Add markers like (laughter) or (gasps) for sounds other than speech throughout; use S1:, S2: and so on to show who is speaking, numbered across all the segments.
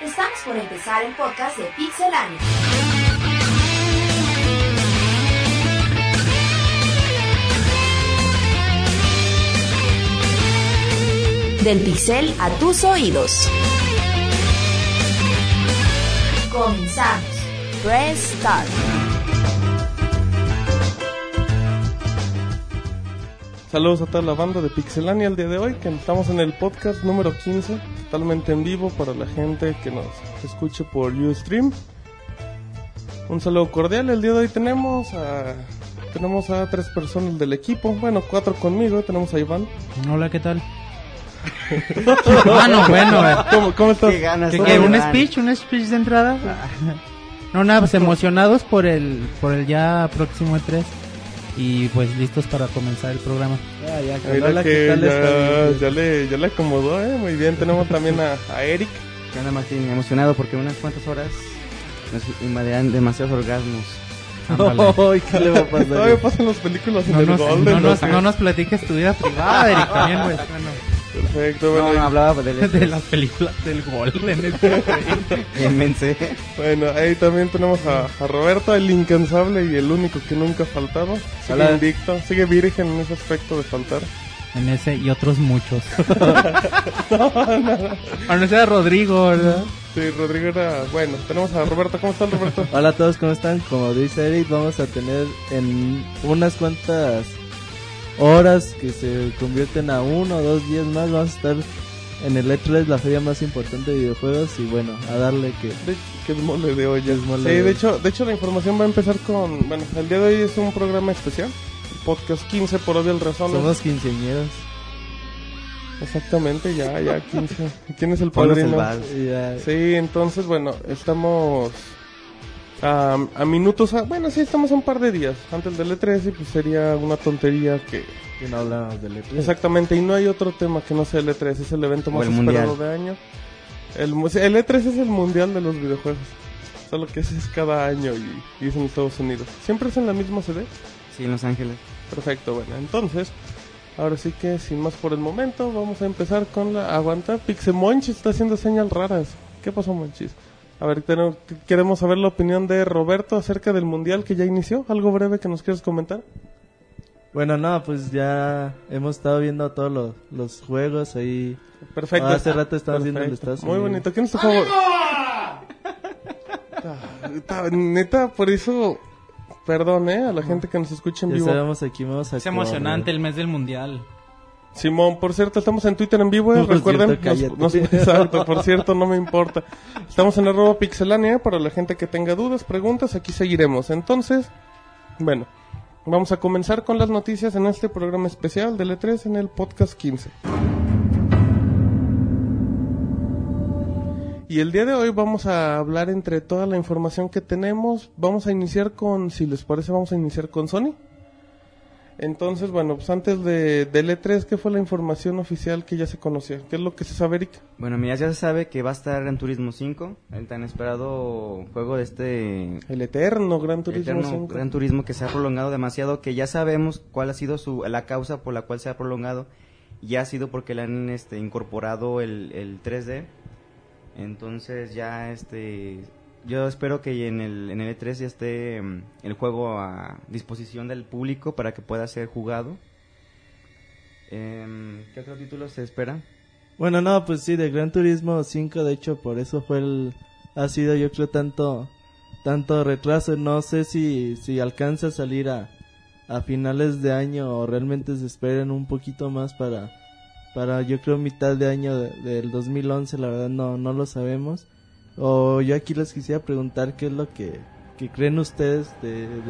S1: Estamos por empezar el podcast de Pixelania. Del pixel a tus oídos. Comenzamos. Press Start.
S2: Saludos a toda la banda de Pixelania el día de hoy, que estamos en el podcast número 15, totalmente en vivo para la gente que nos escuche por Ustream. Un saludo cordial, el día de hoy tenemos a tenemos a tres personas del equipo, bueno, cuatro conmigo, tenemos a
S3: (laughs)
S2: Iván.
S3: Hola, ¿qué tal? ah, no, bueno, eh.
S2: ¿Cómo, cómo estás?
S4: Qué ganas.
S3: ¿Qué,
S4: ¿no?
S3: qué, ¿Un
S4: Iván.
S3: speech? ¿Un speech de entrada? No, nada, pues emocionados por el, por el ya próximo E3 y pues listos para comenzar el programa.
S5: Ah, ya, que
S2: Mira
S5: Lola,
S2: que
S5: ¿qué tal
S2: ya,
S5: está?
S2: ya le, ya le acomodó, eh, muy bien. Tenemos también a, a Eric.
S4: ¿Qué onda, Martín? Emocionado porque unas cuantas horas nos invadirán demasiados orgasmos. pues,
S3: Ándale.
S5: (laughs) Ay, ¿qué le va a pasar?
S2: Todavía pasan las películas en
S3: No
S2: el
S3: nos,
S2: Golden.
S3: no,
S2: ¿no?
S3: nos, no nos platiques tu vida privada,
S5: (laughs)
S3: Eric, también, güey.
S2: Perfecto,
S5: pues,
S2: bueno.
S4: No, no, hablaba del
S3: de las películas del Golden. ¿eh?
S4: inmense.
S2: Bueno, ahí también tenemos a, a Roberto, el incansable y el único que nunca faltaba. Sigue
S4: Hola.
S2: invicto, sigue virgen en ese aspecto de faltar.
S3: En ese y otros
S5: (laughs)
S3: muchos. A no ser a Rodrigo, ¿verdad?
S2: Sí, Rodrigo era... Bueno, tenemos a Roberto. ¿Cómo estás, Roberto?
S5: Hola a todos, ¿cómo están? Como dice Eric, vamos a tener en unas cuantas horas que se convierten a uno o dos días más, vamos a estar en el E3, la feria más importante de videojuegos, y bueno, a darle que...
S2: (laughs) De- que es mole de hoy.
S5: Es mole
S2: sí,
S5: de
S2: de
S5: olla.
S2: hecho, de hecho la información va a empezar con... Bueno, el día de hoy es un programa especial. Podcast 15 por obvias razones.
S5: Somos quinceañeros.
S2: Exactamente, ya, ya, 15. ¿Quién es el
S4: Ponnos el
S2: padrino?
S4: vals.
S5: y ya-
S2: Sí, entonces, bueno, estamos a, a minutos, a- bueno, sí, estamos a un par de días antes del E3 y pues sería una tontería que...
S5: que no hablamos del E E3.
S2: Exactamente, y no hay otro tema que no sea el E3, es el evento
S4: O
S2: más
S4: el
S2: esperado
S4: mundial.
S2: de año. El, mu- el E3 es el mundial de los videojuegos, solo que ese es cada año y, y es en Estados Unidos. ¿Siempre es en la misma sede?
S4: Sí, en Los Ángeles.
S2: Perfecto, bueno, entonces, ahora sí que sin más por el momento, vamos a empezar con la aguanta. Pixemonchi está haciendo señas raras. ¿Qué pasó, Monchis? A ver, tenemos- queremos saber la opinión de Roberto acerca del mundial que ya inició. ¿Algo breve que nos quieras comentar?
S5: Bueno, no, pues ya hemos estado viendo todos los, los juegos ahí.
S2: Perfecto.
S5: Ah, hace rato estaba haciendo el
S2: Perfecto.
S5: Estados
S2: Muy
S5: Unidos.
S2: bonito. ¿Quién es tu favor? Ah, Ta- Neta, por eso, perdón, ¿eh? A la gente que nos escucha en
S5: Ya
S2: vivo.
S5: sabemos aquí vamos a
S2: este,
S3: Es emocionante el mes del mundial.
S2: Simón, por cierto, estamos en Twitter en vivo, eh,
S5: Por
S2: recuerden.
S5: (laughs) cierto, (laughs)
S2: nos-
S5: cállate.
S2: nos- exacto, por cierto, no me importa. Estamos en arroba pixelania ¿eh? para la gente que tenga dudas, preguntas, aquí seguiremos. Entonces, bueno, vamos a comenzar con las noticias en este programa especial del E3 en el podcast 15. Y el día de hoy vamos a hablar entre toda la información que tenemos. Vamos a iniciar con, si les parece, vamos a iniciar con Sony. Entonces, bueno, pues antes de, del E3, ¿qué fue la información oficial que ya se conocía? ¿Qué es lo que se sabe, Eric?
S4: Bueno, mira, ya se sabe que va a estar Gran Turismo 5, el tan esperado juego de este
S2: El eterno Gran Turismo
S4: eterno
S2: 5.
S4: Gran Turismo que se ha prolongado demasiado, que ya sabemos cuál ha sido su, la causa por la cual se ha prolongado. Ya ha sido porque le han este, incorporado el, el 3D. Entonces ya este... Yo espero que en el, en el E3 ya esté mm, el juego a disposición del público para que pueda ser jugado. Em, ¿Qué otro título se espera?
S5: Bueno, no, pues sí, de Gran Turismo 5, de hecho, por eso fue el... Ha sido, yo creo, tanto tanto retraso. No sé si, si alcanza a salir a, a finales de año o realmente se esperan un poquito más para, para yo creo, mitad de año de- del 2011. La verdad, no, no lo sabemos. O yo aquí les quisiera preguntar qué es lo que, que creen ustedes de... de-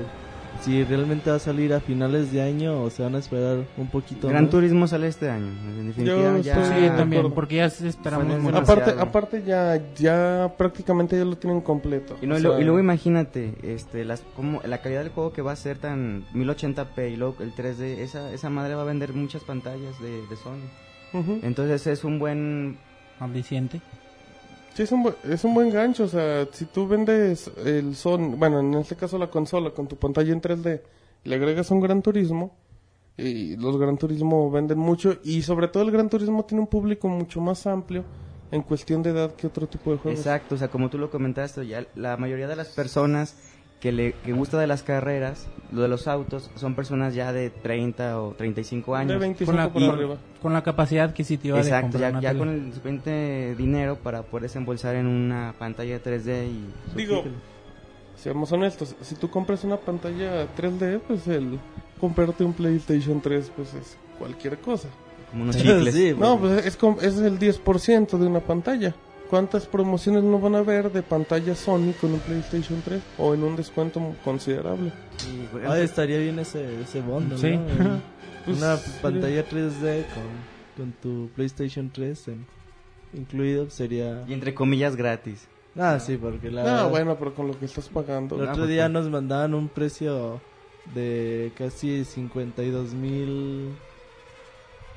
S5: si realmente va a salir a finales de año o se van a esperar un poquito
S4: Gran
S5: más.
S4: Turismo sale este año. En definitiva,
S2: Yo
S4: ya-
S2: estoy-
S3: Sí,
S2: de
S3: también,
S2: acuerdo.
S3: porque ya esperamos
S4: Fue
S3: mucho.
S4: demasiado.
S2: Aparte, aparte ya, ya prácticamente ya lo tienen completo.
S4: Y, no,
S2: O
S4: y lo-
S2: sea,
S4: y luego imagínate, este, las, como, la calidad del juego que va a ser tan 1080p y luego el 3D, esa, esa madre va a vender muchas pantallas de, de Sony.
S2: ujú.
S4: Entonces es un buen...
S3: Maldiciente.
S2: Sí, es un, bu- es un buen gancho. O sea, si tú vendes el son, bueno, en este caso la consola con tu pantalla en 3D, le agregas un Gran Turismo. Y los Gran Turismo venden mucho. Y sobre todo el Gran Turismo tiene un público mucho más amplio en cuestión de edad que otro tipo de juegos.
S4: Exacto, o sea, como tú lo comentaste, ya la mayoría de las personas que le que gusta de las carreras, lo de los autos, son personas ya de 30 o 35
S2: De
S4: años.
S2: 25
S3: Con la,
S2: por
S3: y-
S2: arriba.
S3: con la capacidad adquisitiva de
S4: Exacto,
S3: comprar
S4: ya,
S3: una
S4: ya
S3: tele.
S4: con el suficiente dinero para poder desembolsar en una pantalla 3D y...
S2: Digo, seamos honestos, si tú compras una pantalla 3D, pues el comprarte un PlayStation 3 pues es cualquier cosa.
S4: Como unos
S5: Sí,
S4: chicles.
S5: (laughs) sí,
S2: No, pues es, com- es el 10% de una pantalla. ¿Cuántas promociones no van a haber de pantalla Sony con un PlayStation 3 o en un descuento considerable?
S4: Y, güey,
S5: Ah, estaría bien ese, ese bondo,
S3: Sí.
S4: (laughs)
S5: ¿no? El-
S2: Pues,
S5: Una
S2: sí.
S5: pantalla 3D con, con tu PlayStation 3 en- incluido sería...
S4: y entre comillas gratis.
S5: Ah, sí, porque la...
S2: No, bueno, pero con lo que estás pagando.
S5: El
S4: Ah,
S5: otro
S4: pues,
S5: día
S4: sí.
S5: nos mandaban un precio de casi 52 mil...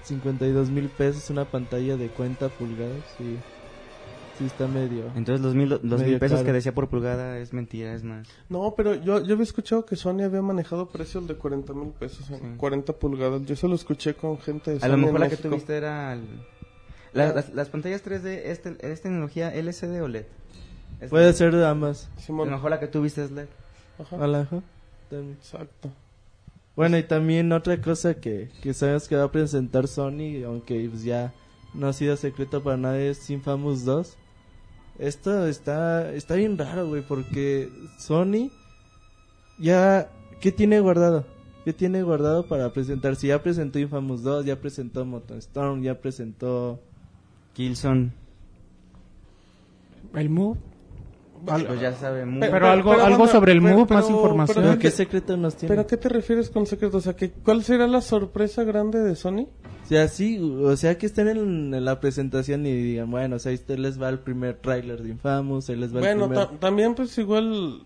S5: 52 mil pesos una pantalla de 40 pulgadas y... Sí, está medio...
S4: Entonces los mil, los
S5: Medio
S4: mil pesos
S5: caro.
S4: que decía por pulgada es mentira, es más.
S2: No, pero yo, yo había escuchado que Sony había manejado precios de 40 mil pesos en
S4: Sí.
S2: 40 pulgadas. Yo se lo escuché con gente de
S5: Pues
S4: A lo
S2: Sony
S4: mejor
S2: en
S4: la que
S2: México.
S4: tuviste era... el- la- las, las pantallas 3D es, tel- es tecnología LCD o LED. Es-
S5: Puede ser de ambas.
S4: A
S2: Simón.
S4: lo mejor la que tuviste es E LED.
S2: Ajá.
S5: A la- ajá, también.
S2: Exacto.
S5: Bueno, y también otra cosa que, que sabemos que va a presentar Sony, aunque pues, ya no ha sido secreto para nadie, es Infamous 2. Esto está, está bien raro, güey, porque Sony ya... ¿Qué tiene guardado? ¿Qué tiene guardado para presentar? Si ya presentó Infamous 2, ya presentó Mountain Storm, ya presentó...
S4: Kilson.
S3: El Move.
S4: Pues ya sabe mucho.
S3: Pero algo- algo
S2: banda,
S3: sobre el
S2: pero-
S3: Move, más
S2: pero-
S3: información.
S2: pero
S5: ¿Pero
S2: ¿qué
S5: qué
S2: se-
S5: secreto nos tiene?
S2: ¿Pero a qué te refieres con secreto? O sea, que, ¿cuál será la sorpresa grande de Sony?
S5: O sea, sí, o sea que estén en, en la presentación y digan, bueno, o sea, ahí está- les va el primer tráiler de Infamous, ahí les va
S2: Bueno,
S5: el primer...
S2: ta- también pues igual,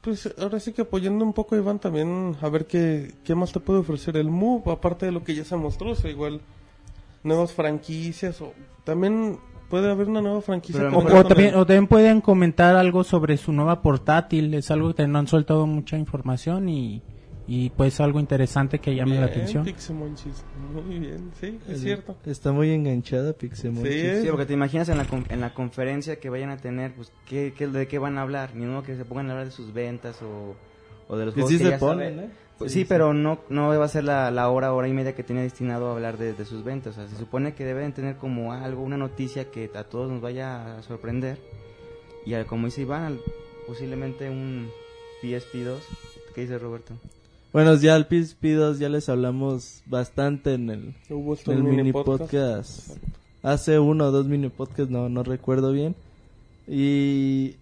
S2: pues ahora sí que apoyando un poco a Iván también, a ver qué, qué más te puede ofrecer el Move, aparte de lo que ya se mostró, o sea, igual nuevas franquicias, o también puede haber una nueva franquicia.
S4: Pero a
S3: O,
S4: lo
S2: con-
S3: o
S2: con
S3: también,
S2: el-
S3: o también pueden comentar algo sobre su nueva portátil. Es algo que no han soltado mucha información y, y pues algo interesante que llame la
S2: Bien,
S3: atención.
S2: Pixemonchis, muy bien, sí, es
S5: El-
S2: cierto.
S5: Está muy enganchada Pixemon.
S2: Sí, es-
S4: Sí, porque te imaginas en la, con- en la conferencia que vayan a tener, pues, ¿qué, qué, ¿de qué van a hablar? Ni uno que se pongan a hablar de sus ventas o, o de los
S5: Que
S4: juegos
S5: sí
S4: que
S5: se
S4: ya
S5: ponen,
S4: saben.
S5: ¿eh?
S4: Pues
S5: Sí,
S4: sí,
S5: sí.
S4: pero no, no va a ser la, la hora, hora y media que tenía destinado a hablar de, de sus ventas. O sea, se supone que deben tener como algo, una noticia que a todos nos vaya a sorprender. Y al- como dice Iván, al- posiblemente un PSP2. ¿Qué dice Roberto?
S5: Bueno, ya al PSP 2 ya les hablamos bastante en el,
S2: Hubo
S5: en
S2: hasta
S5: el
S2: un
S5: mini
S2: minipodcast.
S5: podcast. Hace uno o dos mini podcasts, no, no recuerdo bien. Y.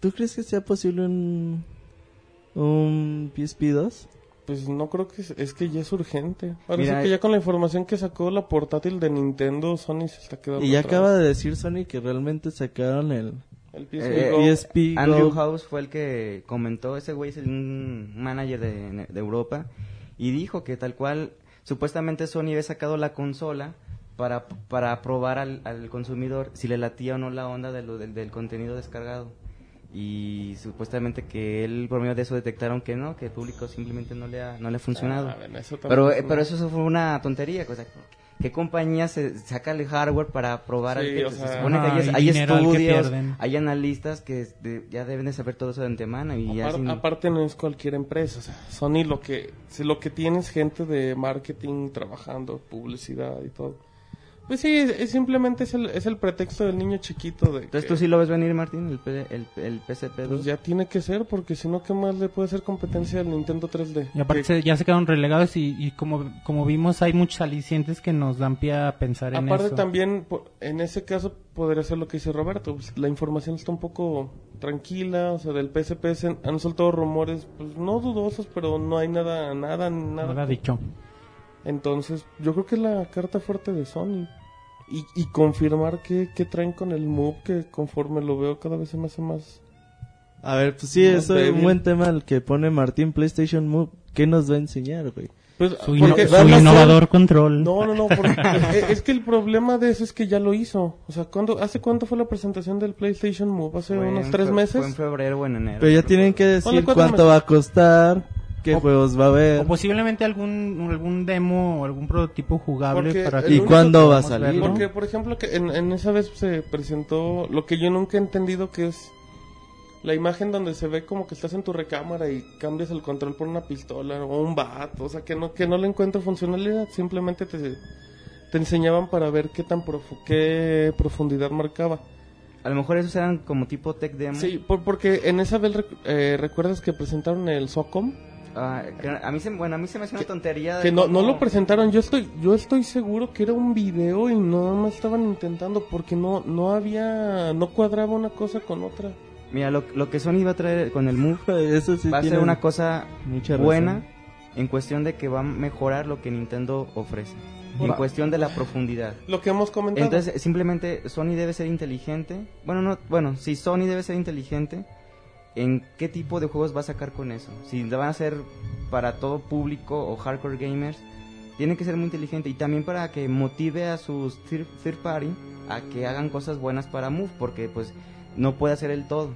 S5: ¿Tú crees que sea posible un. un PSP 2?
S2: Pues no creo que es, es que ya es urgente. Parece
S4: Mira,
S2: que ya
S4: eh.
S2: con la información que sacó la portátil de Nintendo, Sony se está quedando
S5: Y ya
S2: atrás.
S5: acaba de decir Sony que realmente sacaron el.
S2: El PSP
S4: Eh,
S2: Go.
S5: PS PSP Go.
S4: Andrew House fue el que comentó, ese güey es el- un manager de, de Europa, y dijo que tal cual, supuestamente Sony había sacado la consola para, para probar al, al consumidor si le latía o no la onda de lo- del- del contenido descargado. Y supuestamente que él, por medio de eso, detectaron que no, que el público simplemente no le ha, no le ha funcionado.
S2: Ah, bueno, eso
S4: Pero,
S2: tampoco
S4: eh,
S2: es
S4: pero
S2: una-
S4: eso fue una tontería, cosa ¿Qué compañía se saca el hardware para probar
S2: Sí,
S4: al cliente?
S2: o sea,
S4: se supone que
S3: Ah,
S4: hay,
S3: el
S4: hay
S3: dineral que
S4: estudios,
S3: pierden.
S4: hay analistas que de- ya deben de saber todo eso de antemano y ya
S2: Apar-
S4: sin-
S2: Aparte no es cualquier empresa, o sea, Sony lo que si lo que tiene es gente de marketing trabajando, publicidad y todo. Pues sí, es, es simplemente es el, es el pretexto del niño chiquito de
S4: Entonces
S2: que,
S4: tú sí lo ves venir, Martín, el, P- el, el PSP2.
S2: pues ya tiene que ser porque si no qué más le puede ser competencia del Nintendo 3D.
S3: Y aparte
S2: Que-
S3: se- ya se quedaron relegados y, y como, como vimos hay muchos alicientes que nos dan pie a pensar en
S2: aparte
S3: eso.
S2: también po- en ese caso podría ser lo que dice Roberto, pues, la información está un poco tranquila, o sea, del PSP se han soltado rumores pues no dudosos, pero no hay nada nada nada,
S3: Nada dicho.
S2: Entonces, yo creo que es la carta fuerte de Sony. Y, y confirmar que, que traen con el move, que conforme lo veo cada vez se me hace más...
S5: A ver, pues sí,
S2: Más
S5: eso es un
S2: débil.
S5: buen tema el que pone Martín PlayStation Move. ¿Qué nos va a enseñar, güey?
S2: Pues,
S3: Su,
S2: porque
S3: ino- su
S2: van a ser-
S3: innovador control.
S2: No, no, no, porque (laughs) e, es- es que el problema de eso es que ya lo hizo. O sea, ¿cuándo, ¿hace cuánto fue la presentación del PlayStation Move? ¿Hace
S4: Fue
S2: unos
S4: en
S2: tres
S4: fe-
S2: meses?
S4: Fue en febrero o en enero.
S5: Pero ya tienen que decir
S2: Ponle cuatro
S5: cuánto
S2: meses.
S5: va a costar, qué
S3: O-
S5: juegos va a haber.
S3: O pues, posiblemente algún, algún demo o algún prototipo jugable
S2: Porque
S3: para
S2: el
S3: que
S5: ¿Y
S2: único
S5: cuándo va a
S3: podamos
S5: salir?
S3: verlo.
S5: no?
S2: Porque, por ejemplo, que en, en esa vez se presentó lo que yo nunca he entendido que es la imagen donde se ve como que estás en tu recámara y cambias el control por una pistola o un bat, o sea, que no, que no le encuentro funcionalidad, simplemente te, te enseñaban para ver qué tan profu- qué profundidad marcaba.
S4: A lo mejor esos eran como tipo tech demo.
S2: Sí, por- porque en esa vez rec- eh, recuerdas que presentaron el SOCOM,
S4: Ah, que a mí se, bueno, a mí se me hace una tontería. de
S2: que no, no
S4: cómo-
S2: lo presentaron, yo estoy, yo estoy seguro que era un video y nada más estaban intentando porque no, no había, no cuadraba una cosa con otra.
S4: Mira, lo, lo que Sony va a traer con el Move
S5: (laughs) Eso sí
S4: va a ser
S5: tiene
S4: una cosa
S5: mucha razón.
S4: buena en cuestión de que va a mejorar lo que Nintendo ofrece. En
S2: Va.
S4: cuestión de la profundidad.
S2: Lo que hemos comentado.
S4: Entonces, simplemente Sony debe ser inteligente. Bueno, no, bueno, si Sony debe ser inteligente, ¿en qué tipo de juegos va a sacar con eso? Si lo van a ser para todo público o hardcore gamers, tiene que ser muy inteligente y también para que motive a sus third, third party a que hagan cosas buenas para Move, porque pues no puede hacer el todo.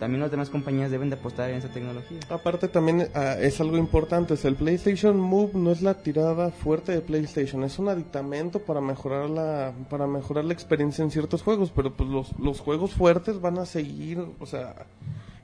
S4: También las demás compañías deben de apostar en esa tecnología.
S2: Aparte también ah, es algo importante, es el PlayStation Move no es la tirada fuerte de PlayStation, es un aditamento para mejorar la para mejorar la experiencia en ciertos juegos, pero pues los, los juegos fuertes van a seguir, o sea,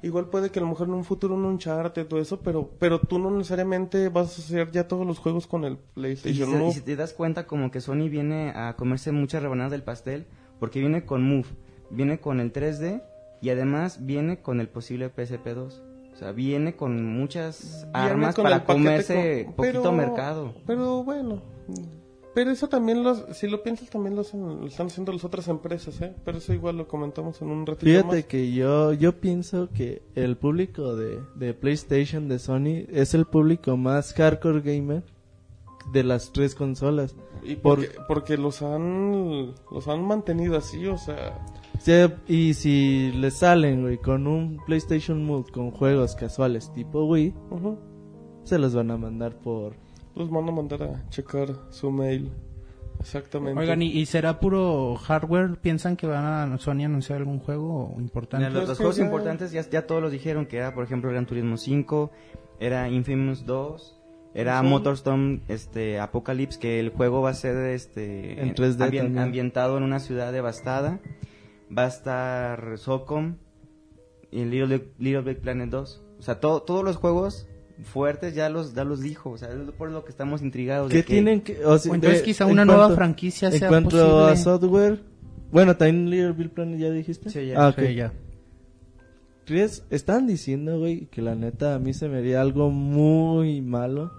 S2: igual puede que a lo mejor en un futuro un Uncharted todo eso, pero pero tú no necesariamente vas a hacer ya todos los juegos con el
S4: Y si,
S2: PlayStation
S4: y
S2: Move.
S4: si te das cuenta como que Sony viene a comerse muchas rebanadas del pastel porque viene con Move, viene con el 3D y además viene con el posible PSP2. O sea, viene con muchas
S2: Viene
S4: armas
S2: con el
S4: para
S2: paquete
S4: comerse
S2: co-
S4: poquito
S2: pero-
S4: mercado.
S2: Pero bueno, pero eso también lo, si lo piensas también lo, hacen- lo están haciendo las otras empresas, ¿eh? Pero eso igual lo comentamos en un ratito más.
S5: Fíjate que yo, yo pienso que el público de, de PlayStation, de Sony, es el público más hardcore gamer de las tres consolas.
S2: Y
S5: Por-
S2: porque, porque los han los han mantenido así, o sea,
S5: Sí, y si le salen, güey, con un PlayStation Move con juegos casuales tipo Wii,
S2: ujú,
S5: se los van a mandar por...
S2: los van a mandar a checar su mail. Exactamente.
S3: Oigan, ¿y, y será puro hardware? ¿Piensan que van a Sony a anunciar algún juego importante?
S4: Mira, los,
S2: es
S4: los
S2: que
S4: juegos
S2: ya-
S4: importantes ya, ya todos los dijeron que era, por ejemplo, Gran Turismo 5, era Infamous 2, era
S2: Sí.
S4: Motorstorm este, Apocalypse, que el juego va a ser este,
S5: En 3D
S4: ambien-
S5: también.
S4: ambientado en una ciudad devastada. Va a estar Socom y Little, Big- Little Big Planet 2. O sea, todo- todos los juegos fuertes ya los, ya los dijo. O sea, es por lo que estamos intrigados. de
S5: ¿Qué
S4: que-
S5: tienen que...? o si-
S3: O entonces
S5: de-
S3: quizá
S5: en
S3: una nueva
S5: cuanto-
S3: franquicia
S5: En
S3: sea
S5: cuanto
S3: posible.
S5: a software... Bueno, también Little Big Planet ya dijiste.
S4: Sí, ya.
S5: Ah, ok.
S3: Sí, ya.
S5: ¿Crees? Están diciendo, güey, que la neta a mí se me haría algo muy malo.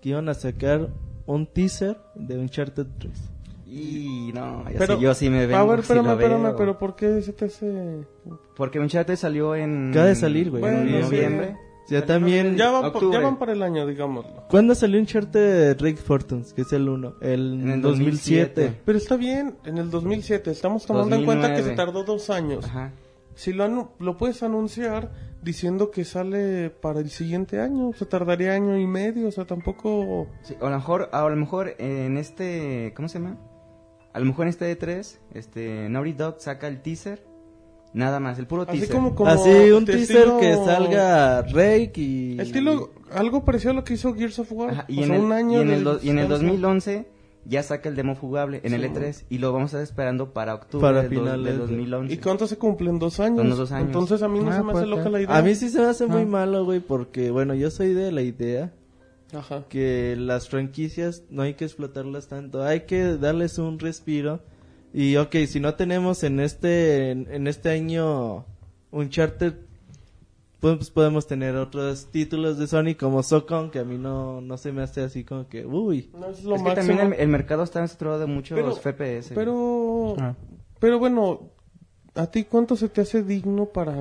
S5: Que iban a sacar un teaser de Uncharted 3.
S4: Y no, ya
S2: Pero-
S4: sé, yo sí me vengo,
S2: a ver,
S4: sí lo
S2: espérame, espérame,
S4: veo.
S2: pero ¿por qué se te hace...?
S4: Porque Uncharted salió en...
S5: Acaba de salir, güey,
S2: en
S4: En
S2: noviembre.
S4: noviembre.
S5: Ya también...
S2: Ya van, por- ya
S4: Pues, Octubre.
S2: van para el año, digámoslo.
S5: ¿Cuándo salió Uncharted Rick Fortunes? Que es el 1. El,
S4: En el
S5: 2007.
S4: 2007.
S2: Pero está bien, en el 2007, estamos tomando en cuenta que
S4: 2009.
S2: se tardó dos
S5: Pues,
S2: años.
S4: Ajá.
S2: Si lo, anu- lo puedes anunciar diciendo que sale para el siguiente año, o sea, tardaría año y medio, o sea, tampoco...
S4: Sí, a lo mejor, a lo mejor en este, ¿cómo se llama? A lo mejor en este E3, este Naughty Dog saca el teaser, nada más, el puro
S2: Así
S4: teaser.
S2: como, como
S5: Así, un
S2: de
S5: teaser
S2: estilo-
S5: que salga Rake y...
S2: Estilo, algo parecido a lo que hizo Gears of War.
S4: Ajá,
S2: o
S4: y, en
S2: sea,
S4: el,
S2: pues un año
S4: y en
S2: de
S4: el do- y en el
S2: distancia.
S4: 2011 ya saca el demo jugable en el E3 y lo vamos a estar esperando para octubre
S5: Para
S4: del do-
S5: finales
S4: del
S5: de-
S4: 2011.
S2: ¿Y cuánto se cumplen? ¿Dos años?
S4: Son los dos años.
S2: Entonces a mí no
S3: Ah,
S2: se me
S3: puede
S2: hace loca
S3: ser.
S2: la idea.
S5: A mí sí se me hace muy
S3: Ah.
S5: malo, güey, porque, bueno, yo soy de la idea
S2: Ajá.
S5: que las franquicias no hay que explotarlas tanto, hay que darles un respiro. Y ok, si no tenemos en este en, en este año un charter, pues podemos tener otros títulos de Sony como Socon, que a mí no, no se me hace así como que, uy.
S2: No es lo
S4: es que
S2: máximo.
S4: también el, el mercado está saturado de muchos
S2: Pero-
S4: FPS.
S2: Pero...
S3: Ah.
S2: Pero bueno... ¿A ti cuánto se te hace digno para...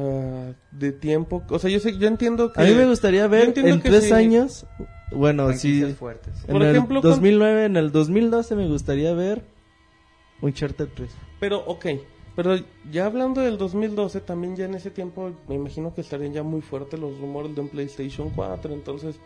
S2: de tiempo? O sea, yo sé, yo entiendo que...
S5: A mí me gustaría
S2: yo
S5: ver
S2: entiendo
S5: en
S2: que
S5: tres
S2: sí.
S5: años, bueno, si
S4: franquicias
S5: en
S4: fuertes.
S2: Por
S5: el
S2: ejemplo, con-
S5: 2009, en el 2012 me gustaría ver un charter 3.
S2: Pero, ok. Pero ya hablando del 2012, también ya en ese tiempo me imagino que estarían ya muy fuertes los rumores de un PlayStation 4. Entonces,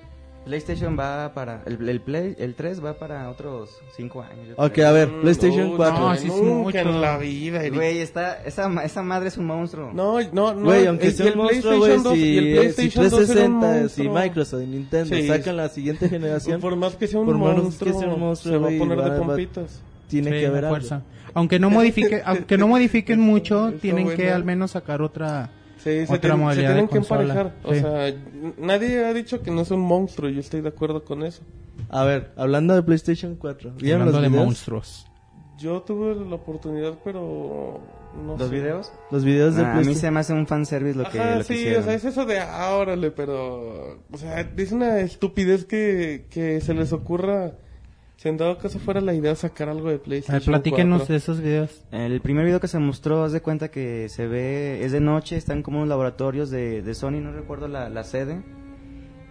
S4: PlayStation va para. El, el Play, el 3 va para otros 5 años. yo
S5: Ok,
S4: creo.
S5: a ver,
S2: Mm,
S5: PlayStation
S2: no,
S5: 4.
S3: no,
S2: güey,
S3: sí es mucho.
S2: nunca en la vida, Eric.
S4: Güey, está, esa, ma- esa madre es un monstruo.
S2: No, no, no.
S5: Güey, aunque
S2: el-
S5: sea
S2: y
S5: un monstruo, güey, si,
S2: y el
S5: eh, si
S2: PlayStation 2 era un
S5: 360, si
S2: monstruo.
S5: Microsoft y Nintendo
S2: Sí.
S5: sacan
S2: (laughs)
S5: la siguiente generación,
S2: Por más que sea un
S5: Por más que
S2: monstruo,
S5: sea un monstruo,
S2: se va a
S5: güey,
S2: poner
S5: va-
S2: de
S5: va-
S2: pompitas.
S5: tiene
S3: Sí,
S5: que
S3: la
S5: haber algo.
S3: fuerza. Aunque no modifique, (laughs) aunque no modifiquen mucho,
S2: Está
S3: tienen que
S2: bueno.
S3: al menos sacar otra.
S2: Sí, se,
S3: Otra
S2: tienen- se
S3: modalidad de
S2: tienen que
S3: consola,
S2: emparejar. O
S3: sí.
S2: sea, n- nadie ha dicho que no es un monstruo. Yo estoy de acuerdo con eso.
S5: A ver, hablando de PlayStation 4, ¿vieron
S3: Hablando
S5: los
S3: de
S5: videos?
S3: monstruos.
S2: Yo tuve la oportunidad, pero. No
S4: ¿Los
S2: sé.
S4: videos?
S5: Los videos de
S4: Ah, a mí se
S5: PlayStation.
S4: me hace un fanservice lo que,
S2: Ajá,
S4: lo que
S2: sí,
S4: hicieron.
S2: o sea, es eso de ah, órale, pero. O sea, es una estupidez que, que se les ocurra. Si en dado caso fuera la idea sacar algo de
S3: A
S2: PlayStation.
S3: ver, platíquenos
S2: 4.
S3: de esos videos.
S4: El primer video que se mostró, haz de cuenta que se ve, es de noche, están como unos laboratorios de, de Sony, no recuerdo la, la sede.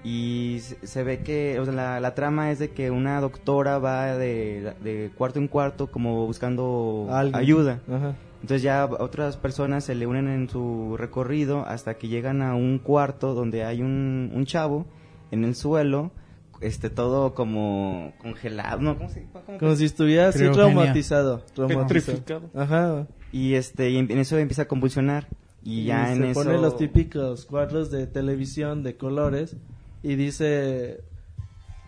S4: Y se se ve que, o sea, la, la trama es de que una doctora va de, de cuarto en cuarto como buscando
S5: Alguien.
S4: ayuda.
S5: Ajá.
S4: Entonces ya otras personas se le unen en su recorrido hasta que llegan a un cuarto donde hay un, un chavo en el suelo, este todo como congelado, ¿no? ¿Cómo se- cómo que
S5: Como si estuviera así
S3: Criogenia.
S5: traumatizado. traumatizado.
S2: Petrificado.
S5: Ajá.
S4: Y este y en en eso empieza a convulsionar. Y ya en
S5: se
S4: eso.
S5: pone los típicos cuadros de televisión de colores y dice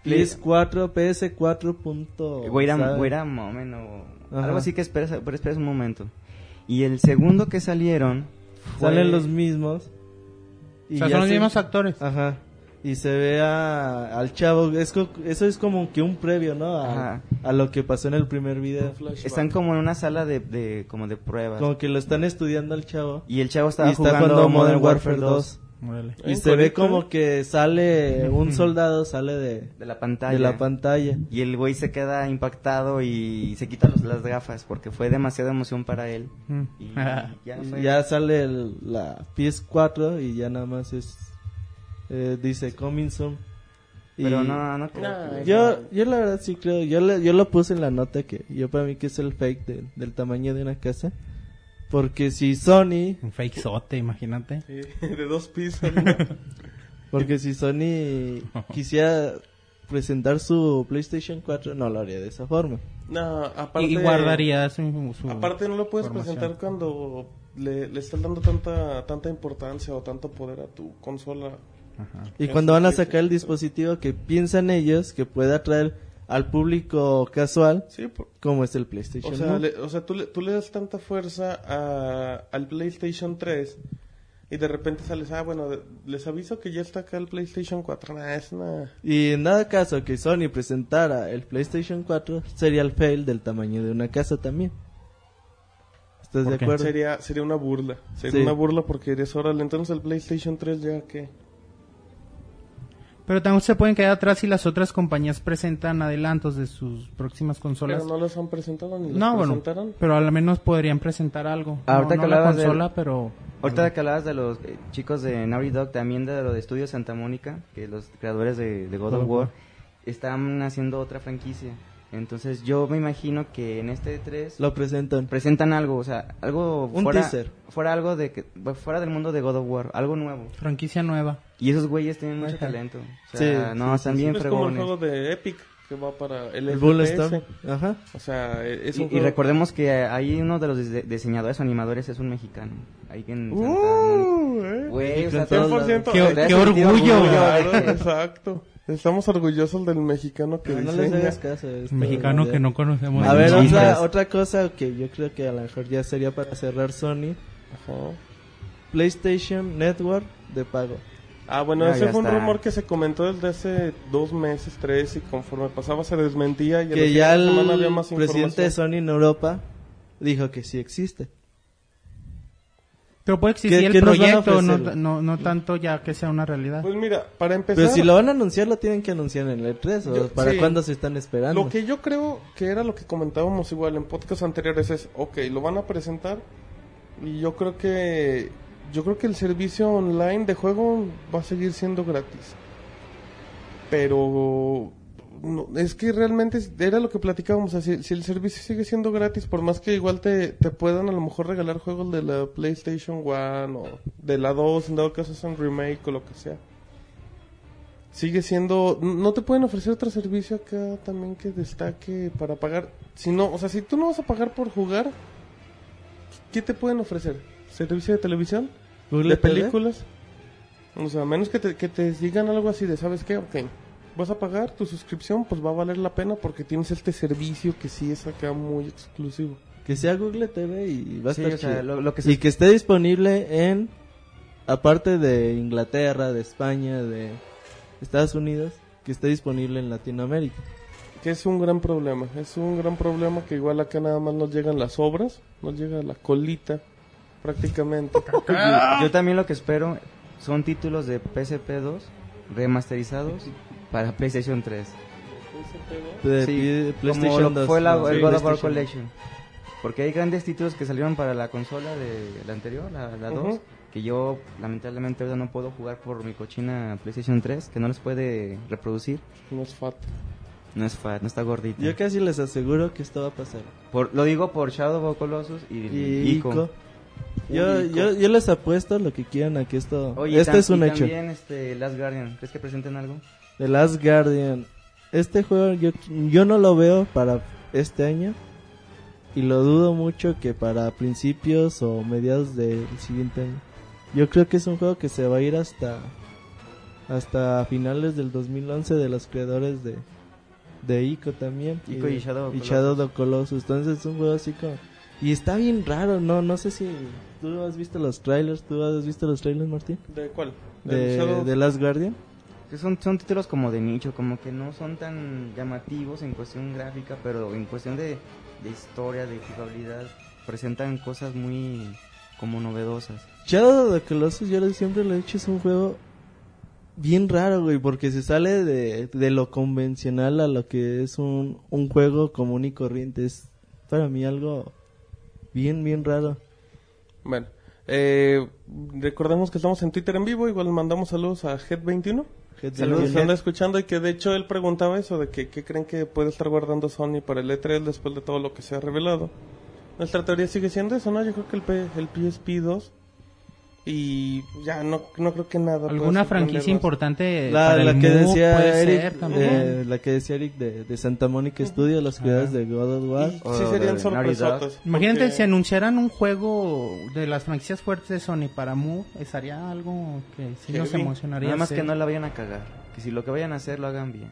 S5: Please 4 PS 4. punto,
S4: Wait a,
S5: ¿sabe?
S4: wait a moment, o
S5: Ajá.
S4: algo así que esperas, pero esperas un momento. Y el segundo que salieron. fue-
S5: Salen los mismos.
S3: O sea,
S5: ya
S3: son los
S5: se- Ah.
S3: mismos actores.
S5: Ajá. Y se ve a- al chavo. Es co- eso es como que un previo, ¿no? A,
S4: Ajá.
S5: a lo que pasó en el primer video.
S2: Flashback.
S4: Están como en una sala de, de- como de pruebas.
S5: Como que lo están estudiando al chavo.
S4: Y el chavo estaba
S5: y está
S4: jugando
S5: jugando Modern Warfare 2.
S3: Órale.
S2: ¿Eh?
S5: Y se ve
S2: ¿Correcto?
S5: como que sale
S4: (laughs)
S5: un soldado, sale de,
S4: De la pantalla.
S5: de la pantalla.
S4: y el güey se queda impactado y se quita los- las gafas porque fue demasiada emoción para él.
S3: Mm.
S5: (laughs)
S4: Y ya
S5: Y
S4: fue.
S5: ya sale el- la PS4 y ya nada más es eh, dice coming soon. Y
S4: Pero no, no creo.
S2: No,
S4: que-
S5: yo yo la verdad sí creo, yo le- yo lo puse en la nota que yo para mí que es el fake de- del tamaño de una casa, porque si Sony,
S3: (laughs) Un fake sote, imagínate.
S2: Sí, (laughs) de dos
S3: (laughs)
S2: pisos. ¿no?
S5: porque
S2: (laughs)
S5: si Sony quisiera presentar su PlayStation 4 no lo haría de esa forma.
S2: no, aparte.
S3: Y, y guardaría su, su-
S2: Aparte no lo puedes
S3: formación.
S2: presentar cuando le, le estás dando tanta tanta importancia o tanto poder a tu consola.
S3: Ajá.
S5: Y
S2: Eso
S5: cuando van a
S2: sí,
S5: sacar el dispositivo que piensan ellos que puede atraer al público casual,
S2: Sí, por-
S5: como es el PlayStation
S2: o sea,
S5: 1.
S2: le- o sea tú, le, tú le das tanta fuerza a- al PlayStation 3 y de repente sales, ah, bueno, de- les aviso que ya está acá el PlayStation 4. Nah, es una...
S5: Y en dado caso que Sony presentara el PlayStation 4, sería el fail del tamaño de una casa también. ¿Estás
S3: ¿Por
S5: de
S3: qué?
S5: acuerdo?
S2: Sería, sería una burla. Sería
S5: Sí.
S2: una burla porque eres órale. Entonces el PlayStation 3 ya que...
S3: Pero también se pueden quedar atrás si las otras compañías presentan adelantos de sus próximas consolas.
S2: Pero no los han presentado ni los
S3: No, bueno,
S2: presentaron.
S3: pero al menos podrían presentar algo.
S5: Ah,
S4: Ahorita
S3: no, no
S4: que
S3: la
S4: hablabas de-
S3: consola, pero
S4: Ahorita que hablabas de los eh, chicos de Naughty Dog, también de lo de Estudio Santa Mónica, que los creadores de, de God of War, están haciendo otra franquicia. Entonces yo me imagino que en este 3
S5: Lo presentan.
S4: presentan algo, o sea, algo
S5: Un
S4: fuera,
S5: teaser.
S4: fuera algo de que, fuera del mundo de God of War, algo nuevo.
S3: franquicia nueva.
S4: Y esos güeyes tienen mucho
S3: Ajá.
S4: talento. O sea,
S5: Sí,
S4: no,
S5: sí,
S4: están
S5: sí,
S4: bien
S2: Es como el
S4: fregones.
S2: juego de Epic que va para el,
S5: El
S2: FPS.
S5: Bulletstorm. Ajá.
S2: O sea, e, es
S4: Y,
S2: un
S4: y
S2: juego-
S4: recordemos que ahí uno de los dise- diseñadores o animadores es un mexicano. Ahí en Santa Mónica.
S2: Uh, eh.
S4: Güey, o sea,
S2: 100%.
S3: Qué-
S4: te has
S3: qué
S4: sentido
S3: orgullo,
S4: de
S2: Claro,
S4: que-
S2: (laughs) exacto. Ah, Estamos orgullosos del mexicano que
S5: No
S2: diseña.
S5: les hagas caso. es
S3: Un mexicano
S5: todo.
S3: que no conocemos.
S5: A ver,
S4: Machistas.
S5: otra, otra cosa que yo creo que a lo mejor ya sería para cerrar Sony.
S2: Ajá.
S5: PlayStation Network de pago.
S2: Ah, bueno,
S4: Ah,
S2: ese
S4: ya
S2: fue un
S4: está.
S2: rumor que se comentó desde hace dos meses, tres, y conforme pasaba se desmentía. Y en la
S5: que ya
S2: siguiente
S5: el
S2: semana había más
S5: presidente de
S2: información.
S5: Sony en Europa dijo que sí existe.
S3: Pero puede existir
S5: ¿Qué-
S3: el
S5: qué nos van a
S3: proyecto, no,
S5: ofrecer?
S3: no, no tanto ya que sea una realidad.
S2: Pues mira, para empezar,
S5: Pero si lo van a anunciar, lo tienen que anunciar en el E3. ¿o
S2: Yo-
S5: ¿Para
S2: sí.
S5: cuándo se están esperando?
S2: lo que yo creo que era lo que comentábamos igual en podcast anteriores es, ok, lo van a presentar y yo creo que yo creo que el servicio online de juego va a seguir siendo gratis. pero no, es que realmente es- era lo que platicábamos, o sea, si, si el servicio sigue siendo gratis, por más que igual te, te puedan a lo mejor regalar juegos de la PlayStation 1 o de la 2, en dado caso es un remake o lo que sea, sigue siendo... No te pueden ofrecer otro servicio acá también que destaque para pagar. Si no, o sea, si tú no vas a pagar por jugar, ¿qué te pueden ofrecer? ¿Servicio de televisión?
S5: Google
S2: ¿De
S5: TV.
S2: películas? O sea, a menos que te, que te digan algo así de, ¿sabes qué? Ok, vas a pagar tu suscripción, pues va a valer la pena porque tienes este servicio que sí es acá muy exclusivo.
S5: Que sea Google TV y va a
S4: Sí,
S5: estar
S4: o sea,
S5: chido.
S4: lo- lo que se-
S5: Y que esté disponible en, aparte de Inglaterra, de España, de Estados Unidos, que esté disponible en Latinoamérica.
S2: Que es un gran problema, es un gran problema que igual acá nada más nos llegan las obras, nos llega la colita prácticamente.
S5: ¡Ah!
S4: Yo también lo que espero son títulos de PSP2 remasterizados para PlayStation 3.
S5: De
S4: Sí,
S5: P-
S4: como lo
S5: PlayStation 2.
S4: fue la,
S5: ¿no?
S4: el
S5: Sí,
S4: God of War
S5: PlayStation.
S4: Collection. Porque hay grandes títulos que salieron para la consola de la anterior, la, la 2,
S2: Ujú.
S4: que yo lamentablemente ahorita no puedo jugar por mi cochina PlayStation 3, que no los puede reproducir.
S2: no es fat.
S4: No es fat, no está gordita.
S5: Yo casi les aseguro que esto va a pasar.
S4: Por- lo digo por Shadow of Colossus y,
S5: Y
S4: Ico.
S5: Ico. Yo, yo, yo les apuesto lo que quieran a que esto...
S4: Oye,
S5: este
S4: tam-
S5: es un
S4: y
S5: hecho.
S4: también este, Last Guardian. ¿Crees que presenten algo?
S5: The Last Guardian. Este juego yo, yo no lo veo para este año. Y lo dudo mucho que para principios o mediados del siguiente año. Yo creo que es un juego que se va a ir hasta hasta finales del 2011 de los creadores de de Ico también.
S4: Ico y
S5: de-
S4: Shadow of
S5: y
S4: Colossus.
S5: Shadow of Colossus. Entonces es un juego así como y está bien raro, no no sé si tú has visto los trailers, tú has visto los trailers, Martín,
S2: ¿De cuál?
S5: de,
S2: Shadow-
S5: de Last Guardian.
S4: Que Son, son títulos como de nicho, como que no son tan llamativos en cuestión gráfica, pero en cuestión de, de historia, de jugabilidad, presentan cosas muy como novedosas.
S5: Shadow of the Colossus, yo le- siempre lo he dicho, es un juego bien raro, güey, porque se sale de, de lo convencional a lo que es un, un juego común y corriente. Es para mí algo bien, bien raro.
S2: Bueno, eh, recordemos que estamos en Twitter en vivo, igual mandamos saludos a Head21.
S5: Gente,
S2: Saludos,
S5: bien-
S2: anda escuchando y que de hecho él preguntaba eso, de que qué creen que puede estar guardando Sony para el E3 después de todo lo que se ha revelado. Nuestra teoría sigue siendo eso, ¿no? Yo creo que el, P- el PSP2 y ya no, no creo que nada. pueda sorprender
S3: ¿Alguna
S2: más.
S3: franquicia importante Eh,
S5: La,
S3: para
S5: la
S3: el
S5: que
S3: MOOC
S5: decía
S3: puede
S5: Eric,
S3: ser también?
S5: eh, la que decía Eric de, de Santa Mónica Studio, los creadores de God of War.
S2: Y
S4: O
S2: sí
S4: la
S2: serían
S4: de Naughty Dog.
S2: sorpresotas.
S3: Imagínate
S2: porque-
S3: si anunciaran un juego de las franquicias fuertes de Sony para Mu, estaría algo que sí nos
S2: Heavy.
S3: emocionaría.
S4: Nada más
S3: sí.
S4: que no la vayan a cagar. Que si lo que vayan a hacer lo hagan bien.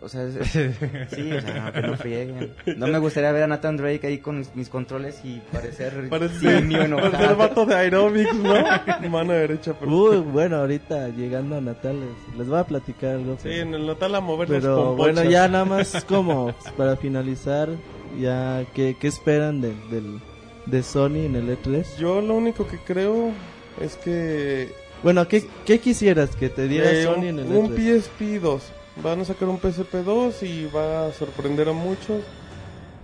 S4: O sea, es-
S2: (laughs)
S4: sí, o sea, no, que no frieguen. No me gustaría ver a Nathan Drake ahí con mis, mis controles y
S2: (laughs)
S4: parecer
S2: Parece
S4: simio enojado.
S2: el vato de aerobics, ¿no? Mano derecha, pero...
S5: Uy, bueno, ahorita llegando a Natales, les voy a platicar algo.
S2: Sí,
S5: pero-
S2: en el Natal a mover las
S5: Pero
S2: pompochas.
S5: bueno, ya nada más como para finalizar, ya ¿qué, qué esperan de, del, de Sony en el E E3?
S2: Yo lo único que creo es que
S5: Bueno, ¿qué, qué quisieras que te diera
S2: Eh,
S5: Sony
S2: un-
S5: en el E
S2: un
S5: E3?
S2: PSP 2. Van a sacar un PSP 2 y va a sorprender a muchos.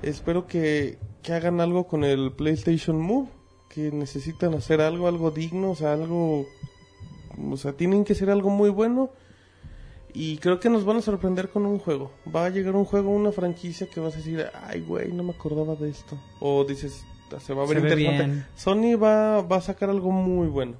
S2: Espero que, que hagan algo con el PlayStation Move. Que necesitan hacer algo, algo digno, o sea, algo... O sea, tienen que ser algo muy bueno. Y creo que nos van a sorprender con un juego. Va a llegar un juego, una franquicia que vas a decir, ay, güey, no me acordaba de esto. O dices, se va a ver
S3: Se ve
S2: interesante.
S3: bien.
S2: Sony va, va a sacar algo muy bueno.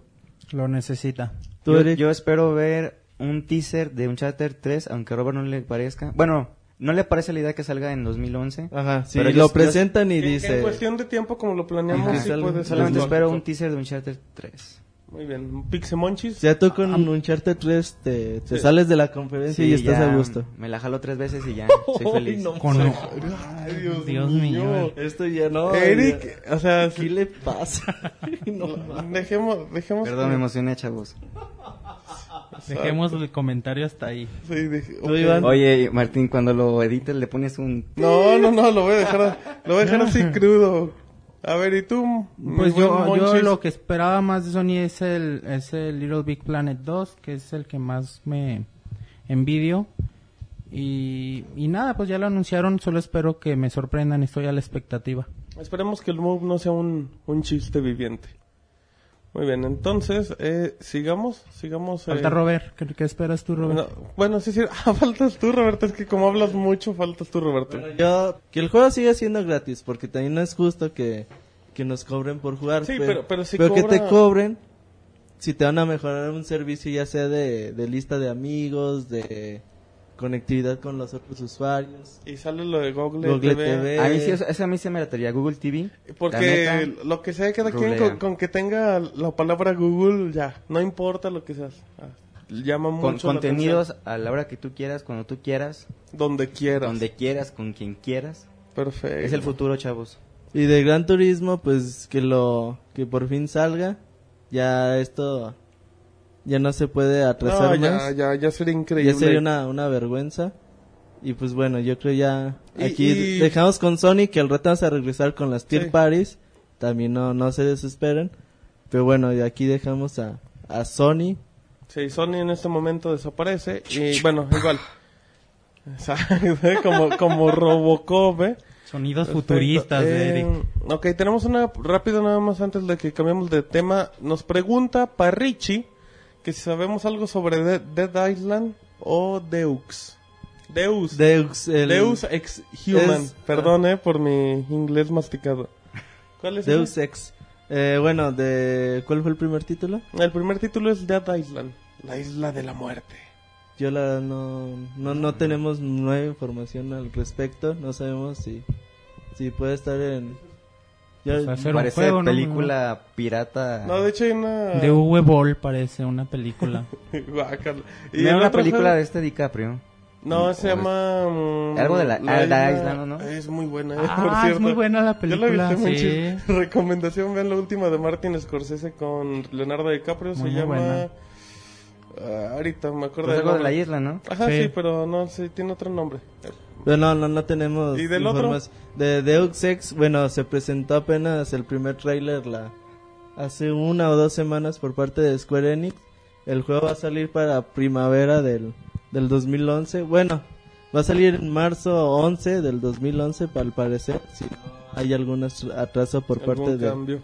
S3: Lo necesita.
S5: Tú,
S4: yo,
S5: Eric.
S4: yo espero ver un teaser de Uncharted 3, aunque a Robert no le parezca. Bueno, no le parece la idea que salga en 2011.
S5: Ajá, sí,
S4: Pero
S5: lo
S4: yo- yo-
S5: presentan y
S2: Que- que En
S5: dice...
S2: cuestión de tiempo, como lo planeamos,
S4: Ajá.
S2: sí
S5: Solo-
S2: puede ser.
S4: Solamente
S5: Pues,
S4: espero un teaser de Uncharted 3.
S2: Muy bien, Pixemonchis.
S5: Ya tú con Uncharted 3 te, te
S2: Sí.
S5: sales de la conferencia y estás
S4: ya
S5: a gusto.
S4: Me la jalo tres veces
S2: (laughs)
S4: y ya, soy feliz.
S3: Con-
S2: Ay, Dios,
S3: Dios
S2: mío.
S3: mío.
S5: Esto ya no...
S2: Eric, o sea,
S5: ¿qué
S2: sí,
S5: le pasa? no,
S2: dejemos, dejemos.
S4: Perdón, me emocioné, chavos.
S3: Dejemos el comentario hasta ahí.
S2: Sí, dije-
S5: Tú,
S2: ok.
S5: Iván.
S4: Oye, Martín, cuando lo edites le pones un...
S2: No, no, no, lo voy a dejar, lo voy a dejar así crudo. A ver, ¿y tú? mi
S3: Pues
S2: buen
S3: yo, yo
S2: Monchis?
S3: lo que esperaba más de Sony es el, es el Little Big Planet 2, que es el que más me envidio. Y, y nada, pues ya lo anunciaron, solo espero que me sorprendan, estoy a la expectativa.
S2: Esperemos que el move no sea un, un chiste viviente. Muy bien, entonces, eh, sigamos, sigamos.
S3: Falta
S2: eh,
S3: Robert, ¿qué, qué esperas tú, Robert?
S2: no, bueno, sí, (laughs) sí, ah, faltas tú, Roberto, es que como hablas mucho, faltas tú, Roberto.
S5: Yo, que el juego siga siendo gratis, porque también no es justo que, que nos cobren por jugar.
S2: Sí, pero- pero si
S5: que te
S2: cobra-
S5: cobren si te van a mejorar un servicio ya sea de, de lista de amigos, de conectividad con los otros usuarios.
S2: Y sale lo de Google,
S5: Google
S2: TV.
S5: TV.
S4: A mí sí, eso, eso a mí se me lataría. Google TV. la neta,
S2: Porque lo que sea, cada quien
S4: rulea.
S2: con, con que tenga la palabra Google, ya. No importa lo que seas. Ah, Llama mucho
S4: con
S2: la
S4: contenidos a la hora que tú quieras, cuando tú quieras,
S2: atención. Donde quieras.
S4: donde quieras, con quien quieras.
S2: Perfecto.
S4: Es el futuro, chavos.
S5: Y de Gran Turismo, pues que lo que por fin salga, ya esto ya no se puede atrasar
S2: No, ya,
S5: más.
S2: ya, ya sería increíble.
S5: Ya sería una, una vergüenza. Y pues bueno, yo creo ya
S2: Y-
S5: aquí
S2: y-
S5: dejamos con Sony que al rato vamos a regresar con las Tier
S2: Sí.
S5: Parties. También no, no se desesperen. Pero bueno, y aquí dejamos a, a Sony.
S2: Sí, Sony en este momento desaparece. Y bueno, igual. (laughs) Exacto, (laughs) como, como Robocop, ¿eh?
S3: Sonidos
S2: Perfecto.
S3: futuristas de
S2: Eh,
S3: Eric.
S2: Ok, tenemos una rápida nada más antes de que cambiemos de tema. Nos pregunta Parrichi que si sabemos algo sobre De- Dead Island o Deux. Deus.
S5: Deus, el,
S2: Deus ex human.
S5: es-
S2: Perdón, eh, por mi inglés masticado. ¿Cuál es
S5: Deus
S2: ese?
S5: Ex. Eh, bueno, de, ¿cuál fue el primer título?
S2: El primer título es Dead Island, la isla de la muerte.
S5: Yo la verdad no, no, no tenemos nueva información al respecto, no sabemos si, si puede estar en... Yo-
S3: O sea, Era un
S4: Parece
S3: juego, ¿no?
S4: película pirata.
S2: No, de hecho hay una. (laughs)
S3: De V Ball parece una película.
S2: Guácala.
S4: No era
S2: el
S4: una
S2: otro
S4: película
S2: juego-
S4: de este DiCaprio.
S2: No, se
S4: o-
S2: llama. mm,
S4: Algo de la- ah, la isla, ¿no?
S2: Es muy buena, (laughs) eh, por
S3: ah,
S2: cierto.
S3: es muy buena la
S2: Yo la
S3: película.
S2: viste muy
S3: sí.
S2: chida. (laughs) Recomendación, vean la última de Martin Scorsese con Leonardo DiCaprio. se
S3: Muy, muy
S2: llama...
S3: buena.
S2: Ah, ahorita me acuerdo
S4: Pues
S2: del
S4: algo de la
S2: nombre.
S4: isla, ¿no?
S2: Ajá, sí.
S3: Sí.
S2: pero no, sí, tiene otro nombre.
S5: Pero no, no, no tenemos
S2: ¿Y del otro?
S5: informas- De Deus Ex, bueno, se presentó apenas el primer tráiler la hace una o dos semanas por parte de Square Enix. El juego va a salir para primavera del, del 2011. Bueno, va a salir en marzo 11 del 2011, pa- al parecer, si no hay algún astr- atraso por parte
S2: Algún
S5: de,
S2: cambio.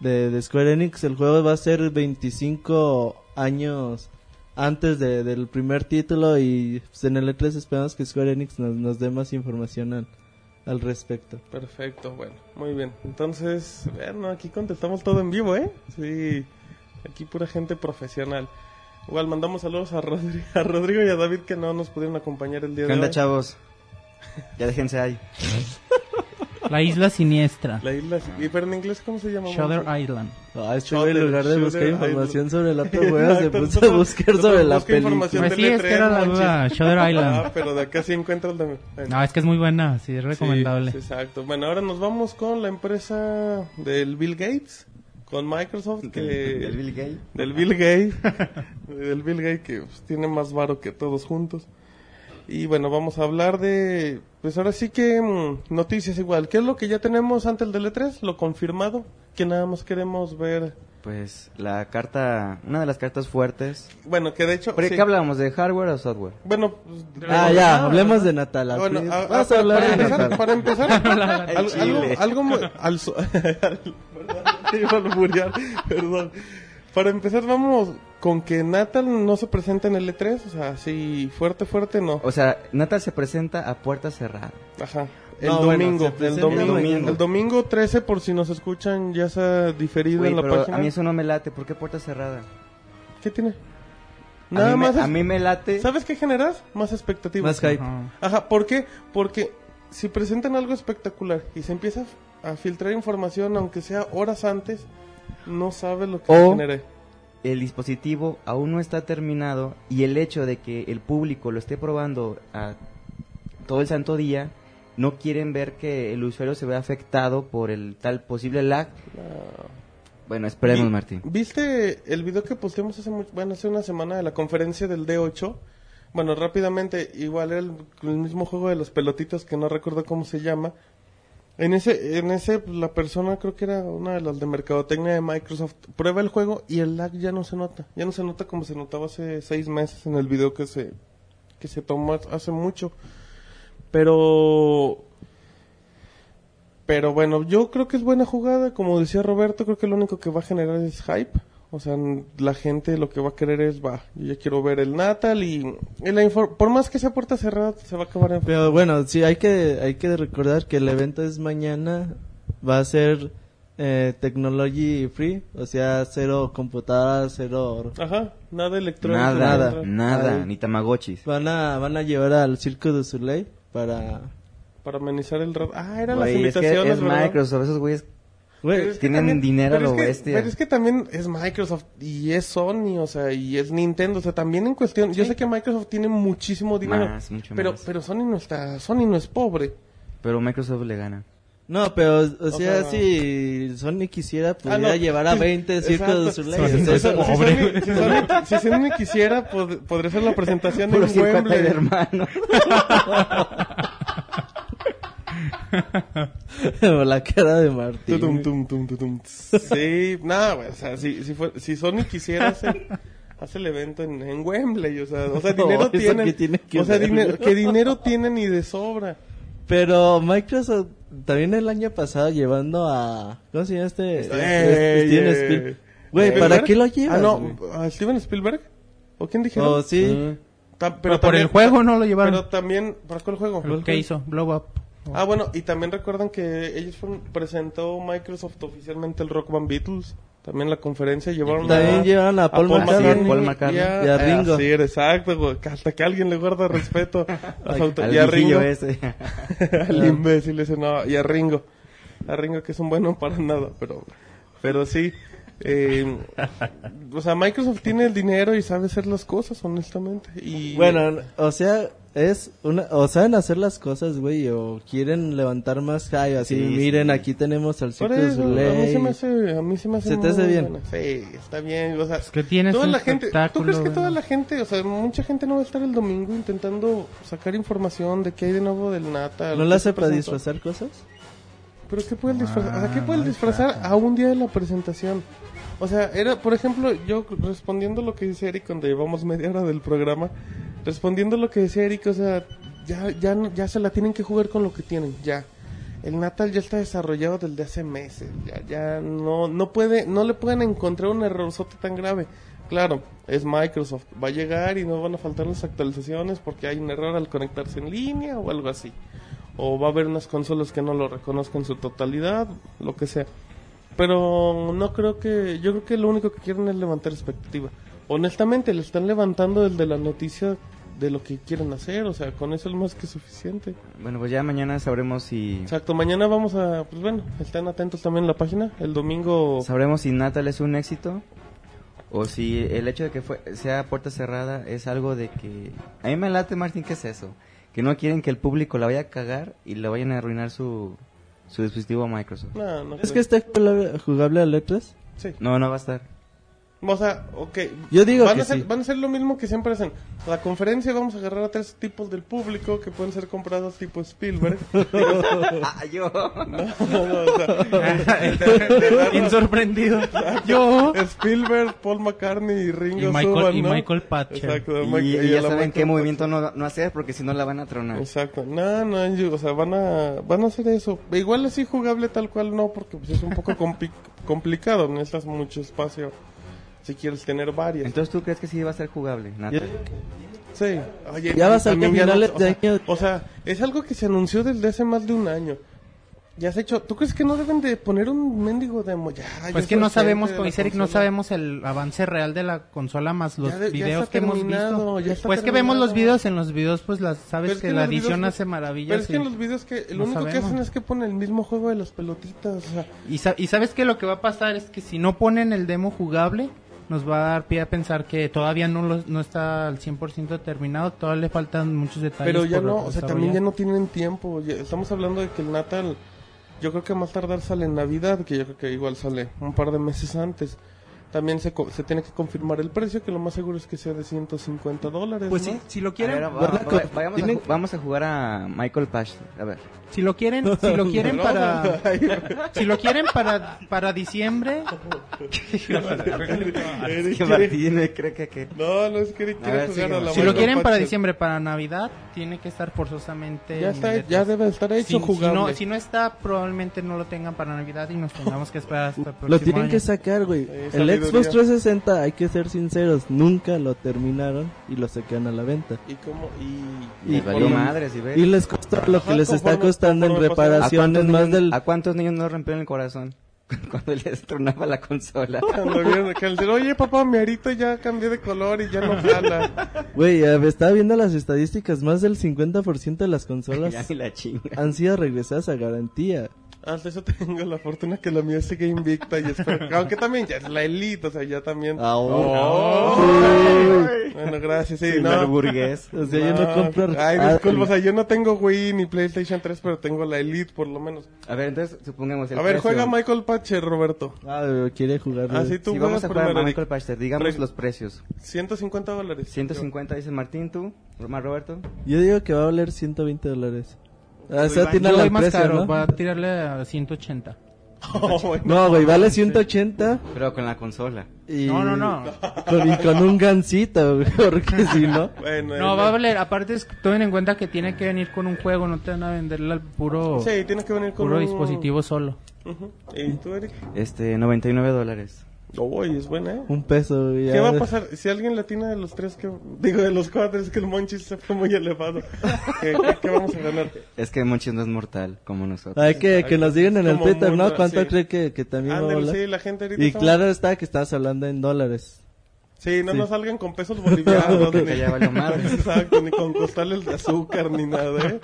S5: de, de Square Enix. El juego va a ser 25 años antes de- del primer título y pues, en el E3 esperamos que Square Enix nos, nos dé más información al, al respecto.
S2: Perfecto, bueno, muy bien. Entonces, bueno, aquí contestamos todo en vivo, ¿eh? Sí, aquí pura gente profesional. Igual mandamos saludos a, Rodri- a Rodrigo y a David que no nos pudieron acompañar el día
S4: ¿Qué
S2: de
S4: onda,
S2: hoy.
S4: chavos? Ya déjense ahí.
S3: La isla siniestra.
S2: (laughs) La isla, sí. ¿Y pero en inglés cómo se llama?
S3: Shudder
S2: Monse?
S3: Island.
S5: Ah, este
S2: Shooter,
S5: güey, en lugar de
S2: shooter,
S5: buscar
S2: ahí
S5: información
S2: lo- (laughs)
S5: sobre el otro juego, se
S2: Exacto,
S5: puso E, a
S2: nosotros-
S5: buscar
S2: nosotros
S5: sobre la
S2: busca
S5: película.
S2: información
S3: Pues
S2: del
S3: sí, es
S2: E3,
S3: que era la
S2: manches. (laughs)
S3: duda. Shudder
S2: Ah,
S3: Island.
S2: pero de acá sí encuentras la... eh,
S3: No, es que es muy buena, sí, es
S2: sí,
S3: recomendable.
S2: sí, exacto. Bueno, ahora nos vamos con la empresa del Bill Gates, con Microsoft, (laughs) que...
S4: Del Bill Gates.
S2: Del Bill Gates. (laughs) del Bill Gates que pues, tiene más varo que todos juntos. Y bueno, vamos a hablar de... Pues ahora sí que mm, noticias igual. ¿Qué es lo que ya tenemos antes del E3? Lo confirmado, que nada más queremos ver...
S4: Pues la carta, una de las cartas fuertes.
S2: Bueno, que de hecho...
S4: ¿Pero
S2: sí.
S4: qué hablábamos? ¿De hardware o software?
S2: Bueno, pues,
S5: Ah, ya, hablemos de Natal.
S2: Ah,
S5: así
S2: Bueno,
S5: es.
S2: a- a-
S5: Vamos a
S2: para,
S5: hablar de
S2: empezar,
S5: Natal.
S2: para empezar, al-
S4: El chile.
S2: algo, algo muy- al so- (laughs) al- perdón, te iba a alburear, perdón. Para empezar, vamos con que Natal no se presenta en el E3, o sea, así fuerte, fuerte, no.
S4: O sea, Natal se presenta a puerta cerrada.
S2: Ajá. El
S5: No, bueno,
S2: domingo,
S5: se
S2: el
S5: presenta
S2: domingo,
S4: el domingo.
S2: el domingo 13 por si nos escuchan ya sea diferido
S4: Güey,
S2: en la
S4: pero
S2: página.
S4: a mí eso no me late. ¿Por qué puerta cerrada?
S2: ¿Qué tiene?
S4: A
S2: Nada
S4: mí me-
S2: más. es-
S4: a mí me late.
S2: ¿Sabes qué generas? Más expectativas.
S5: Más hype.
S3: Ajá.
S2: Ajá, ¿por qué? Porque si presentan algo espectacular y se empieza a filtrar información, aunque sea horas antes, no sabe lo que
S4: O-
S2: se genere.
S4: el dispositivo aún no está terminado y el hecho de que el público lo esté probando a todo el santo día, no quieren ver que el usuario se vea afectado por el tal posible lag. Bueno, esperemos,
S2: Vi-
S4: Martín.
S2: ¿Viste el video que posteamos hace mucho- bueno, hace una semana de la conferencia del D8? Bueno, rápidamente, igual era el, el mismo juego de los pelotitos que no recuerdo cómo se llama. En ese, en ese, pues, la persona creo que era una de las de mercadotecnia de Microsoft. Prueba el juego y el lag ya no se nota. Ya no se nota como se notaba hace seis meses en el video que se, que se tomó hace mucho. Pero pero bueno, yo creo que es buena jugada. Como decía Roberto, creo que lo único que va a generar es hype. O sea, n- la gente lo que va a querer es, va, yo ya quiero ver el Natal y... y la infor- por más que sea puerta cerrada, se va a acabar en...
S5: Pero bueno, sí, hay que, hay que recordar que el evento es mañana. Va a ser eh, technology free, o sea, cero computadoras, cero...
S2: Ajá, nada electrónico.
S4: Nada,
S5: nada.
S4: nada,
S5: Ay.
S4: ni tamagotchis.
S5: Van a, van a llevar al Circo de Soleil para...
S2: Para amenizar el rato. Ah, eran las
S4: Güey, es que
S2: invitaciones,
S4: es
S2: ¿verdad?
S4: Microsoft, esos güeyes
S2: Pero es que
S4: Pues, tienen dinero
S2: pero
S4: a
S2: es
S4: lo
S2: que-
S4: bestia.
S2: Pero es que también es Microsoft y es Sony, o sea, y es Nintendo, o sea, también en cuestión, yo sé que Microsoft tiene muchísimo dinero,
S4: Más, mucho
S2: pero
S4: más.
S2: pero Sony no está, Sony no es pobre.
S4: Pero Microsoft le gana.
S5: No, pero, o sea,
S2: sea-
S5: si Sony quisiera,
S2: Ah,
S5: pudiera
S2: no.
S5: llevar a
S2: Sí, (laughs)
S5: 20 el Circo
S2: exacto.
S5: de
S2: Sí,
S5: Soleil. o sea,
S2: sí,
S5: eso- (laughs)
S2: sí, sí, Sony- si Sony- Si Sony quisiera, pod- podría hacer la presentación de
S4: Puro 50
S2: Wembley. (laughs)
S4: de hermano.
S5: o la cara de Martín.
S2: Tutum, tum, tum, tutum. Sí, nada, güey, o sea, si, si, fue- si Sony quisiera hacer, hace el evento en, en Wembley, o sea, o sea,
S5: (laughs) No,
S2: dinero
S5: eso
S2: tienen,
S5: que tiene que
S2: o sea,
S5: ver,
S2: dinero,
S5: ¿no?
S2: que dinero tienen y de sobra.
S5: Pero Microsoft también el año pasado llevando a... ¿Cómo se llama este?
S2: Eh,
S5: Este- Steven
S2: eh.
S5: Spielberg. Güey,
S2: ¿Spielberg?
S5: ¿para qué lo llevas?
S2: Ah,
S5: güey?
S2: no, ¿a Steven Spielberg? ¿O quién dijeron? Mm.
S5: Oh, sí.
S2: Ta-
S3: Pero por el juego no lo llevaron.
S2: Pero también, ¿para cuál juego?
S3: Lo que hizo, Blow Up.
S2: Ah, bueno, y también recuerdan que ellos fueron- presentó Microsoft oficialmente el Rock Band Beatles. También la conferencia llevaron
S5: También llevaron a Paul
S4: McCartney. Sí, Paul McCartney.
S2: Y a,
S5: Y a
S2: Ringo.
S5: Ringo.
S2: Sí, exacto, güey. que Hasta que alguien le guarda respeto.
S5: (laughs)
S2: a su auto-
S4: Al
S2: y a
S4: viejillo este.
S2: Ringo.
S4: ese.
S2: (laughs)
S5: este. Ah.
S2: al imbécil ese, no. Y a Ringo. A Ringo que es un bueno para nada, pero, pero sí.
S5: (laughs)
S2: eh, o sea, Microsoft tiene el dinero y sabe hacer las cosas, honestamente. Y
S5: Bueno, o sea, es una, o saben hacer las cosas, güey, o quieren levantar más high, así,
S4: Sí,
S5: miren,
S4: sí.
S5: aquí tenemos al
S2: Por
S5: Circo de
S2: eso, a mí se me
S5: Soleil.
S2: hace, a mí se me hace
S5: ¿Se te hace
S2: muy
S5: bien?
S2: buena. Sí, está bien, o sea,
S3: que tienes
S2: toda
S3: un
S2: la gente, ¿tú
S3: espectáculo,
S2: crees que
S3: güey.
S2: toda la gente, o sea, mucha gente no va a estar el domingo intentando sacar información de qué hay de nuevo del Nata?
S5: ¿No
S2: qué
S5: la
S2: se
S5: hace para
S2: presentó?
S5: disfrazar cosas?
S2: Pero qué pueden disfrazar, o sea, qué
S3: Ah,
S2: pueden
S3: no
S2: disfrazar a un día de la presentación. O sea, era, por ejemplo, yo respondiendo lo que dice Eric cuando llevamos media hora del programa, respondiendo lo que decía Eric, o sea, ya, ya, no- ya se la tienen que jugar con lo que tienen, ya. El Natal ya está desarrollado desde hace meses, ya, ya no, no puede, no le pueden encontrar un errorzote tan grave. Claro, es Microsoft, va a llegar y no van a faltar las actualizaciones porque hay un error al conectarse en línea o algo así o va a haber unas consolas que no lo reconozcan en su totalidad, lo que sea. Pero no creo que, yo creo que lo único que quieren es levantar expectativa. Honestamente, le están levantando desde la noticia de lo que quieren hacer, o sea, con eso es más que suficiente.
S4: (laughs) Bueno, pues ya mañana sabremos si...
S2: Exacto, mañana vamos a, pues bueno, estén atentos también en la página, el domingo...
S4: Sabremos si Natal es un éxito o si el hecho de que fue, sea puerta cerrada es algo de que... A mí me late, Martín, ¿qué es eso? Que no quieren que el público la vaya a cagar y le vayan a arruinar su, su dispositivo a Microsoft.
S2: No, no
S5: ¿Es que
S2: creo.
S5: está jugable- jugable a E letras?
S2: Sí.
S4: No, no va a
S2: (laughs)
S4: estar.
S2: O sea, ok.
S5: Yo digo
S2: van
S5: que
S2: a ser,
S5: sí.
S2: Van a ser lo mismo que siempre hacen. A la conferencia vamos a agarrar a tres tipos del público que pueden ser comprados tipo Spielberg.
S4: Ah, yo.
S2: No, no, o (laughs) sea,
S3: (laughs)
S2: (laughs)
S3: Bien sorprendido. Yo.
S2: Spielberg, Paul McCartney y Ringo
S3: Y Michael-
S2: suban,
S3: y
S2: ¿no?
S3: Michael Patcher.
S2: Exacto,
S4: Y,
S2: Mike-
S4: y
S2: y
S4: ya
S2: la
S4: saben
S2: Michael
S4: qué movimiento no, no hacer porque si no la van a tronar.
S2: Exacto. No, no, yo- o sea, van a, van a hacer eso. Igual así jugable tal cual no, porque pues, es un poco compli- complicado. Necesitas mucho espacio si quieres tener varias.
S4: Entonces, ¿tú crees que sí va a ser jugable, Natal?
S2: Sí. Oye,
S5: Ya va a ser
S2: también
S5: que
S2: ya
S5: finales
S2: o
S5: de
S2: sea,
S5: año-
S2: O sea, es algo que se anunció desde hace más de un año. Ya has hecho. ¿Tú crees que no deben de poner un mendigo demo? Ya. ya
S3: Pues
S2: es
S3: que no
S2: urgente
S3: sabemos,
S2: la
S3: como dice Eric, no
S2: consola.
S3: sabemos el avance real de la consola más los
S2: Ya de- ya
S3: videos
S2: está
S3: que hemos
S2: terminado,
S3: visto.
S2: ya está
S3: pues que vemos
S2: terminado.
S3: los videos, en los videos pues las, sabes
S2: Pero es
S3: que,
S2: que
S3: la
S2: los videos
S3: edición
S2: no-
S3: hace
S2: Pero
S3: maravillas.
S2: es que en
S3: y-
S2: los videos que lo
S3: no
S2: único que
S3: sabemos.
S2: hacen es que ponen el mismo juego de las pelotitas. O sea,
S3: y, sa- y sabes que lo que va a pasar es que si no ponen el demo jugable, nos va a dar pie a pensar que todavía no, lo- no está al 100% terminado, todavía le faltan muchos detalles.
S2: pero ya
S3: por
S2: no, o sea, también
S3: desarrollar.
S2: ya no tienen tiempo. ya- estamos hablando de que el Natal, yo creo que a más tardar sale en Navidad, que yo creo que igual sale un par de meses antes. También se, co- se tiene que confirmar el precio, que lo más seguro es que sea de 150 dólares.
S3: Pues
S2: ¿no?
S3: sí, si lo quieren,
S4: A ver, va-
S5: Guarda
S4: va-
S5: con-
S4: vayamos, a,
S5: tienen-
S4: ju- vamos a jugar a Michael Pash. A ver.
S3: si
S2: (laughs)
S3: lo quieren, si lo quieren
S2: No,
S3: para...
S2: ay,
S3: Si lo quieren para,
S2: (laughs)
S3: para diciembre. (laughs)
S2: Eric
S4: Que
S2: quiere-
S4: Martín eh, cree que... que-
S2: No, no es que Eric
S4: A
S2: quiere
S4: ver,
S2: jugar
S4: sigue,
S2: a la
S3: si lo
S2: Michael
S3: quieren para
S2: Patcher.
S3: diciembre, para Navidad, tiene que estar forzosamente.
S2: Ya,
S3: en
S2: está,
S3: letras.
S2: ya debe estar
S3: Si-
S2: hecho
S3: si,
S2: jugable.
S3: no, si no está, probablemente no lo tengan para Navidad y nos tengamos que esperar hasta el próximo
S5: Lo tienen
S3: año.
S5: que sacar, güey.
S2: Eh,
S5: El
S2: sabiduría.
S5: Xbox 360, hay que ser sinceros, nunca lo terminaron y lo sacan a la venta.
S2: Y cómo, y...
S4: Y
S5: Y-
S4: valió
S5: y-
S4: madre, si ves.
S5: Y les costó lo que
S2: Ajá,
S5: les está
S2: conforme-
S5: costando en
S2: conforme pasa-
S4: ¿A cuántos
S5: reparaciones más
S4: niños-
S5: del...
S4: ¿A cuántos niños no rompieron el corazón? (laughs) cuando le tronaba la (laughs) consola.
S2: Cuando vieron acá, el decir, oye papá, mi arito ya cambié de color y ya no jala.
S5: Güey, eh, estaba viendo las estadísticas, más del 50% de las
S4: (laughs)
S5: consolas
S4: ya ni la chinga.
S5: han sido regresadas a garantía.
S2: Hasta eso (laughs) tengo la fortuna que la mía sigue invicta y espero. Aunque también ya es la elite, o sea, ya también.
S4: (laughs)
S5: Ah,
S2: Oh.
S5: Sí.
S2: Bueno, gracias, sí,
S4: Primer
S2: no.
S4: burgués.
S5: O sea, yo no compro...
S2: Ay,
S5: ah,
S2: disculpa, o sea, yo no tengo Wii ni PlayStation 3, pero tengo la Elite por lo menos.
S4: A ver, entonces supongamos el
S2: A ver,
S4: precio.
S2: juega Michael Patcher, Roberto.
S5: Ah, pero quiere jugar.
S2: Ah, sí, tú
S4: Si
S2: juegas
S4: vamos a jugar
S2: primero,
S4: a
S2: Eric.
S4: Michael Pachter, digamos
S2: Tres-
S4: los precios.
S2: 150 dólares.
S4: 150 dice Martín, tú, Román Roberto.
S5: Yo digo que va a valer 120 dólares. Ah,
S2: Yo
S5: Eso
S2: iba-
S5: tiene
S3: Yo voy
S5: el
S3: más
S5: precio,
S3: caro,
S5: ¿no?
S3: va a tirarle a 180.
S2: Oh, bueno.
S5: No, güey, vale 180
S4: Pero con la consola.
S5: y...
S3: No, no, no.
S5: Con, y con un gancito, güey, (laughs) porque si no...
S2: Bueno,
S3: No,
S2: el-
S3: va a valer. Aparte, es, tomen en cuenta que tiene que venir con un juego, no te van a venderle al puro,
S2: Sí, tienes que venir con
S3: puro
S2: un-
S3: dispositivo solo.
S2: Ujú. ¿Y tú, Eric?
S4: Este, 99 dólares.
S2: Uy, es buena, ¿eh?
S5: Un peso, güey.
S2: ¿Qué
S5: ya.
S2: va a pasar? Si alguien latina de los tres que... Digo, de los cuatro, es que el Monchis se fue muy elevado. ¿Qué, qué- qué vamos a ganar?
S4: Es que Monchis no es mortal como nosotros.
S5: Hay que, que nos digan en el
S2: Como
S5: Twitter, ¿no?
S2: mundo,
S5: ¿Cuánto
S2: sí.
S5: cree que, que también va a
S2: Ándale,
S5: valer?
S2: sí, la gente ahorita...
S5: Y
S2: está-
S5: claro está que estabas hablando en dólares.
S2: Sí, no
S5: sí.
S2: nos salgan con pesos
S5: (laughs)
S2: bolivianos.
S4: Que ya valió madre.
S2: Exacto, ni con costales de azúcar, ni nada, ¿eh?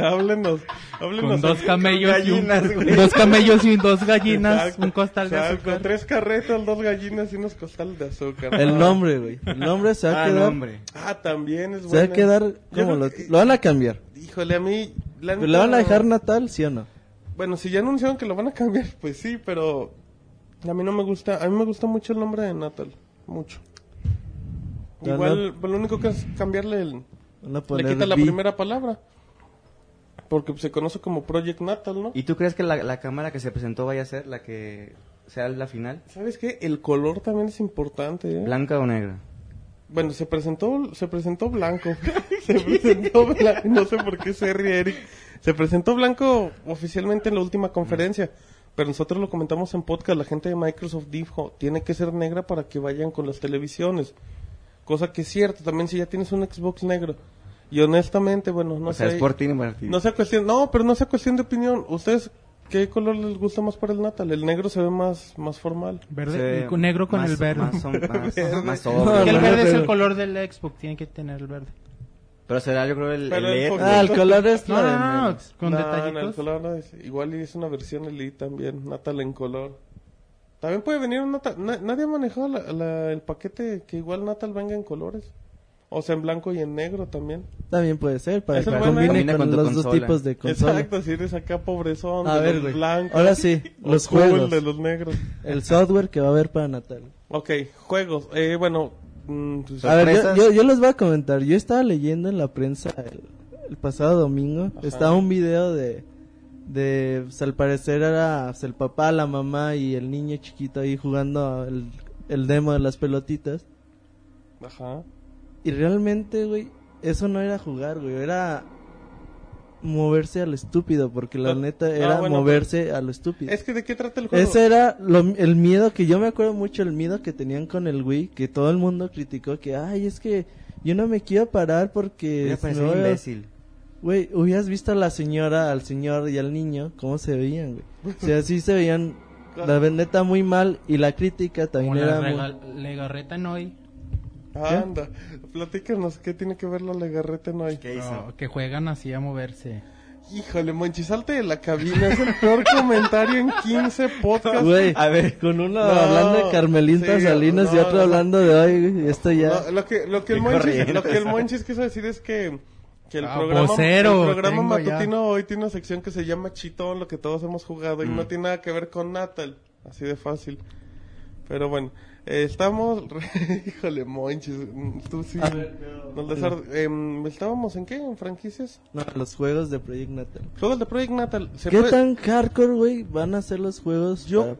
S2: háblenos, háblenos.
S3: Con dos camellos y un-
S4: gallinas,
S3: (laughs)
S4: güey.
S3: dos camellos y dos gallinas,
S2: Exacto,
S3: un costal de
S2: exacto,
S3: azúcar.
S2: tres carretas, dos gallinas y unos costales de azúcar.
S5: El
S2: Ah.
S5: nombre, güey. El nombre se va a
S4: Ah, no,
S5: quedar...
S4: hombre.
S2: Ah, también es
S5: se va
S2: bueno.
S5: a quedar como lo, lo van a cambiar.
S2: Híjole, a mí... la
S5: ¿Le van
S2: neta-
S5: a dejar natal, sí o no?
S2: Bueno, si ya anunciaron que lo van a (laughs) cambiar, pues sí, pero a mí no me gusta, a mí me gusta mucho el nombre de Natal, mucho.
S5: Ya
S2: Igual, pues lo único que es cambiarle el,
S5: Van a
S2: le
S5: poner
S2: quita la
S5: B.
S2: primera palabra. Porque se conoce como Project Natal, ¿no?
S4: ¿Y tú crees que la, la cámara que se presentó vaya a ser la que sea la final?
S2: ¿Sabes qué? El color también es importante, ¿eh?
S4: ¿Blanca o negra?
S2: Bueno, se presentó, se presentó blanco. (laughs) se presentó blanco. No sé por qué se ríe Eric. Se presentó blanco oficialmente en la última conferencia. Pero nosotros lo comentamos en podcast. La gente de Microsoft dijo, tiene que ser negra para que vayan con las televisiones. Cosa que es cierto. También si ya tienes un Xbox negro. Y honestamente, bueno, no
S4: o
S2: sé.
S4: sea, es por ti, Martín.
S2: No sea cuestión, no, pero no sea cuestión de opinión. ¿Ustedes qué color les gusta más para el Natal? El negro se ve más, más formal.
S3: Verde,
S4: Se-
S3: con negro con
S4: más-
S3: el verde. (laughs)
S4: Más, som- más- más
S3: Porque
S4: sobrio.
S3: el verde es
S5: pero-
S3: el color del Xbox, tiene que tener el verde.
S4: Pero será, yo creo, el,
S2: Pero
S4: el
S2: el
S4: LED.
S2: foco-
S5: Ah, el color es
S3: No,
S5: la de
S3: no, no, no,
S5: menos.
S3: con
S2: No, no, el
S3: detallitos.
S2: color no es. Igual y es una versión LI también, Natal en color. También puede venir un Natal. na- nadie ha manejado la- la- el paquete que igual Natal venga en colores. O sea, en blanco y en negro también.
S5: También puede ser, para
S2: Es
S5: que
S2: el bueno, ¿eh?
S4: Combina
S5: combine con,
S4: con tu
S5: los dos
S4: consola.
S5: tipos de consola.
S2: Exacto, si eres acá pobrezón,
S5: A
S2: de
S5: ver,
S2: los
S5: güey.
S2: blancos.
S5: Ahora sí,
S2: o
S5: los
S2: cool
S5: juegos.
S2: de (laughs) los negros.
S5: El software que va a haber para Natal.
S2: Ok, juegos. Eh, bueno, mm, pues,
S5: A ver, yo,
S4: ¿Sorpresas?
S5: yo, yo les voy a comentar. Yo estaba leyendo en la prensa el, el pasado domingo. Estaba un video de. de pues, al parecer era pues, el papá, la mamá y el niño chiquito ahí jugando el, el demo de las pelotitas.
S2: ajá.
S5: Y realmente, güey, eso no era jugar, güey. Era moverse a lo estúpido. Porque la
S2: No,
S5: neta
S2: no,
S5: era
S2: Ah, bueno,
S5: moverse a lo estúpido.
S2: Es que de qué trata el juego.
S5: Ese era lo- el miedo que yo me acuerdo mucho, el miedo que tenían con el Wii, que todo el mundo criticó que, ay, es que yo no me quiero parar
S4: Voy
S5: porque...
S4: a parecer
S5: me voy a-
S4: imbécil.
S5: Güey, hubieras visto a la señora, al señor y al niño, cómo se veían, güey. O sea, sí
S2: (laughs)
S5: se veían, la neta, muy mal y la crítica
S3: Como
S5: también
S3: la
S5: era muy...
S3: rega- legarretan hoy,
S2: Ah, Anda, platícanos qué tiene que ver la legarrete no hay.
S4: ¿Qué hizo?
S3: no, que juegan así a moverse.
S2: Híjole, Monchi, salte de la cabina. Es el peor comentario en 15 podcasts.
S5: (laughs) Güey,
S4: A ver.
S5: con uno
S2: No,
S5: hablando de Carmelita
S2: sí,
S5: Salinas y
S2: no,
S5: otro
S2: no.
S5: hablando de hoy, güey, esto ya...
S2: No, lo que, lo que el
S4: Qué
S2: Monchis,
S4: corriente,
S2: lo que el
S4: ¿sabes?
S2: Monchis quiso decir es que, que el
S3: Ah,
S2: programa,
S3: vocero,
S2: el programa
S3: tengo ya.
S2: matutino hoy tiene una sección que se llama Chitón, lo que todos hemos jugado, y no tiene nada que ver con Natal. Así de fácil. Pero bueno, eh, estamos. (laughs) re- Híjole, Monchis, mm, tú sí. nos desar- em, ¿Estábamos en qué? ¿En franquicias?
S5: No, los juegos de Project Natal.
S2: Juegos de Project Natal. ¿Se
S5: ¿Qué
S2: puede-
S5: tan hardcore, güey, van a ser los juegos?
S2: Yo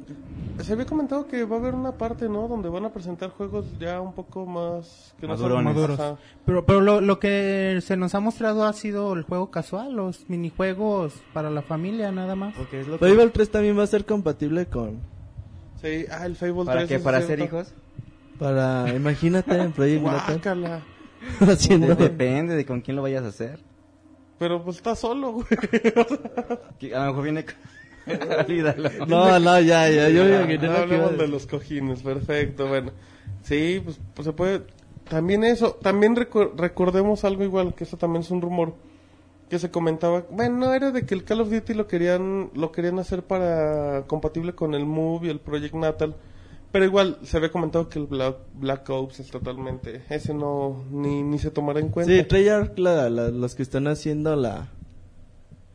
S5: para-
S2: se había comentado que va a haber una parte, ¿no? Donde van a presentar juegos ya un poco más que no
S4: Madurones.
S3: Maduros.
S2: Ajá.
S3: Pero, pero lo, lo que se nos ha mostrado ha sido el juego casual, los minijuegos para la familia nada más.
S4: Porque es lo que-
S5: Fable 3 también va a ser compatible con
S2: Sí, ah, el Fable
S4: ¿Para
S2: 3,
S4: qué?
S2: es
S4: ¿Para
S2: cierto.
S4: ser hijos?
S5: para imagínate
S2: (laughs)
S5: en Project Natal
S2: Guácala.
S5: (laughs) haciendo
S4: Depende de con quién lo vayas a hacer.
S2: Pero pues está solo, güey.
S4: Que A lo mejor viene (laughs) con- Olvídalo.
S5: No, no, ya, ya. Yo
S2: Ah,
S5: ya que
S2: no
S5: no que iba a
S2: hablemos de los cojines, perfecto, bueno. Sí, pues, pues se puede... También eso, también recu- recordemos algo igual, que eso también es un rumor que se comentaba. Bueno, era de que el Call of Duty lo querían, lo querían hacer para compatible con el Move y el Project Natal. Pero igual, se había comentado que el Black, Black Ops es totalmente... Ese no, ni, ni se tomará en cuenta.
S5: Sí, Treyarch, la- la- los que están haciendo la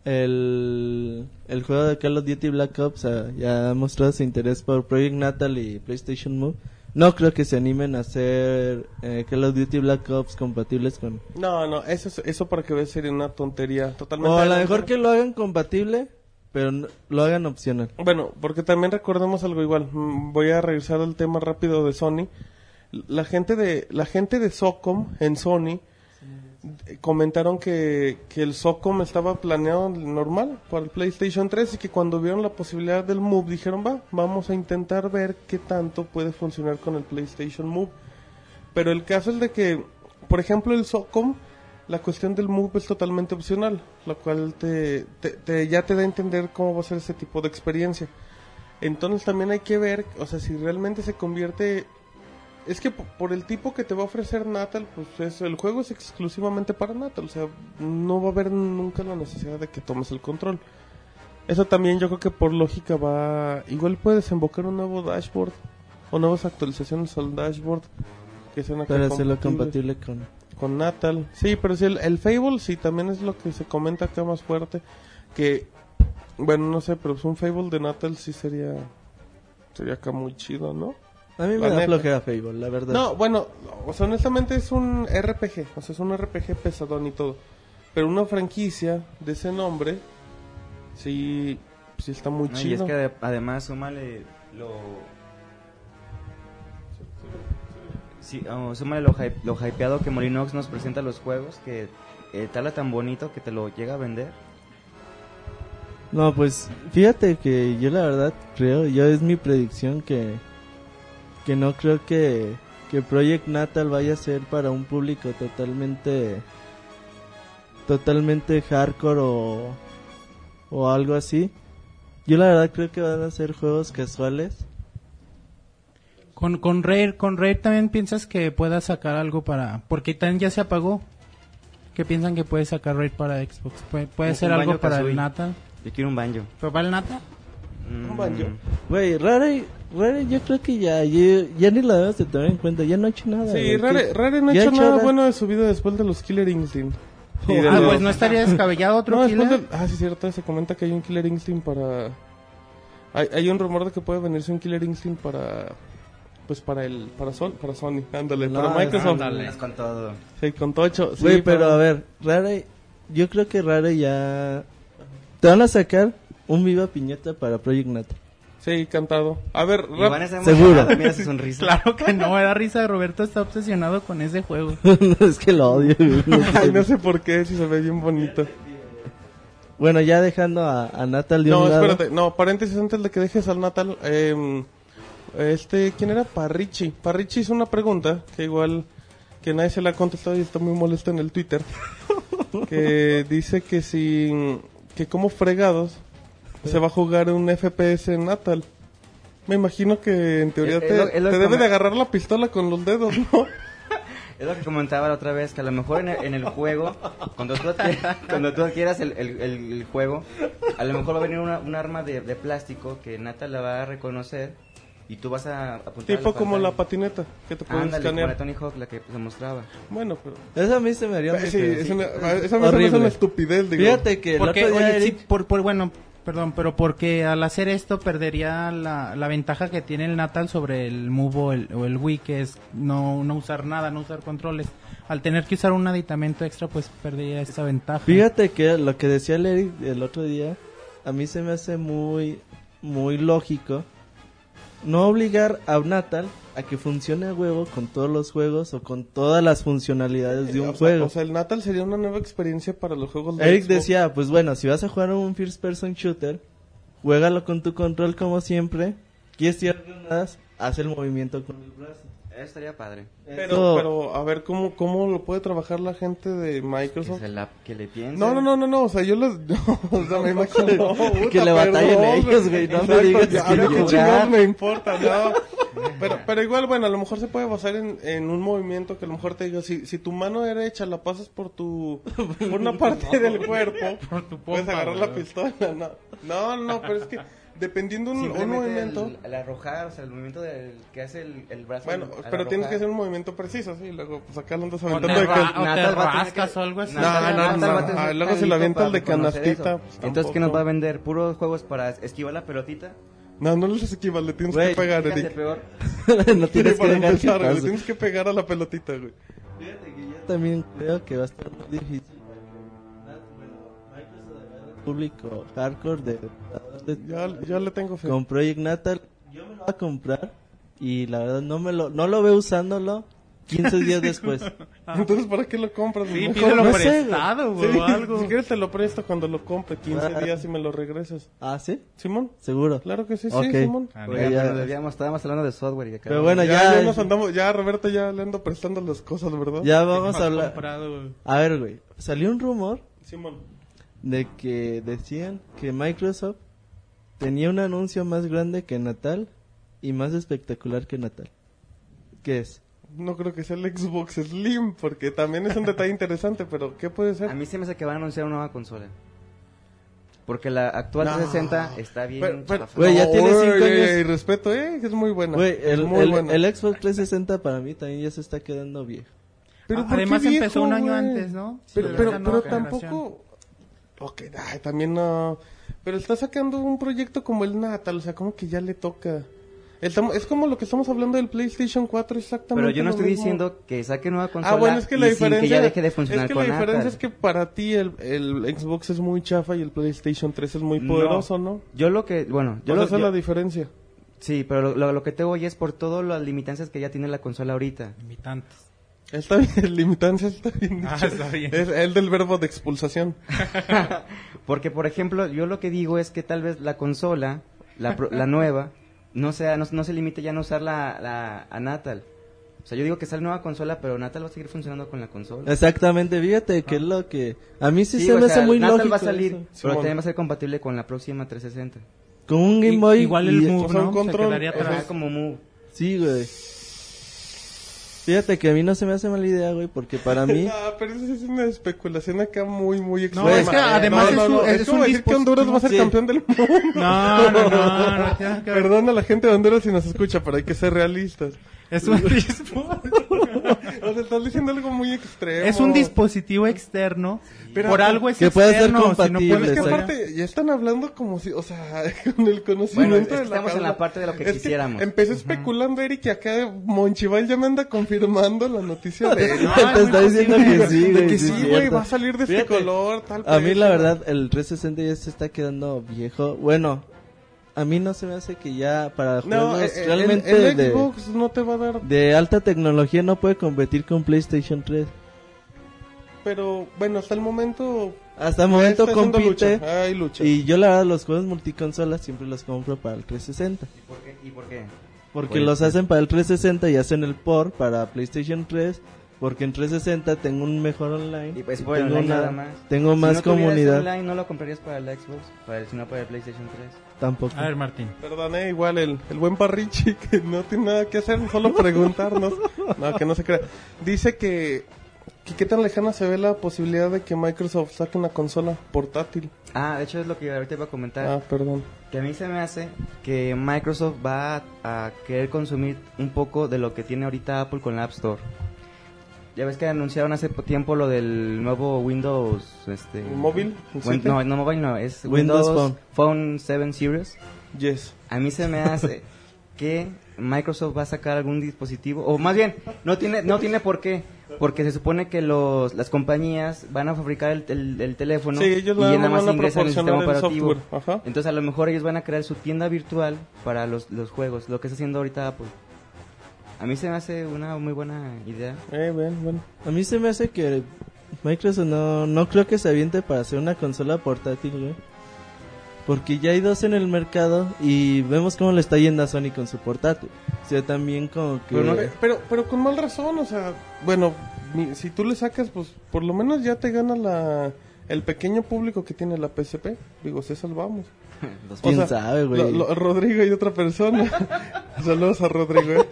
S5: el, el juego de Call of Duty Black Ops ah, ya ha mostrado su interés por Project Natal y PlayStation Move. No creo que se animen a hacer eh, Call of Duty Black Ops compatibles con...
S2: No, no, eso, es- eso para que veas sería una tontería totalmente.
S5: O a lo
S2: adelantada.
S5: mejor que lo hagan compatible, pero no- lo hagan opcional.
S2: Bueno, porque también recordemos algo igual. Mm, Voy a regresar al tema rápido de Sony. La gente de la gente de Socom en Sony eh, comentaron que, que el Socom estaba planeado normal para el PlayStation 3 y que cuando vieron la posibilidad del Move dijeron, "Va, vamos a intentar ver qué tanto puede funcionar con el PlayStation Move." Pero el caso es de que, por ejemplo, el SOCOM, la cuestión del move es totalmente opcional, lo cual te, te- te- ya te da a entender cómo va a ser ese tipo de experiencia. Entonces también hay que ver, o sea, si realmente se convierte... Es que po- por el tipo que te va a ofrecer Natal, pues eso, el juego es exclusivamente para Natal, o sea, no va a haber nunca la necesidad de que tomes el control. Eso también yo creo que por lógica va... Igual puede desembocar un nuevo dashboard o nuevas actualizaciones al dashboard que sean acá
S5: Para hacerlo
S2: compatibles
S5: compatible con...
S2: con Natal. Sí, pero sí, el, el Fable sí, también es lo que se comenta acá más fuerte. Que, bueno, no sé, pero pues un Fable de Natal sí sería. Sería acá muy chido, ¿no?
S5: A mí
S2: La
S5: me da
S2: neta.
S5: flojera Fable, la verdad.
S2: No, bueno, o sea, honestamente es un RPG, o sea, es un RPG pesadón y todo. Pero una franquicia de ese nombre, sí, sí está muy
S4: No, y es
S2: chido.
S4: que ade- además, súmale lo. Sí, oh, súmale lo, hy- lo hypeado que Molinox nos presenta los juegos, que eh, tala tan bonito que te lo llega a vender.
S5: No, pues fíjate que yo la verdad creo, yo es mi predicción que, que no creo que, que Project Natal vaya a ser para un público totalmente totalmente hardcore o, o algo así. Yo la verdad creo que van a ser juegos casuales.
S3: Con, con Rare, con Rare también piensas que pueda sacar algo para... Porque tan ya se apagó. ¿Qué piensan que puede sacar Rare para Xbox? ¿Puede, puede
S4: Un-
S3: ser
S4: un
S3: algo
S4: Banjo
S3: para
S4: Kazooie.
S3: el Natal?
S4: Yo quiero un banjo.
S3: ¿Pero para el Natal?
S4: Mm,
S2: Un banjo.
S5: Güey, Rare, Rare yo creo que ya, ya, ya ni la debes de tomar en cuenta, ya no ha hecho nada.
S2: Sí,
S5: güey,
S2: Rare,
S5: que-
S2: Rare no ha
S5: ya
S2: hecho nada
S5: Rare-
S2: bueno de su vida después de los Killer Instinct. Y de
S3: ah,
S2: los-
S3: pues no estaría descabellado otro
S2: No, después
S3: killer.
S2: del- Ah, sí, cierto, se comenta que hay un Killer Instinct para... Hay, hay un rumor de que puede venirse un Killer Instinct para... Pues para el... Para, Sol, para Sony, ándale,
S5: No,
S2: para Microsoft.
S4: Ándale. Con todo.
S2: Sí, con Tocho. Sí,
S5: Güey, pero
S2: para-
S5: a ver, Rare, yo creo que Rare ya... Te van a sacar un Viva Piñata para Project (laughs) Natal.
S2: Sí, cantado. A ver,
S4: Y
S2: rap-
S4: van a estar
S5: Seguro.
S4: emocionados, Mira su sonrisa.
S3: Claro (laughs) que no, me da risa. Roberto está obsesionado con ese juego.
S5: es que lo odio. güey. No sé.
S2: Ay, no sé por qué, si se ve bien bonito.
S5: Bueno, ya dejando a, a Natal de
S2: No,
S5: un lado.
S2: espérate, no, paréntesis antes de que dejes al Natal. eh, este, ¿quién era? Parrichi. Parrichi hizo una pregunta que igual que nadie se la ha contestado y está muy molesto en el Twitter. (laughs) que dice que si, que como fregados se va a jugar un FPS en Natal. Me imagino que en teoría
S4: Es- es
S2: te,
S4: Eh, lo- es lo
S2: te
S4: que
S2: debe
S4: me-
S2: de agarrar la pistola con los dedos, ¿no?
S4: Es lo que comentaba la otra vez, que a lo mejor en el, en el juego, cuando tú adquieras, (laughs) cuando tú adquieras el, el- el- el juego, a lo mejor va a venir una- un arma de, de plástico que Nata la va a reconocer y tú vas a apuntar.
S2: (laughs)
S4: a
S2: tipo como la
S4: pantalla.
S2: patineta que te puedes
S4: Ándale, como la
S2: escanear.
S4: Tony Hawk, la que se mostraba.
S2: Bueno, pero...
S5: Eso a mí se me haría... muy
S2: Sí,
S5: feo.
S2: es una, esa me parece
S5: Horrible.
S2: una estupidez, digo.
S5: Fíjate que el
S3: Porque,
S5: otro día
S3: oye, sí,
S5: Eric-
S3: por, por, bueno, perdón, pero porque al hacer esto perdería la, la ventaja que tiene el Natal sobre el Move o el, o el Wii, que es no, no usar nada, no usar controles. Al tener que usar un aditamento extra, pues perdería esta ventaja.
S5: Fíjate que lo que decía el Eric el otro día, a mí se me hace muy, muy lógico no obligar a Natal a que funcione a huevo con todos los juegos o con todas las funcionalidades de
S2: Eh, O
S5: un
S2: sea,
S5: juego.
S2: O sea, el Natal sería una nueva experiencia para los juegos de
S5: Eric
S2: Xbox.
S5: decía, pues bueno, si vas a jugar un first person shooter, juégalo con tu control como siempre, quieres tirar granadas, hace el movimiento con el brazo.
S4: Eso estaría padre.
S2: Pero, pero a ver, ¿cómo, ¿cómo lo puede trabajar la gente de Microsoft?
S4: Que se la- que le piensen.
S2: No, no, no, no, no, o sea, yo les... (laughs) No, o sea, me imagino...
S5: (laughs) Que le batallen ellos, güey, no me digas que
S2: que
S5: no
S2: qué
S5: jugar.
S2: chingados me importa, no. Pero, pero igual, bueno, a lo mejor se puede basar en, en un movimiento que a lo mejor te diga, si, si tu mano derecha la pasas por tu... por una parte
S4: (laughs)
S2: del cuerpo, puedes agarrar la pistola, no. No, no, pero es que dependiendo un, un
S4: Simplemente
S2: movimiento...
S4: El, el arrojar, o sea, el movimiento del, que hace el, el brazo.
S2: Bueno,
S4: al- al
S2: pero tienes que
S4: arrojar.
S2: hacer un movimiento preciso, sí, luego pues acá lo andas
S3: O
S2: aventando
S3: te,
S2: de
S3: ra-
S2: cal-
S3: o te
S4: Natal va a tener
S3: rascas
S4: que-
S3: o algo así.
S2: No, no, no,
S4: Natal va a
S2: no.
S4: tener
S2: Ah,
S4: que
S2: luego se
S4: estar
S2: la
S4: listo
S2: avienta el
S4: para
S2: de
S4: reconocer eso.
S2: canastita, pues,
S4: Entonces,
S2: tampoco.
S4: ¿qué nos va a vender? ¿Puros juegos para esquivar la pelotita?
S2: No, no les esquivas, le tienes
S5: Güey,
S2: que pegar,
S4: Fíjate,
S2: Eric.
S4: peor.
S5: (laughs) no
S2: Sí, (laughs)
S5: tienes que
S2: para
S5: dejar que
S2: empezar, güey, le
S5: pase.
S2: tienes que pegar a la pelotita, güey.
S5: Fíjate que yo también creo que va a estar muy difícil. público hardcore de, de-
S2: Ya, yo le tengo fe.
S5: con Project Natal yo me lo voy a comprar y la verdad no me lo no lo veo usándolo
S2: (laughs)
S5: 15 días después
S2: (laughs) Entonces, ¿para qué lo compras?
S3: Sí,
S2: Mejor- (laughs)
S3: pídelo
S5: no sé, güey.
S3: prestado, güey,
S2: Sí,
S3: o algo.
S2: Si quieres te lo presto cuando lo compre, 15 días y me lo regresas.
S5: ah sí
S2: ¿Simón?
S5: seguro
S2: Claro que sí, sí,
S5: Ok.
S2: Simón.
S3: Ah,
S4: Oiga,
S5: no, ya-
S4: pero debíamos- estábamos hablando de software y acá.
S5: pero bueno
S2: Ya,
S5: ya
S2: ya
S5: ya,
S2: nos andamos, ya Roberto ya le ando prestando las cosas, ¿verdad?
S5: vamos
S3: Más
S5: a hablar
S3: comprado, güey.
S5: a ver güey salió un rumor
S2: Simón.
S5: de que decían que Microsoft tenía un anuncio más grande que Natal y más espectacular que Natal ¿qué es
S2: No creo que sea el Xbox Slim, porque también es un detalle interesante, pero ¿qué puede ser?
S4: A mí se me hace que van a anunciar una nueva consola. Porque la actual 360 está bien.
S2: Pero- pero-
S4: chafa.
S5: Güey, ya tiene
S2: Oye,
S5: cinco años.
S2: Y respeto, eh, que es muy buena.
S5: Güey,
S2: es
S5: el,
S2: muy
S5: el-
S2: buena.
S5: el Xbox 360 para mí también ya se está quedando viejo.
S2: Pero,
S3: Ah,
S2: ¿por qué
S3: Además
S2: viejo,
S3: empezó un año
S2: güey?
S3: antes, ¿no?
S2: Pero,
S3: Sí,
S2: pero,
S3: esa
S2: pero
S3: nueva generación.
S2: tampoco. Ok, ay, también no. Pero está sacando un proyecto como el Natal, o sea, como que ya le toca. El tam- es como lo que estamos hablando del PlayStation 4, exactamente.
S4: Pero yo no
S2: lo
S4: estoy
S2: mismo.
S4: diciendo que saque nueva consola.
S2: Ah, bueno, es que la
S4: y sin
S2: diferencia.
S4: que ya deje de funcionar
S2: es que
S4: con
S2: la diferencia
S4: Atari.
S2: es que para ti el, el Xbox es muy chafa y el PlayStation 3 es muy
S4: No.
S2: poderoso, ¿no?
S4: Yo lo que. Bueno,
S2: O sea,
S4: yo lo,
S2: esa es
S4: yo-
S2: la diferencia.
S4: Sí, pero lo, lo- lo que te voy es por todas las limitancias que ya tiene la consola ahorita.
S3: Invitantes.
S2: Está bien, el limitancia está bien.
S3: Ah,
S2: dicho.
S3: está bien.
S2: Es el del verbo de expulsación.
S4: Porque, por ejemplo, yo lo que digo es que tal vez la consola, la, pro- la nueva, no, sea, no, no se limite ya a no usar la, la- a Natal. O sea, yo digo que sea la nueva consola, pero Natal va a seguir funcionando con la consola.
S5: Exactamente, fíjate que es lo que... A mí Eh, sí, se
S4: o
S5: me
S4: sea,
S5: hace muy
S4: Natal
S5: lógico
S4: va a salir,
S5: eso.
S4: pero
S2: Simón.
S4: también va a ser compatible con la próxima 360.
S5: Con un Game
S3: I-
S5: Boy...
S3: Igual
S5: y-
S3: el Move,
S2: o sea, un
S3: ¿no? Se
S2: control,
S3: quedaría
S2: o
S4: Ajá,
S3: atrás.
S4: como Move.
S5: Sí, güey. Fíjate que a mí no se me hace mala idea, güey, porque
S2: (laughs)
S5: para mí...
S2: No, pero eso es una especulación acá muy, muy
S3: No, es que
S2: extrema.
S3: además es un- es
S2: como
S3: un
S2: decir que
S3: dispositivo.
S2: Honduras va a ser
S5: Sí.
S2: campeón del mundo.
S3: No, no, no, no tiene nada que ver.
S2: Perdón a la gente de Honduras si nos escucha, pero hay que ser realistas. (laughs)
S3: Es un, dispo-
S2: O sea, estás diciendo algo muy extremo.
S3: es un dispositivo externo.
S2: Pero-
S3: por algo es
S5: Que pueda ser
S3: externo. si no
S5: compatible,
S2: Pero es que
S3: puedes-
S5: exacto.
S2: aparte, ya están hablando como si, o sea, (laughs) con el
S4: Bueno, es
S2: conocimiento
S4: que
S2: de la
S4: estamos en
S2: causa.
S4: la parte de lo que
S2: Es
S4: quisiéramos.
S2: empecé especulando, Eric, y acá Monchival ya me anda confirmando la noticia de
S4: (laughs)
S3: No,
S5: (laughs) Te
S3: es muy
S5: está diciendo
S3: posible.
S5: que sí,
S2: de
S5: güey.
S2: que
S5: sí,
S2: sí,
S5: es
S2: güey,
S5: cierto.
S2: va a salir de este
S5: Fíjate,
S2: color, tal.
S5: A mí
S2: precio.
S5: la verdad el 360 ya se está quedando viejo. Bueno, a mí no se me hace que ya para
S2: No,
S5: juegos
S2: eh, el-
S5: realmente
S2: el,
S5: de-
S2: Xbox no te va a dar
S5: de alta tecnología no puede competir con PlayStation 3.
S2: Pero bueno, hasta el momento.
S5: Hasta el momento
S2: está haciendo
S5: compite...
S2: Lucha. Hay lucha.
S5: Y yo la verdad los juegos multiconsolas siempre los compro para el 360.
S4: ¿Y por qué? ¿Y por qué?
S5: Porque
S4: Pues,
S5: los
S4: sí.
S5: hacen para el 360 y hacen el port para PlayStation 3. Porque en 360 tengo un mejor online.
S4: Y pues, bueno,
S5: tengo
S4: online
S5: una-
S4: nada más.
S5: Tengo
S4: Si
S5: más
S4: no tuvieras
S5: comunidad.
S4: online, no lo comprarías para el Xbox, para el, sino para el PlayStation 3.
S5: Tampoco.
S3: A ver, Martín.
S2: Perdón, eh, igual el, el buen Parrichi (laughs) que no tiene nada que hacer, solo preguntarnos. no, que no se crea. Dice que, que qué tan lejana se ve la posibilidad de que Microsoft saque una consola portátil.
S4: Ah, de hecho es lo que ahorita iba a comentar.
S2: Ah, perdón.
S4: Que a mí se me hace que Microsoft va a, a querer consumir un poco de lo que tiene ahorita Apple con la App Store. Ya ves que anunciaron hace po- tiempo lo del nuevo Windows... Este,
S2: ¿Móvil? ¿El
S4: Win-
S2: siete?
S4: no, no móvil no, es
S5: Windows
S4: Windows, Phone 7 Series.
S2: Yes.
S4: A mí (laughs) se me hace que Microsoft va a sacar algún dispositivo, o más bien, no tiene, no tiene por qué, porque se supone que los, las compañías van a fabricar el, el- el teléfono
S2: Sí, ellos
S4: y
S2: nada
S4: ya nada
S2: más
S4: más
S2: van a
S4: ingresan el sistema
S2: proporcionar el
S4: operativo.
S2: software, ajá.
S4: Entonces a lo mejor ellos van a crear su tienda virtual para los, los juegos, lo que está haciendo ahorita Apple. A mí se me hace una muy buena idea.
S2: Eh, ven, bueno.
S5: A mí se me hace que Microsoft no, no creo que se aviente para hacer una consola portátil, güey. Porque ya hay dos en el mercado y vemos cómo le está yendo a Sony con su portátil. sea también como que...
S2: Pero, no- pero, pero con mal razón, o sea, bueno, mi- si tú le sacas, pues por lo menos ya te gana la, el pequeño público que tiene la PSP. Digo, se salvamos.
S4: Los-
S5: ¿Quién
S2: sea,
S5: sabe, güey?
S2: lo- lo- Rodrigo y otra persona. (laughs) Saludos a Rodrigo. eh.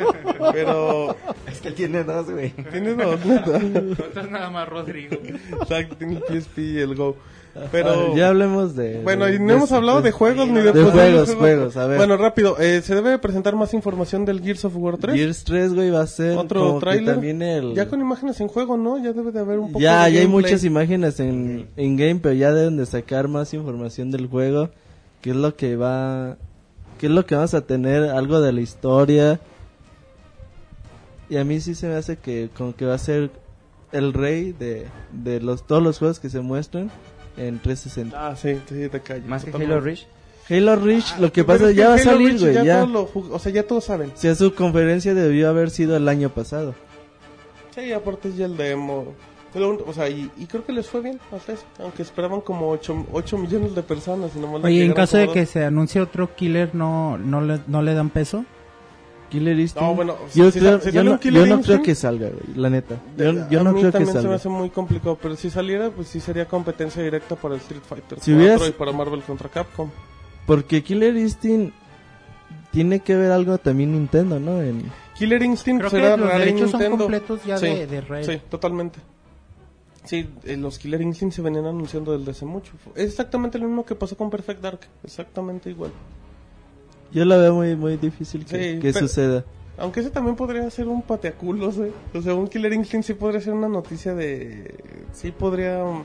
S2: Pero
S4: Es que él tiene dos, güey.
S2: tiene dos, (laughs) neta.
S3: Entonces nada más Rodrigo.
S2: Exacto, tiene el PSP y el Go.
S5: Ah,
S2: Pero
S5: ya hablemos de...
S2: Bueno, y
S5: de-
S2: no hemos hablado de juegos ni de,
S5: de
S2: pues,
S5: juegos, juegos, a ver.
S2: Bueno, rápido, eh, se debe presentar más información del Gears of War 3.
S5: Gears 3, güey, va a ser
S2: Otro
S5: como que
S2: tráiler.
S5: también el...
S2: Ya con imágenes en juego, ¿no? Ya debe de haber un poco de
S5: Ya, ya hay
S2: gameplay.
S5: muchas imágenes en, en game, pero ya deben de sacar más información del juego. ¿Qué es lo que va... ¿Qué es lo que vamos a tener? Algo de la historia. Y a mí sí se me hace que como que va a ser el rey de, de los, todos los juegos que se muestran en 360.
S2: Ah, sí, sí, te callo.
S4: Más que
S2: Totalmente.
S4: Halo Reach.
S5: Halo Reach, lo que
S2: Pero
S5: pasa,
S2: es
S5: ya va a
S2: Halo
S5: salir,
S2: Reach
S5: güey, ya.
S2: todos lo jug- o sea, ya todos saben.
S5: Si a su conferencia debió haber sido el año pasado.
S2: Sí, aparte es ya el demo. Lo un- O sea, y, y creo que les fue bien hasta eso. Aunque esperaban como 8, millones de personas. Y nomás les
S3: Oye, en
S2: llegaron
S3: caso
S2: como
S3: de que
S2: dos.
S3: se anuncie otro killer, ¿no, no, le, no le dan peso?
S5: Killer Instinct.
S2: No, bueno,
S5: yo,
S2: si- si
S5: creo-
S2: sal- si
S5: yo
S2: sale
S5: no,
S2: un Killer
S5: yo no creo
S2: Instinct-
S5: que salga, güey, la neta. Yo,
S2: A
S5: yo no
S2: mí
S5: creo que
S2: también se me
S5: salga.
S2: hace muy complicado, pero si saliera, pues sí sería competencia directa para el Street Fighter
S5: Si
S2: 4
S5: hubieras-
S2: y para Marvel contra Capcom.
S5: Porque Killer Instinct tiene que ver algo también Nintendo, ¿no? En-
S2: Killer Instinct
S3: Creo
S2: será
S3: que los
S2: real en
S3: derechos son
S2: Nintendo.
S3: completos ya de- de red.
S2: Sí, totalmente. Sí, eh, los Killer Instinct se venían anunciando desde hace mucho. Es exactamente lo mismo que pasó con Perfect Dark, exactamente igual.
S5: yo la veo muy muy difícil que,
S2: Sí,
S5: que
S2: pero-
S5: suceda.
S2: Aunque ese también podría ser un pateaculos, ¿eh? O sea, un Killer Instinct sí podría ser una noticia de... Sí podría... mm,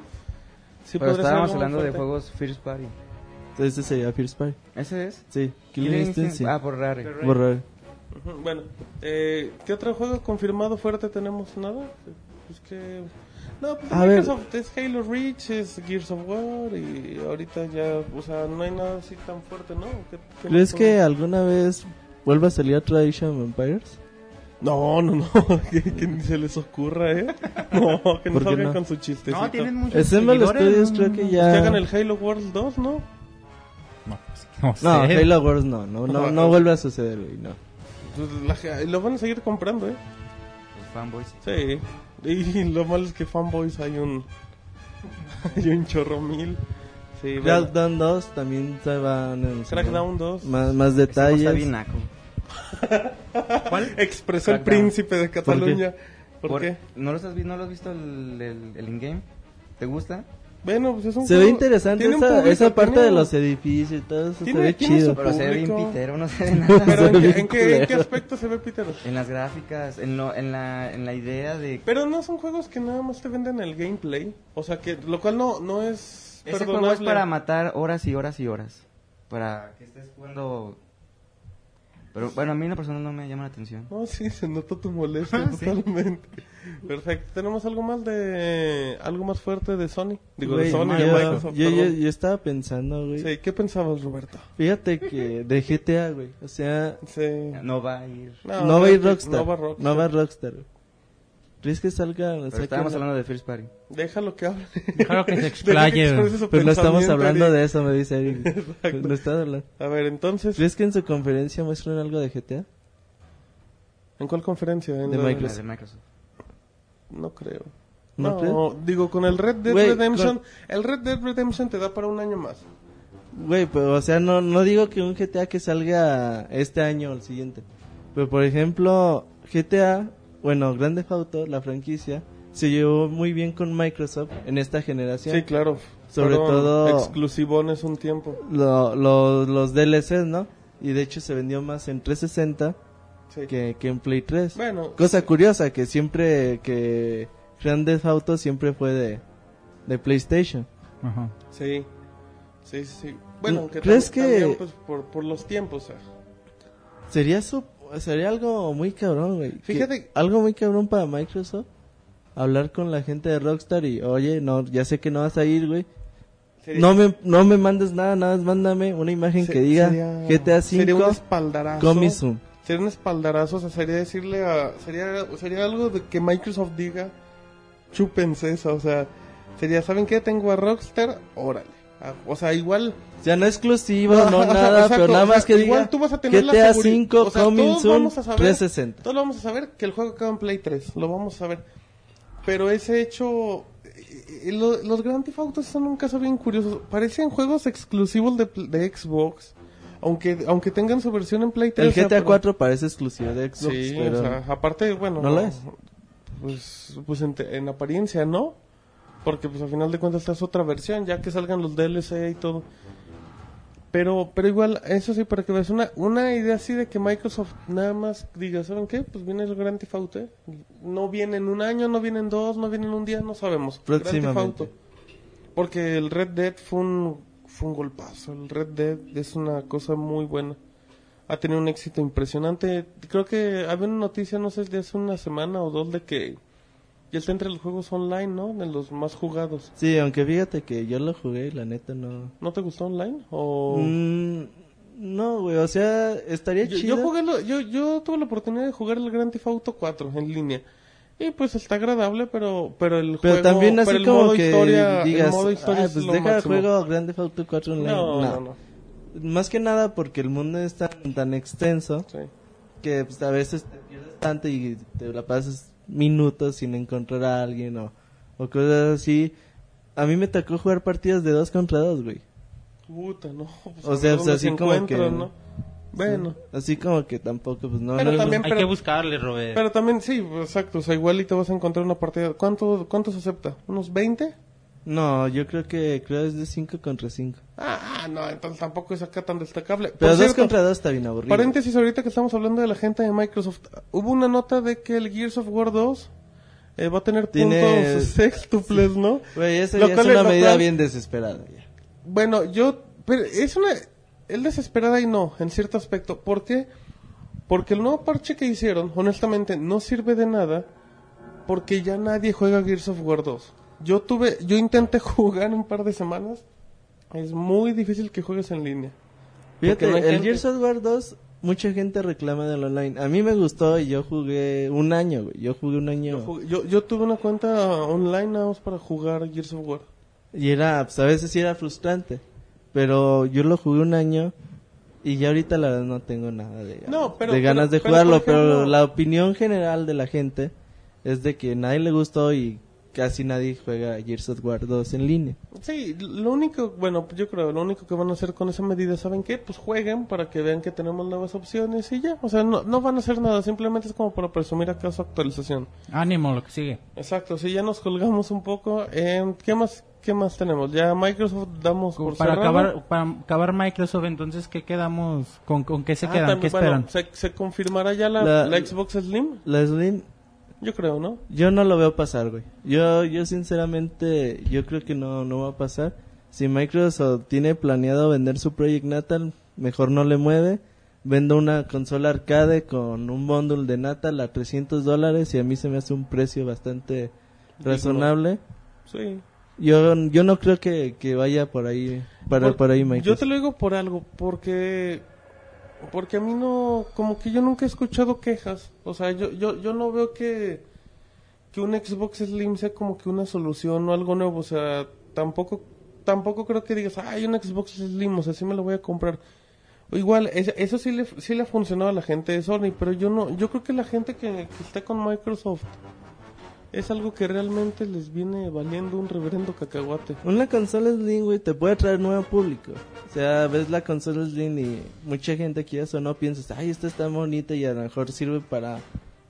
S2: Sí
S4: Pero
S2: podría ser
S4: estábamos
S2: algo muy
S4: hablando de
S2: fuerte.
S4: juegos First Party.
S5: Entonces ese sería First Party.
S4: ¿Ese es?
S5: Sí, Killer, Instinct, sí.
S4: Ah, por Rare.
S5: Borrar.
S2: Ujú, Bueno, eh, ¿qué otro juego confirmado fuerte tenemos? ¿Nada? Pues que... No, pues
S5: A
S2: Microsoft es Halo Reach, es Gears of War y ahorita ya, o sea, no hay nada así tan fuerte, ¿no? ¿Qué- qué
S5: ¿Crees
S2: más
S5: que alguna vez vuelva a salir otra Asian Vampires?
S2: No, no, no, (laughs) que, que ni se les ocurra, ¿eh? No, que no
S5: ¿Por qué
S2: salgan
S5: no?
S2: con su chistecito. Pues
S3: No, tienen muchos
S5: Assemble
S3: seguidores,
S5: Studios
S3: no,
S5: creo
S3: no,
S5: que
S3: no.
S2: Que
S5: ya...
S2: hagan el Halo Wars 2, ¿no?
S3: No, pues, no sé.
S5: No, Halo Wars no, no, no, no vuelve a suceder, güey, no.
S2: Pues la ge- lo van a seguir comprando, ¿eh?
S4: Los fanboys.
S2: Sí. Y (laughs) lo malo es que fanboys hay un... hay un chorro mil. Sí, bueno.
S5: Crackdown 2 también se va a anunciar.
S2: Crackdown 2.
S5: Más, más
S4: Ese no está
S5: detalles.
S4: bien (laughs) naco.
S2: Expresó el
S4: Crackdown.
S2: príncipe de Cataluña. ¿Por,
S4: Por-
S2: qué?
S4: ¿No los has visto, no los has visto el, el, el in-game? ¿Te gusta?
S2: Bueno, pues es un
S5: Se ve
S2: juego-
S5: interesante
S2: tiene un
S5: esa,
S2: público,
S5: esa parte
S2: tiene-
S5: de los edificios y todo eso.
S2: tiene-
S5: se ve
S2: tiene
S5: chido.
S2: su-
S4: Pero se ve bien
S2: Público.
S4: pitero,
S2: (laughs)
S4: no se ve nada.
S2: Pero
S5: (laughs) Se
S2: ¿en,
S5: ve
S2: qué,
S5: bien
S2: en qué- en qué
S5: culero.
S2: aspecto se ve Peter?
S4: En las gráficas, en, lo, en, la, en la idea de...
S2: Pero no son juegos que nada más te venden el gameplay. O sea, que lo cual no, no es
S4: Ese juego es
S2: perdonable.
S4: para matar horas y horas y horas. Para que estés jugando... Pero bueno, a mí en la persona no me llama la atención.
S2: No, sí, se notó tu
S5: (laughs)
S2: molestia
S5: Ah,
S2: totalmente. Perfecto. ¿Tenemos algo más de... algo más fuerte de Sony? Digo,
S5: Güey,
S2: de Sony, de
S5: yo,
S2: Microsoft,
S5: yo, yo-
S2: perdón.
S5: yo estaba pensando, güey.
S2: Sí, ¿qué pensabas, Roberto?
S5: Fíjate que de GTA, güey. O sea,
S2: Sí.
S4: No va a ir...
S5: no, va a ir
S2: creo que-
S5: Rockstar.
S2: No va Rockstar.
S5: No va Rockstar, güey. ¿Crees que salga?
S4: Pero
S5: saquen-
S4: estábamos hablando de First Party.
S2: Déjalo que hable.
S3: Déjalo que se
S2: Deja
S3: explaye,
S2: exprese su
S3: güey.
S5: Pero Pues no estamos
S2: pensamiento,
S5: hablando
S2: Eric.
S5: de eso, me dice Eric.
S2: Exacto.
S5: no estás hablando.
S2: A ver, entonces,
S5: ¿Crees que en su conferencia muestran algo de GTA?
S2: ¿en cuál conferencia? ¿En
S5: De
S2: la-
S5: Microsoft.
S4: La de Microsoft.
S2: No creo.
S5: ¿No
S2: No,
S5: crees?
S2: digo, con el Red Dead
S5: Güey,
S2: Redemption, el Red Dead Redemption te da para un año más.
S5: Güey, pero o sea, no, no digo que un GTA que salga este año o el siguiente. Pero por ejemplo, GTA, bueno, Grande Auto, la franquicia, se llevó muy bien con Microsoft en esta generación.
S2: Sí, claro.
S5: Sobre
S2: Fueron
S5: todo-
S2: Exclusivones un tiempo.
S5: Lo- lo- los DLCs, ¿no? Y de hecho se vendió más en 360
S2: Sí.
S5: que, que en Play 3.
S2: Bueno,
S5: Cosa curiosa, que siempre, que Grande Auto siempre fue de, de PlayStation.
S3: Ajá.
S2: sí. Sí, sí, sí. Bueno, aunque
S5: ¿Crees
S2: tam-
S5: que-
S2: también, pues, por, por los tiempos, ah, o sea.
S5: Sería su- sería algo muy cabrón, güey. Que-
S2: Fíjate-
S5: algo muy cabrón para Microsoft. Hablar con la gente de Rockstar y, oye, no, ya sé que no vas a ir, güey.
S2: Sería-
S5: No me, no me mandes nada, nada más mándame una imagen
S2: se-
S5: que diga
S2: sería-
S5: GTA V
S2: Sería un espaldarazo.
S5: Comisum.
S2: Sería un espaldarazo, o sea, sería decirle a... Sería, sería algo de que Microsoft diga, chúpense esa, o sea, sería, ¿saben qué? Tengo a Rockstar, órale. Ah, O sea, igual.
S5: O sea, no exclusivo,
S2: (laughs)
S5: no
S2: O sea,
S5: nada,
S2: exacto,
S5: pero nada
S2: o sea,
S5: más que
S2: igual
S5: diga
S2: tú vas a tener la
S5: GTA
S2: seguri-
S5: 5
S2: o sea,
S5: Coming
S2: todos
S5: Soon
S2: vamos a saber-
S5: 360.
S2: Todos vamos a saber que el juego acaba en Play 3. Lo vamos a saber. Pero ese hecho. eh, eh, lo- los Grand Theft Autos son un caso bien curioso. Parecen juegos exclusivos de, pl- de Xbox. Aunque, aunque tengan su versión en Play 3.
S5: El
S2: o sea,
S5: GTA
S2: pero-
S5: 4 parece exclusivo de Xbox,
S2: Sí,
S5: pero
S2: o sea, aparte, bueno.
S5: ¿no lo es?
S2: Pues, pues en, te- en apariencia, ¿no? Porque pues al final de cuentas esta es otra versión, ya que salgan los DLC y todo. Pero, pero igual, eso sí, para que veas una, una idea así de que Microsoft nada más diga, ¿saben qué? Pues viene el Grand Theft Auto, ¿eh? No viene en un año, no viene en dos, no viene en un día, no sabemos. Grand Theft
S5: Próximamente.
S2: Auto. Porque el Red Dead fue un, fue un golpazo. El Red Dead es una cosa muy buena. Ha tenido un éxito impresionante. Creo que había una noticia, no sé, de hace una semana o dos de que ya está entre los juegos online, ¿no? De los más jugados.
S5: Sí, aunque fíjate que yo lo jugué y la neta no.
S2: ¿No te gustó online? O...
S5: Mm, no, güey, o sea, estaría
S2: Oh. Yo,
S5: chido.
S2: yo jugué lo- yo, yo tuve la oportunidad de jugar el Grand Theft Auto 4 en línea. Y pues está agradable, pero, pero el
S5: Pero
S2: juego...
S5: también así
S2: pero el
S5: como
S2: modo
S5: que
S2: historia, el
S5: digas,
S2: modo historia
S5: "Ah,
S2: es
S5: pues
S2: lo
S5: deja el
S2: máximo".
S5: juego Grand Theft Auto 4 online.
S2: No, no, no.
S5: E Más que nada porque el mundo es tan, tan extenso
S2: Sí.
S5: que pues, a veces te pierdes tanto y te la pasas minutos sin encontrar a alguien o, o cosas así. A mí me tocó jugar partidas de dos contra dos, güey.
S2: Puta, no. (laughs) pues,
S5: O
S2: a
S5: sea,
S2: ver
S5: pues,
S2: dónde
S5: así
S2: se
S5: como
S2: encuentran,
S5: que-
S2: ¿no? Bueno.
S5: Así como que tampoco, pues no.
S2: Pero
S5: no-
S2: también-
S6: Hay
S2: pero-
S6: que buscarle, Robert.
S2: Pero también, sí, exacto. O sea, igual y te vas a encontrar una partida. ¿Cuánto, cuánto se acepta? ¿Unos 20?
S5: No, yo creo que creo es de 5 contra 5.
S2: Ah, no, entonces tampoco es acá tan destacable. Por
S5: Pero 2
S2: cierto,
S5: contra 2 está bien aburrido.
S2: Paréntesis, ahorita que estamos hablando de la gente de Microsoft, hubo una nota de que el Gears of War 2 eh, va a tener
S5: Tiene-
S2: puntos sextuples, ¿no?
S5: Güey, eso
S2: Lo
S5: ya
S2: cual
S5: es una
S2: lo
S5: medida
S2: cual-
S5: bien desesperada. ya.
S2: Bueno, yo... Pero es una... Es desesperada y no, en cierto aspecto. ¿Por qué? Porque el nuevo parche que hicieron, honestamente, no sirve de nada porque ya nadie juega Gears of War 2. Yo tuve... Yo intenté (laughs) jugar un par de semanas. Es muy difícil que juegues en línea.
S5: Fíjate,
S2: no hay
S5: el
S2: gente.
S5: Gears of War 2, mucha gente reclama del online. A mí me gustó y yo jugué un año, güey. Yo jugué un año.
S2: Yo, ju- yo, yo tuve una cuenta online nada más para jugar Gears of War.
S5: Y era, pues a veces sí era frustrante. Pero yo lo jugué un año y ya ahorita la verdad no tengo nada de,
S2: No, pero-
S5: de
S2: pero-
S5: ganas de
S2: pero,
S5: jugarlo.
S2: por
S5: Pero,
S2: ejemplo-
S5: la opinión general de la gente es de que nadie le gustó y casi nadie juega Gears of War 2 en línea.
S2: Sí, lo único, bueno, yo creo, lo único que van a hacer con esa medida, ¿saben qué? Pues jueguen para que vean que tenemos nuevas opciones y ya. O sea, no, no van a hacer nada, simplemente es como para presumir acá su actualización.
S3: Ánimo, lo que sigue.
S2: Exacto, sí, ya nos colgamos un poco. Eh, ¿Qué más qué más tenemos? Ya Microsoft damos por
S3: para
S2: cerrado.
S3: acabar, para acabar Microsoft, entonces, ¿qué quedamos? ¿Con, con qué se
S2: Ah,
S3: quedan?
S2: también,
S3: ¿Qué esperan?
S2: bueno, ¿se, se confirmará ya la,
S5: La-
S2: la Xbox Slim?
S5: Leslie,
S2: Yo creo, ¿no?
S5: yo no lo veo pasar, güey. Yo, yo sinceramente, yo creo que no, no va a pasar. Si Microsoft tiene planeado vender su Project Natal, mejor no le mueve. Vendo una consola arcade con un bundle de Natal a 300 dólares y a mí se me hace un precio bastante razonable.
S2: Sí.
S5: Yo, yo no creo que, que vaya por ahí, para,
S2: Por-
S5: por ahí
S2: Yo te
S5: Microsoft.
S2: lo digo por algo, porque porque a mí no, como que yo nunca he escuchado quejas. O sea, yo yo, yo no veo que que un Xbox Slim sea como que una solución o algo nuevo. O sea, tampoco tampoco creo que digas, ah, hay un Xbox Slim, o sea, sí me lo voy a comprar. O Igual, es- eso sí le, sí le ha funcionado a la gente de Sony, pero yo no, yo creo que la gente que, que está con Microsoft es algo que realmente les viene valiendo un reverendo cacahuate.
S5: Una consola Slim, güey, te puede traer nuevo público. O sea, ves la consola Slim y mucha gente que eso no piensas, ay, esta está bonita y a lo mejor sirve para,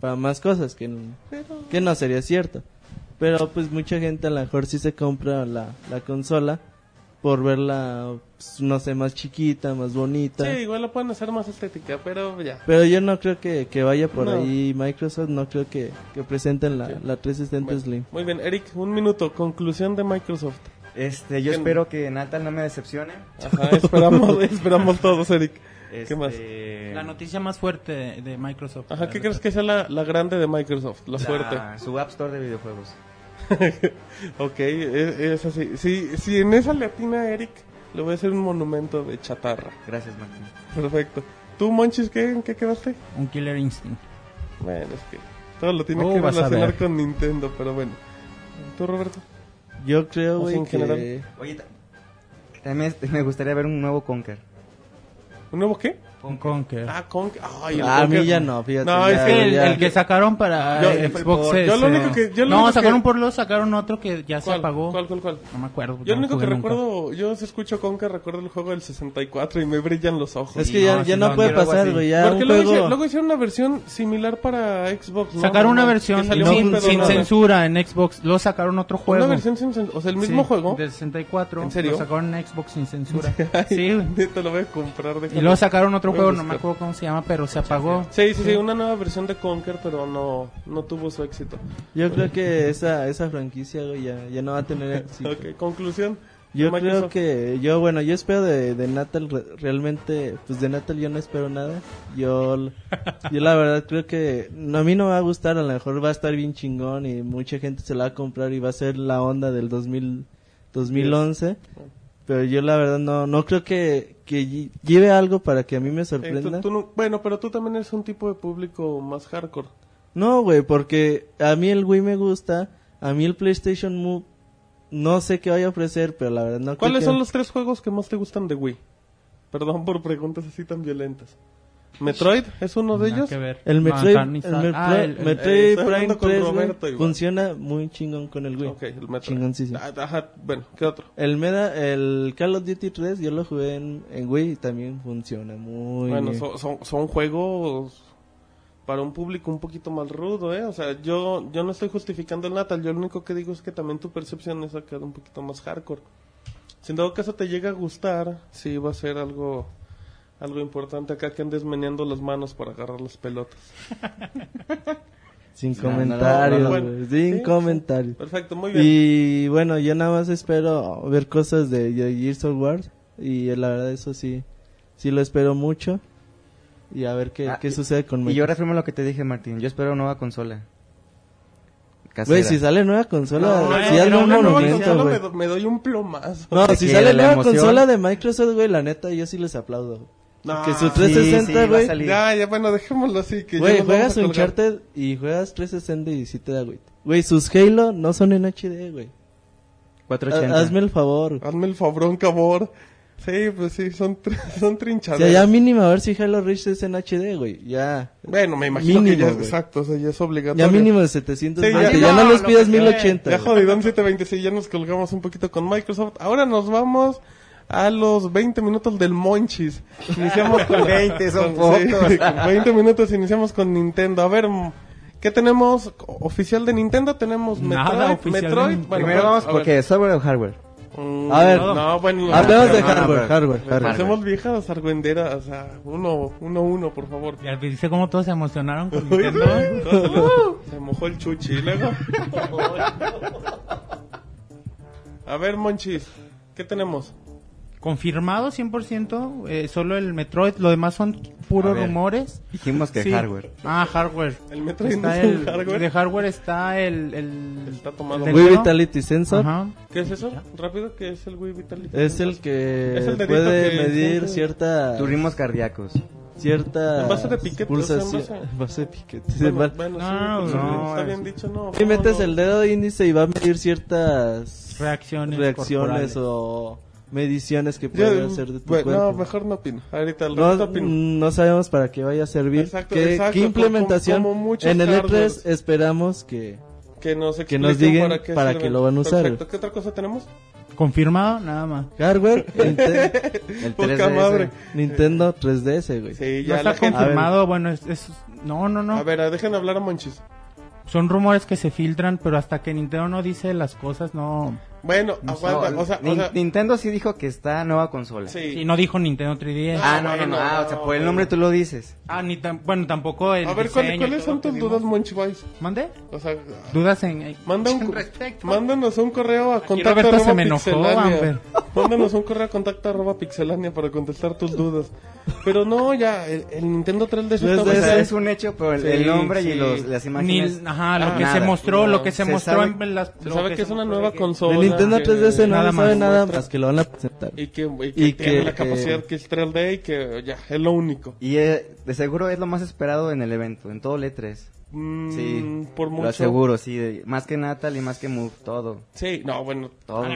S5: para más cosas, que, n-
S2: Pero
S5: que no sería cierto. Pero pues mucha gente a lo mejor sí se compra la, la consola por verla, pues, no sé, más chiquita, más bonita.
S2: Sí, igual la pueden hacer más estética, pero ya.
S5: Pero yo no creo que, que vaya por
S2: No.
S5: ahí Microsoft, no creo que, que presenten la,
S2: Sí.
S5: la 360
S2: Bueno,
S5: Slim.
S2: Muy bien, Eric, un minuto, conclusión de Microsoft.
S4: Este, yo
S2: ¿Qué-
S4: espero que Natal no me decepcione.
S2: (laughs) Ajá, esperamos, esperamos todos, Eric. ¿Qué más?
S4: Este,
S3: La noticia más fuerte de, de Microsoft.
S2: Ajá, ¿qué crees que sea la, la grande de Microsoft? La
S4: la-
S2: fuerte.
S4: Su App Store de videojuegos.
S2: ok, es, es así. Si, si en esa latina Eric, le voy a hacer un monumento de chatarra.
S4: Gracias, Martín.
S2: Perfecto. ¿Tú, Monchis, qué, en qué quedaste?
S3: Un Killer Instinct.
S2: Bueno, es que todo lo tiene
S3: Oh,
S2: que
S3: vas a
S2: relacionar
S3: ver.
S2: con Nintendo, pero bueno. ¿Tú, Roberto?
S5: Yo creo,
S2: O sea,
S5: güey,
S2: en
S5: que...
S2: general.
S4: Oye, ta- También este, me gustaría ver un nuevo Conker.
S2: ¿Un nuevo qué?
S3: Con Conker.
S2: Ah, Conker. Ay, el
S5: Ah, a mí
S2: Conker.
S5: ya no, fíjate.
S2: No,
S5: ya,
S2: es
S3: que el,
S5: ya.
S3: el que sacaron para
S2: Yo-
S3: eh,
S2: fue
S3: Xbox
S2: por- yo lo
S3: S.
S2: único que- yo lo
S3: no,
S2: único
S3: sacaron
S2: que-
S3: por los, sacaron otro que ya se
S2: ¿Cuál?
S3: apagó.
S2: ¿Cuál, cuál, cuál?
S3: No me acuerdo.
S2: Yo
S3: Pues no
S2: lo único que
S3: jugué nunca.
S2: recuerdo, yo si escucho Conca, recuerdo el juego del 64 y me brillan los ojos.
S5: Es que ya
S3: No,
S5: ya
S3: sí,
S5: no,
S3: no,
S5: puede
S3: quiero algo
S5: pasar,
S3: así.
S5: güey. Ya
S2: Porque
S5: un
S2: luego,
S5: juego...
S2: hici- luego hicieron una versión similar para Xbox. ¿no?
S3: Sacaron una
S2: Que
S3: versión
S2: salió
S3: sin,
S2: muy
S3: sin
S2: pedorrona.
S3: censura en Xbox. Luego sacaron otro juego.
S2: Una versión sin censura. O sea, el mismo
S3: Sí,
S2: juego. (laughs)
S3: Del 64.
S2: ¿En serio?
S3: Lo sacaron en Xbox sin censura. sí, güey.
S2: Te lo voy a comprar. déjame.
S3: Y luego sacaron otro
S2: Voy a
S3: juego, no
S2: buscar.
S3: me acuerdo cómo se llama, pero se apagó.
S2: Sí, sí, sí, una nueva versión de Conker, pero no, no tuvo su éxito.
S5: Yo creo que esa, esa franquicia, güey, ya, ya no va a tener
S2: (laughs)
S5: éxito.
S2: Ok, conclusión.
S5: Yo creo
S2: Microsoft. Eh,
S5: que, yo, bueno, yo espero de, de Natal, re- realmente, pues de Natal yo no espero nada. Yo, l- yo la verdad creo que no, a mí no me va a gustar, a lo mejor va a estar bien chingón y mucha gente se la va a comprar y va a ser la onda del 2000, 2011. Pero yo la verdad no, no creo que, que lle- lleve algo para que a mí me
S2: Eh, tú-
S5: sorprenda.
S2: tú no- bueno, pero tú también eres un tipo de público más hardcore.
S5: No, güey, porque a mí el Wii me gusta, a mí el PlayStation Move no sé qué vaya a ofrecer, pero la verdad no creo
S2: ¿Cuáles
S5: que-
S2: son los tres juegos que más te gustan de Wii? Perdón por preguntas así tan violentas. Metroid es uno de ellos.
S5: El Metroid,
S3: No,
S5: el
S3: Carnage-
S5: Metroid,
S3: ah, el- el-
S5: Metroid
S2: eh, estoy
S5: Prime
S2: hablando con
S5: 3 güey,
S2: Roberto igual.
S5: funciona muy chingón con el Wii.
S2: Ok, el Metroid.
S5: Chingoncísimo.
S2: Ah, Ajá, bueno, ¿qué otro?
S5: El, Meda, el Call of Duty 3 yo lo jugué en, en Wii y también funciona muy
S2: bueno,
S5: bien.
S2: son, son, son juegos para un público un poquito más rudo, ¿eh? O sea, yo, yo no estoy justificando el Natal, yo lo único que digo es que también tu percepción es acá un poquito más hardcore. Si en todo caso te llega a gustar, sí va a ser algo, algo importante acá que andes meneando las manos para agarrar las pelotas.
S5: Sin
S4: No,
S5: comentarios,
S2: no, no, no.
S5: güey,
S2: Sí,
S5: sin
S2: sí.
S5: comentarios.
S2: Perfecto, muy bien.
S5: Y bueno, yo nada más espero ver cosas de, de Gears of War y eh, la verdad eso sí, sí lo espero mucho y a ver qué,
S4: Ah,
S5: qué
S4: y-
S5: sucede con
S4: Y yo
S5: Metroid.
S4: reafirmo lo que te dije, Martín. Yo espero nueva consola. Casera.
S5: Güey, si sale nueva consola,
S2: No,
S5: si
S2: no,
S5: hazme
S2: no,
S5: un
S2: no, no,
S5: monumento,
S2: solo
S5: güey.
S2: me, do- me doy un plomazo.
S5: No,
S4: Te
S5: si
S4: queda
S5: sale
S4: la
S5: nueva
S4: emoción.
S5: consola de Microsoft, güey, la neta, yo sí les aplaudo.
S2: No,
S5: que su
S4: sí, sí, va
S5: 360,
S4: a
S5: güey.
S4: salir.
S2: Ya, ya, bueno, dejémoslo así. Que ya
S5: Güey,
S2: nos vamos
S5: juegas
S2: a colgar.
S5: Uncharted y juegas 360 y sí te da, güey. Güey, sus Halo no son en HD, güey. Ha-
S4: 480.
S5: Hazme el favor.
S2: Hazme el fabrón, cabor. Sí, pues sí, son, tr- (laughs) son
S5: O
S2: trinchaderas.
S5: sea, ya mínimo a ver si Halo Reach es en HD, güey. Ya.
S2: Bueno, me imagino
S5: Mínimo,
S2: que ya es
S5: güey.
S2: exacto, o sea, ya es obligatorio.
S5: Ya mínimo de
S2: Sí,
S5: 720.
S2: ya-
S5: ya, no,
S2: no,
S5: les
S3: lo
S5: pidas
S3: que sea.
S5: 1080.
S2: Ya
S5: güey.
S2: jodidón 720, sí, ya nos colgamos un poquito con Microsoft. Ahora nos vamos a los 20 minutos del Monchis. Iniciamos con...
S4: 20 son
S2: con- sí, (laughs)
S4: pocos.
S2: con 20 minutos iniciamos con Nintendo. A ver, m- ¿qué tenemos oficial de Nintendo? Tenemos Metroid.
S3: Nada oficial de
S2: Metroid.
S3: Nintendo.
S4: Primero vamos
S2: a
S4: porque
S2: ver.
S4: software o hardware.
S2: Mm,
S5: A ver,
S2: no, bueno,
S5: Hablemos Ah, de
S2: no, no, no,
S4: no,
S5: hardware,
S4: no,
S5: hardware,
S2: Hacemos
S5: hardware.
S2: viejas argüenderas, o sea, uno, uno, uno, por favor.
S3: Y al viste cómo todos se emocionaron con Nintendo.
S2: Se mojó el chuchi y luego. A ver, Monchis, ¿qué tenemos?
S3: Confirmado 100%, eh, solo el Metroid, lo demás son
S4: A
S3: puros
S4: ver.
S3: rumores.
S4: Dijimos que
S3: Sí.
S4: hardware.
S3: Ah, hardware.
S2: El Metroid no
S3: Está
S2: es un
S3: el-
S2: hardware.
S3: De hardware está el... el
S2: Está tomado.
S3: el
S5: Wii
S3: dedo.
S5: Vitality Sensor
S3: Ajá.
S2: ¿Qué es eso? Rápido, ¿qué es el Wii Vitality?
S5: es el que
S2: Es el dedito
S5: puede
S2: que
S5: medir
S2: siente-
S5: cierta...
S4: Tus ritmos cardíacos.
S5: cierta
S2: En base de piquete,
S5: pulsación.
S2: o sea, en base-
S5: En base de piquete.
S2: Bueno,
S5: Va-
S2: bueno, sí,
S3: No,
S2: sí,
S3: no,
S2: está
S3: es-
S2: bien dicho, no.
S5: Si metes
S2: no.
S5: el dedo índice y va a medir ciertas
S3: Reacciones
S5: reacciones
S3: corporales.
S5: o mediciones que
S2: Yo-
S5: puede hacer de tu
S2: bueno, No,
S5: cuerpo.
S2: mejor no opino. Ahorita al
S5: No, mm,
S2: rato opino.
S5: no sabemos para qué vaya a servir.
S2: Exacto,
S5: ¿Qué,
S2: exacto,
S5: qué
S2: como-
S5: implementación?
S2: como muchos
S5: en el E3
S2: hardwares.
S5: esperamos que
S2: Que nos
S5: que nos
S2: expliquen
S5: digan
S2: para qué,
S5: para
S2: sirven.
S5: qué lo van a usar.
S2: Perfecto, ¿qué otra cosa tenemos?
S3: Confirmado, nada más.
S5: hardware (laughs) Ninte-
S4: El
S2: Poca
S4: 3DS.
S2: madre.
S5: (laughs) Nintendo 3DS, güey.
S2: Sí,
S3: No
S2: ya
S3: está
S2: la gente-
S3: confirmado, bueno, es, es- no, no, no.
S2: A ver, ah, dejen hablar a Monchis.
S3: Son rumores que se filtran, pero hasta que Nintendo no dice las cosas, no.
S2: Bueno, aguanta,
S4: No,
S2: o sea, o
S4: Nin-
S2: sea,
S4: Nintendo sí dijo que está nueva consola.
S2: sí.
S3: Y no dijo Nintendo 3DS.
S4: Ah, no, no,
S2: bueno,
S4: no. Ah, o sea, por el nombre tú lo dices.
S3: Ah, ni tan, bueno, tampoco el
S2: A ver,
S3: diseño
S2: ¿cuáles,
S3: y
S2: cuáles
S3: todo
S2: son
S3: lo que
S2: tus
S3: vimos.
S2: dudas, Monchwise?
S3: ¿Mande?
S2: O sea,
S3: ¿Dudas en...? en-
S2: manda un,
S3: en
S2: co-
S3: respecto?
S2: mándanos un correo a contacto
S3: Roberto
S2: arroba
S3: se me enojó,
S2: pixelania.
S3: Amber.
S2: (laughs) Mándanos un correo a contacto arroba pixelania para contestar tus dudas. Pero no, ya, el, el Nintendo 3DS
S5: No es
S2: está
S5: de
S4: O sea,
S2: basado-
S4: es un hecho, pero el,
S2: Sí,
S4: el nombre
S2: sí.
S4: y los, las
S3: Ni-
S4: imágenes.
S3: ajá, lo
S4: Ah,
S3: que se
S4: nada.
S3: mostró, lo que se,
S4: Se
S3: mostró
S4: sabe-
S3: en las...
S2: Se
S3: lo
S2: sabe
S3: que
S2: que es
S3: se
S2: una
S3: mostró
S2: nueva
S3: de que-
S5: De
S2: consola.
S5: Nintendo
S2: que-
S5: 3DS no
S3: nada
S5: se sabe
S3: más.
S5: nada más que lo van a presentar.
S2: Y que, y que
S5: Y
S2: tiene
S5: que-
S2: la capacidad que es 3D y que ya, es lo único.
S4: Y eh, de seguro es lo más esperado en el evento, en todo el E3.
S2: Mm,
S4: Sí,
S2: por mucho.
S4: Lo aseguro, sí. de- más que Natal y más que Move, todo.
S2: Sí, no, bueno,
S4: Todo.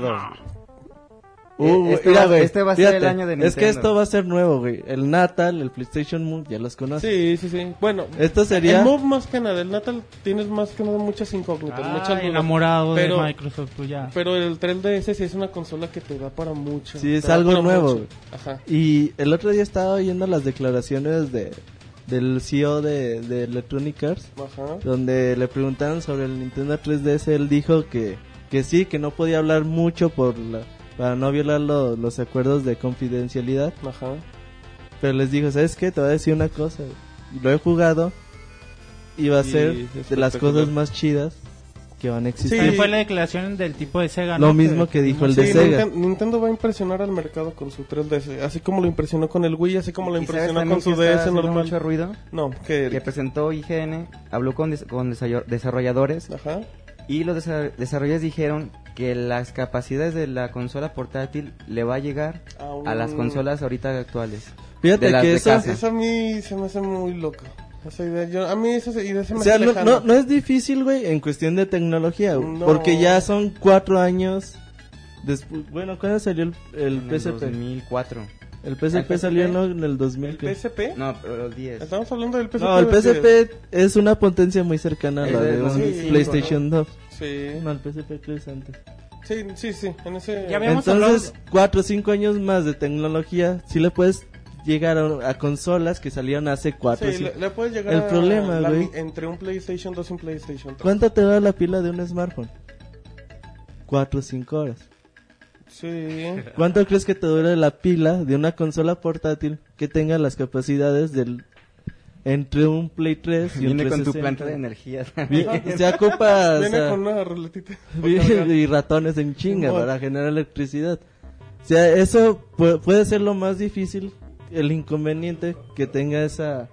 S5: Uh,
S4: este,
S5: mira,
S4: va,
S5: güey,
S4: este va a ser
S5: fíjate,
S4: el año de Nintendo.
S5: Es que esto va a ser nuevo, güey. El Natal, el PlayStation Move, ya los conoces.
S2: Sí, sí, sí. Bueno,
S5: Esto sería-
S2: El Move más que nada, el Natal tienes más que nada muchas incógnitas, muchas
S3: Ah,
S2: dudas.
S3: enamorado
S2: Pero- pues
S3: de Microsoft, tú ya.
S2: Pero el 3DS sí es una consola que te da para mucho.
S5: Sí, es
S2: te da
S5: algo
S2: para
S5: nuevo,
S2: mucho.
S5: güey.
S2: Ajá.
S5: Y el otro día estaba oyendo las declaraciones de del CEO de, de Electronic Arts,
S2: Ajá.
S5: donde le preguntaron sobre el Nintendo 3DS, él dijo que, que sí, que no podía hablar mucho por la- para no violar lo- los acuerdos de confidencialidad,
S2: Ajá.
S5: pero les dijo, ¿sabes qué? Te voy a decir una cosa, güey. lo he jugado y va a
S2: Y
S5: ser
S2: es
S5: de las
S2: espectacular.
S5: cosas más chidas que van a existir.
S3: También
S2: Sí.
S3: fue la declaración del tipo de Sega.
S5: Lo
S3: ¿no?
S5: mismo que dijo el
S2: Sí,
S5: de Sega.
S2: Ninten- Nintendo va a impresionar al mercado con su 3DS, así como lo impresionó con el Wii, así como lo
S4: ¿Y sabes
S2: impresionó
S4: también
S2: con su
S4: quién está
S2: DS
S4: haciendo
S2: normal.
S4: mucho ruido?
S2: No, que
S4: Que presentó IGN, habló con, des- con desayo- desarrolladores
S2: Ajá.
S4: y los desa- desarrolladores dijeron que las capacidades de la consola portátil le va a llegar
S2: Ah,
S4: a las
S2: un-
S4: consolas ahorita actuales.
S5: Fíjate
S4: de las
S5: que
S4: de
S5: eso,
S4: casa.
S2: Eso a mí se me hace muy loco. Esa idea, yo, a mí esa idea se me
S5: O sea,
S2: hace
S5: no,
S2: lejana.
S5: no, no es difícil, güey, en cuestión de tecnología, güey.
S2: No.
S5: Porque ya son cuatro años. Después, bueno, ¿cuándo salió el, el
S4: En
S5: PSP?
S4: 2004.
S5: El PSP
S4: ¿El
S5: salió
S4: PSP?
S5: en, en el 2000.
S2: ¿El
S5: ¿qué?
S2: PSP?
S4: No, pero los 10.
S2: Estamos hablando del PSP.
S5: no, el
S2: de-
S5: PSP es una potencia muy cercana a la
S4: Es del
S5: de un
S4: 95,
S5: PlayStation 2.
S2: Sí.
S5: No, el PSP creo es antes.
S2: sí, sí, sí, en ese...
S3: Ya habíamos
S5: Entonces, cuatro o cinco años más de tecnología, sí le puedes llegar a, a consolas que salieron hace cuatro. o
S2: Sí, le,
S5: cinco.
S2: le puedes llegar
S5: El
S2: a
S5: problema,
S2: la
S5: güey.
S2: mi- Entre un PlayStation 2 y un PlayStation 3.
S5: (laughs) ¿Cuánto te da la pila de un smartphone? Cuatro o cinco horas.
S2: Sí.
S5: ¿Cuánto crees que te dura la pila de una consola portátil que tenga las capacidades del entre un Play 3 y un
S4: Viene con tu
S5: 360?
S4: planta de energía
S5: (laughs)
S4: (laughs) también.
S5: Vi- Se ocupa o
S2: Viene
S5: sea,
S2: con una
S5: (laughs)
S2: ruletita.
S5: vi- y ratones en chinga
S2: Simón.
S5: para generar electricidad. O sea, eso pu- puede ser lo más difícil, el inconveniente que tenga esa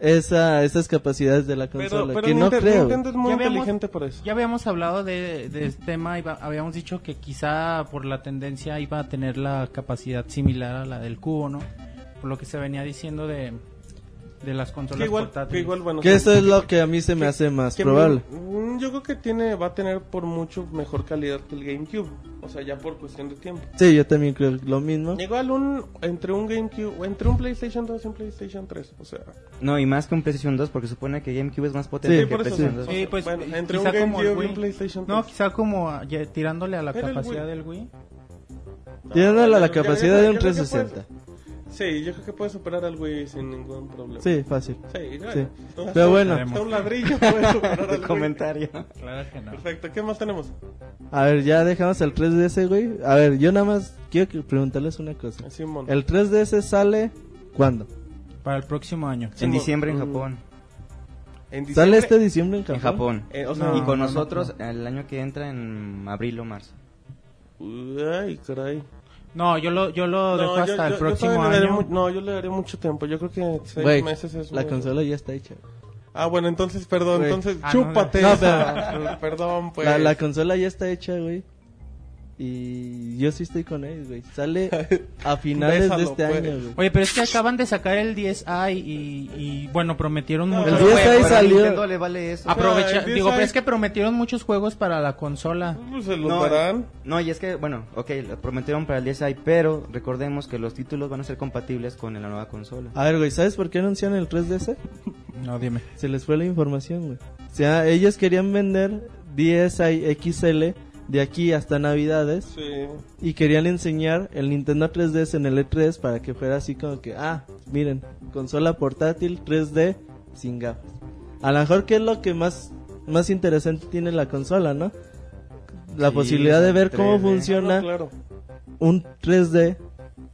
S5: esa esas capacidades de la consola
S2: Pero, pero
S5: que no
S2: Nintendo,
S5: creo.
S2: Nintendo es muy
S3: Ya habíamos-
S2: inteligente para eso.
S3: Ya habíamos hablado de, de este tema, iba- habíamos dicho que quizá por la tendencia iba a tener la capacidad similar a la del cubo, ¿no? Por lo que se venía diciendo de, de las
S2: Que
S3: consolas
S2: igual, que
S3: portátiles.
S2: igual, bueno...
S5: que
S2: sí.
S5: eso es lo que a mí se me hace más
S2: Que
S5: probable.
S2: mi- mm, Yo creo que tiene va a tener por mucho mejor calidad que el GameCube. O sea, ya por cuestión de tiempo.
S5: Sí, yo también creo lo mismo.
S2: Igual un, entre un GameCube, o entre un PlayStation 2 y un PlayStation 3. O sea,
S4: No, y más con PlayStation 2 porque supone que GameCube es más potente
S5: Sí,
S4: que
S2: por eso,
S4: PlayStation 2. (laughs)
S2: sí.
S3: Sí, pues
S2: Bueno,
S3: eh,
S2: entre un
S3: quizá como el
S2: GameCube y un
S3: Wii.
S2: PlayStation
S3: No,
S2: tres.
S3: quizá como a- ya tirándole a la
S2: Era el
S3: capacidad
S2: Wii.
S3: del Wii.
S5: Tiene la
S2: Ya- ya- ya-
S5: capacidad de un
S2: yo creo que puede-
S5: 360.
S2: Sí, yo creo que puede superar al Wii sin ningún problema.
S5: Sí, fácil.
S2: Sí, ya-
S5: Sí.
S2: hasta-
S5: Pero bueno.
S2: Hasta un ladrillo
S3: (laughs)
S2: puede superar al
S4: Tu
S2: Wii.
S4: comentario.
S3: Claro que no.
S2: Perfecto, ¿qué más tenemos?
S5: A ver, ya dejamos el 3DS, güey. A ver, yo nada más quiero que- preguntarles una cosa.
S2: Simón.
S5: ¿El 3DS sale cuándo?
S3: Para el próximo año.
S4: En diciembre en
S2: Mm.
S4: Japón.
S2: En
S5: ¿Sale
S2: diciembre-
S5: este diciembre en Japón?
S4: En Japón.
S2: Eh, o sea,
S3: No.
S4: y con
S3: no,
S4: nosotros el año que entra en abril o marzo.
S2: Ay, caray.
S3: No, yo lo, yo lo dejo
S2: yo-
S3: hasta
S2: yo-
S3: el
S2: yo
S3: próximo
S2: todavía le daré
S3: año.
S2: mu- no, yo le daré mucho tiempo. Yo creo que seis
S5: Güey,
S2: meses es
S5: la
S2: muy-
S5: consola ya está hecha.
S2: Ah, bueno, entonces, perdón,
S5: Güey.
S2: entonces,
S3: Ah, no,
S2: chúpate.
S5: no. No,
S2: esa- (laughs) Perdón, pues.
S5: La, la consola ya está hecha, güey. Y yo sí estoy con él, güey. Sale a finales
S2: Bésalo,
S5: de este
S2: pues.
S5: año, güey.
S3: Oye, pero es que acaban de sacar el 10i y, y, bueno, prometieron
S2: No,
S3: mucho.
S5: El
S4: Pero,
S5: 10i
S4: güey, pero a
S5: salió.
S4: Nintendo le vale eso.
S3: Aprovecha,
S2: Ah, el
S3: digo,
S2: 10i.
S3: pero es que prometieron muchos juegos para la consola.
S2: Pues se los
S4: No,
S2: darán.
S4: no, y es que, bueno, ok, lo prometieron para el 10i, pero recordemos que los títulos van a ser compatibles con la nueva consola.
S5: A ver, güey, ¿sabes por qué anunciaron el 3DS?
S3: No, dime.
S5: Se les fue la información, güey. O sea, ellos querían vender 10 XL de aquí hasta Navidades.
S2: Sí.
S5: y querían enseñar el Nintendo 3DS en el E3 para que fuera así como que, ah, miren, consola portátil 3D sin gafas. A lo mejor que es lo que más, más interesante tiene la consola, ¿no? La
S4: Sí,
S5: posibilidad de ver cómo
S4: 3D.
S5: funciona
S2: Ah, No, claro.
S5: un 3D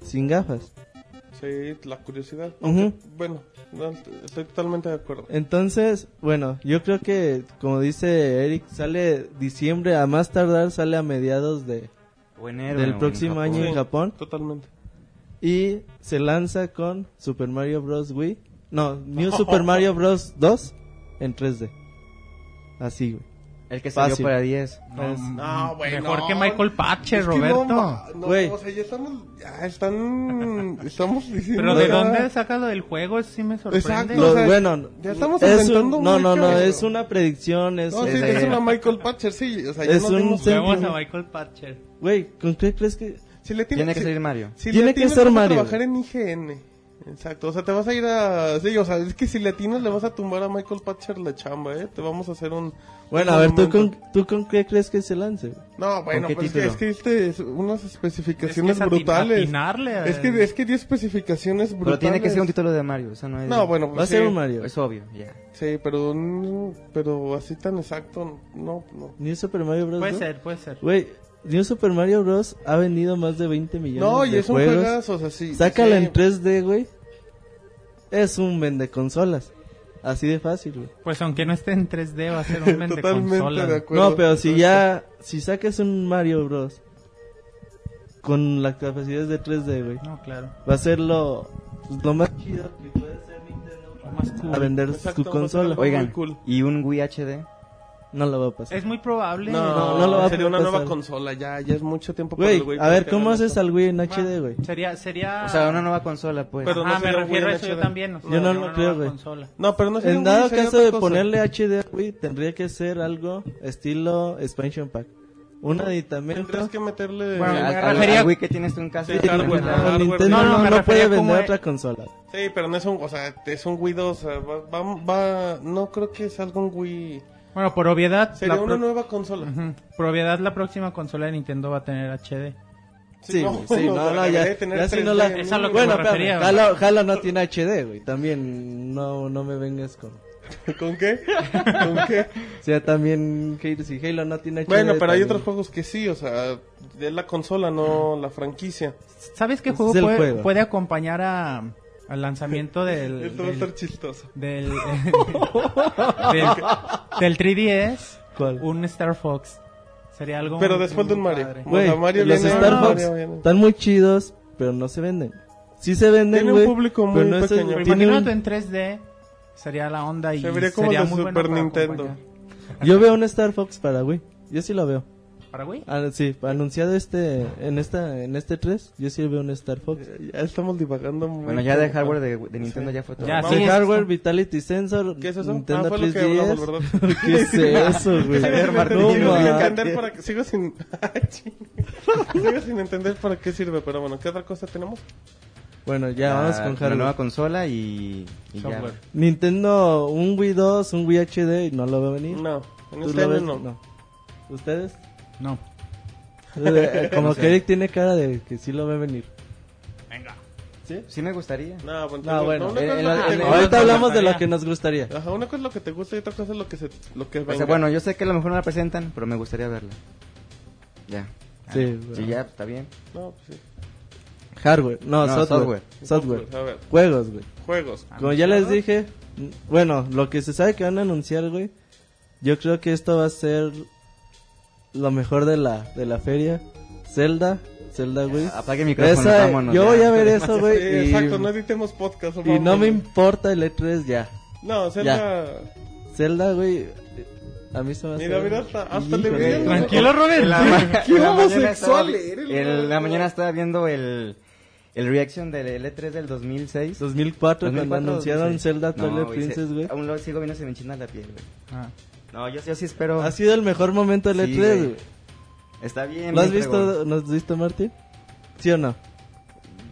S5: sin gafas.
S2: Sí, la curiosidad.
S5: Ujú.
S2: Bueno, no, estoy totalmente de acuerdo.
S5: Entonces, bueno, yo creo que, como dice Eric, sale diciembre, a más tardar sale a mediados de,
S4: O enero,
S5: Del
S4: o en
S5: próximo
S4: Japón.
S5: año en
S2: Sí,
S5: Japón.
S2: Totalmente.
S5: Y se lanza con Super Mario Bros. Wii. No, New Super Mario Bros. 2 en 3D. Así, güey.
S4: El que salió
S5: Fácil.
S4: para 10.
S5: Pues,
S2: no, güey,
S3: Mm, Mejor
S2: no.
S3: que Michael Patche,
S2: Es que
S3: Roberto.
S2: No, ma- no,
S5: Güey.
S2: o sea, ya estamos. Ya están. (laughs) Estamos diciendo.
S3: Pero ¿de
S2: ya-
S3: dónde sacas lo del juego? Eso sí me sorprende.
S2: Exacto.
S5: Lo-
S2: o sea,
S5: bueno,
S2: ya estamos
S5: es un,
S2: inventando
S5: no, no, no,
S2: mucho.
S5: es una predicción, es...
S2: No, sí,
S5: es-
S4: Ese-
S2: es una Michael Patcher, sí. O sea, ya
S5: Es
S2: nos
S5: un
S2: dimos
S5: sen-
S2: cuenta.
S3: Juegos a Michael Patcher.
S5: Güey, ¿con qué crees que
S2: Si le
S4: Tiene
S2: tienes
S4: que salir Mario.
S2: Si
S5: Tiene
S2: le
S5: que
S2: atinas,
S5: ser
S2: vas a
S5: Mario.
S2: trabajar en IGN. Exacto, o sea, te vas a ir a... sí, o sea, es que si le atinas le vas a tumbar a Michael Patcher la chamba, ¿eh? Te vamos a hacer un...
S5: Bueno,
S2: un
S5: a ver, ¿tú
S2: monumento.
S5: con, ¿tú con qué crees que se lance? güey?
S2: No, bueno,
S4: qué
S2: pues es que,
S4: título?
S2: es que diste es- unas especificaciones
S3: Es que es atin-
S2: brutales.
S3: atinarle a-
S2: Es que es que di especificaciones
S4: Pero
S2: brutales.
S4: tiene que ser un título de Mario, o sea, no es...
S2: No, bueno,
S5: Va a
S2: pues
S5: ser
S2: sí,
S5: un Mario.
S4: Es obvio, ya.
S2: Sí, pero un- pero así tan exacto no no.
S5: New Super Mario Bros.
S3: Puede
S5: ¿no?
S3: ser, puede ser.
S5: Güey, New Super Mario Bros. ha vendido más de 20 millones
S2: No,
S5: de
S2: y es un
S5: juegos.
S2: juegazo, o sea, sí.
S5: Sácala
S2: sí.
S5: en 3D, güey. Es un vende consolas. Así de fácil, güey.
S3: Pues aunque no esté en 3D va a ser
S2: (laughs)
S3: un vende
S2: Totalmente
S3: consola.
S2: de acuerdo.
S5: No, pero si ya. Si sacas un Mario Bros. Con las capacidades de 3D, güey.
S3: No, claro.
S5: Va a ser lo. pues, lo más chido que puede ser Nintendo.
S3: Lo más cool.
S5: A vender
S2: Exacto,
S5: su
S2: va a ser
S5: consola.
S2: algo-
S5: Oye,
S4: Oigan,
S2: Muy cool.
S4: ¿y un Wii HD?
S5: no lo va a
S2: Eh,
S5: pasar.
S3: Es muy probable.
S2: No,
S5: No, no lo va a
S2: sería una
S5: pasar.
S2: nueva consola, ya ya es mucho tiempo para
S5: Güey,
S2: el güey
S5: a ver,
S2: que
S5: ¿cómo
S2: hagan
S5: haces
S2: esto. Pues
S5: al Wii en
S3: Ah,
S5: HD, güey?
S3: Sería, sería...
S4: O sea, una nueva consola, pues.
S2: Pero- no
S3: ah, me
S2: sería un
S3: refiero a
S2: buen
S3: eso yo
S2: HD.
S3: también. o sea,
S5: Yo no
S3: sería
S5: lo
S3: una
S5: creo,
S3: nueva
S5: güey.
S3: consola.
S2: No, pero no sería
S5: En
S2: un
S5: dado
S2: Wii, sería
S5: caso
S2: otra
S5: de
S2: cosa.
S5: ponerle HD, güey, tendría que ser algo estilo expansion pack. Un
S2: tendrías
S5: aditamento.
S2: que meterle
S3: Bueno,
S4: al,
S3: me
S4: al-
S3: refería-
S4: al Wii que tienes tú en casa.
S2: Sí, claro, güey,
S4: Ajá.
S2: claro.
S5: No,
S2: hardware,
S5: Nintendo
S3: no, no,
S5: no,
S3: me
S5: no
S3: refería
S5: puede
S3: como
S5: vender
S3: el-
S2: e-
S5: otra consola.
S2: Sí, pero no es un, o sea, es un Wii 2, o sea, va, va, va- no creo que salga un Wii.
S3: Bueno, por obviedad...
S2: Sería
S3: la
S2: una
S3: pro-
S2: nueva consola.
S3: Ujú. Por obviedad, la próxima consola de Nintendo va a tener HD.
S5: Sí, güey, sí,
S2: o
S5: no,
S2: sea,
S5: no,
S2: debería
S5: ya,
S2: de tener
S5: ya si
S2: 3D
S5: no la...
S2: mínimo.
S3: Es a lo que
S5: bueno,
S3: me refería,
S5: espérame,
S3: güey.
S5: Halo, Halo no tiene HD, güey, también no, no me vengas con...
S2: ¿Con qué? ¿Con qué?
S5: O sea, también Halo- si Halo no tiene HD...
S2: Bueno, pero hay
S5: también.
S2: otros juegos que sí, o sea, es la consola, no la franquicia.
S3: ¿Sabes qué
S5: Ese
S3: juego
S5: es el
S3: puede,
S5: juego.
S3: puede acompañar a-
S2: (laughs)
S3: al lanzamiento del...
S2: Esto va a
S3: del-
S2: estar chistoso. (laughs)
S3: del, del, del 3DS
S5: ¿Cuál?
S3: un Star Fox sería algo
S2: Pero
S3: muy-
S2: después de un
S3: muy
S2: Mario.
S3: padre.
S5: Güey,
S2: O sea, Mario
S5: los
S2: viene-
S5: Star
S2: no,
S5: Fox
S2: Mario viene.
S5: están muy chidos, pero no se venden. Sí se venden,
S2: Tiene un
S5: güey.
S2: público muy
S5: pero no es el-
S2: pequeño.
S3: Pero
S5: tiene
S3: imagínate
S5: un-
S3: en 3D sería la onda y
S2: Se vería como
S3: sería
S2: el de
S3: muy bueno
S2: Super
S3: para
S2: Nintendo.
S3: acompañar.
S5: Yo veo un Star Fox para Wii. Yo sí lo veo.
S3: para Wii
S5: Ah, sí, anunciado este en esta en este 3, yo sí veo un Star Fox.
S2: Ya estamos divagando muy
S4: Bueno, ya de
S2: poco.
S4: hardware de, de Nintendo ya fue todo.
S3: Ya,
S5: Sí,
S3: sí,
S5: hardware,
S3: es-
S5: Vitality Sensor,
S2: ¿Qué es eso?
S5: Nintendo
S2: ah, fue lo que
S5: 3DS.
S2: hablamos,
S5: (laughs)
S2: ¿verdad?
S5: ¿Qué es eso,
S2: (laughs)
S5: güey?
S4: Javier
S5: No,
S2: Sigo sin
S5: ma.
S2: entender (laughs) para qué- Sigo sin... (laughs) Ay, chinga. Sigo sin entender para qué sirve, pero bueno, ¿qué otra cosa tenemos?
S5: Bueno, ya
S4: Ya,
S5: vamos con
S4: Una nueva
S5: hardware.
S4: consola y, y ya.
S3: Software.
S5: Nintendo un Wii 2, un Wii HD, no lo va a venir.
S2: No, en
S5: ¿Tú
S2: este
S5: lo
S2: año
S5: ves?
S2: no.
S5: ¿Ustedes?
S3: no
S5: Eh, Como que Eric tiene cara de que sí lo va a venir.
S4: Sí me gustaría.
S2: No, pues,
S5: No, Ah, bueno, eh,
S2: una
S5: en-
S2: cosa es
S5: en-
S2: lo que
S5: en-
S2: te
S5: ahorita
S2: gusta.
S5: hablamos de lo
S3: gustaría.
S5: que nos gustaría.
S2: Ajá, una cosa es lo que te gusta y otra cosa es lo que se lo que
S4: O sea,
S2: venga.
S4: bueno, yo sé que a lo mejor no la presentan, pero me gustaría verla. Ya. Ah,
S5: Sí,
S4: Y
S5: bueno.
S4: ya, está bien.
S2: No, pues sí.
S5: Hardware, no,
S4: No,
S5: software. Software. Ah,
S2: Pues, a ver,
S5: Juegos, güey.
S2: juegos.
S5: Como ya les dije, n- bueno, lo que se sabe que van a anunciar, güey. Yo creo que esto va a ser lo mejor de la, de la feria. Zelda, Zelda, güey.
S4: Apague el micrófono,
S5: Esa-
S4: vámonos,
S5: yo
S4: ya.
S5: voy a ver eso,
S2: Sí,
S5: güey. y,
S2: exacto, no editemos podcast.
S5: y no
S2: vamos.
S5: me importa el E3 ya.
S2: No, Zelda.
S5: Zelda, güey. A mí se me hace.
S2: Mira, mira, hasta, hasta le
S5: Híjole,
S2: vi el-
S5: güey.
S3: tranquilo Robert
S4: Ma-
S2: Qué
S4: (laughs) en la mañana
S2: homosexual
S4: estaba-
S2: eres,
S4: En
S2: güey.
S4: la mañana estaba viendo el, el reaction del L3 del 2006.
S5: 2004, cuando
S4: 2004,
S5: anunciaron
S4: 2006.
S5: Zelda
S4: No,
S5: Twilight
S4: güey,
S5: Princess,
S4: se-
S5: güey.
S4: Aún lo sigo viendo, se me enchina la piel, güey.
S3: (laughs) Ah.
S4: No, yo, yo sí espero.
S5: Ha sido el mejor momento del
S4: Sí,
S5: E3,
S4: güey.
S5: güey.
S4: Está bien.
S5: ¿Lo has
S4: bien fregón.
S5: visto, ¿Nos has visto, Martín? ¿Sí o no?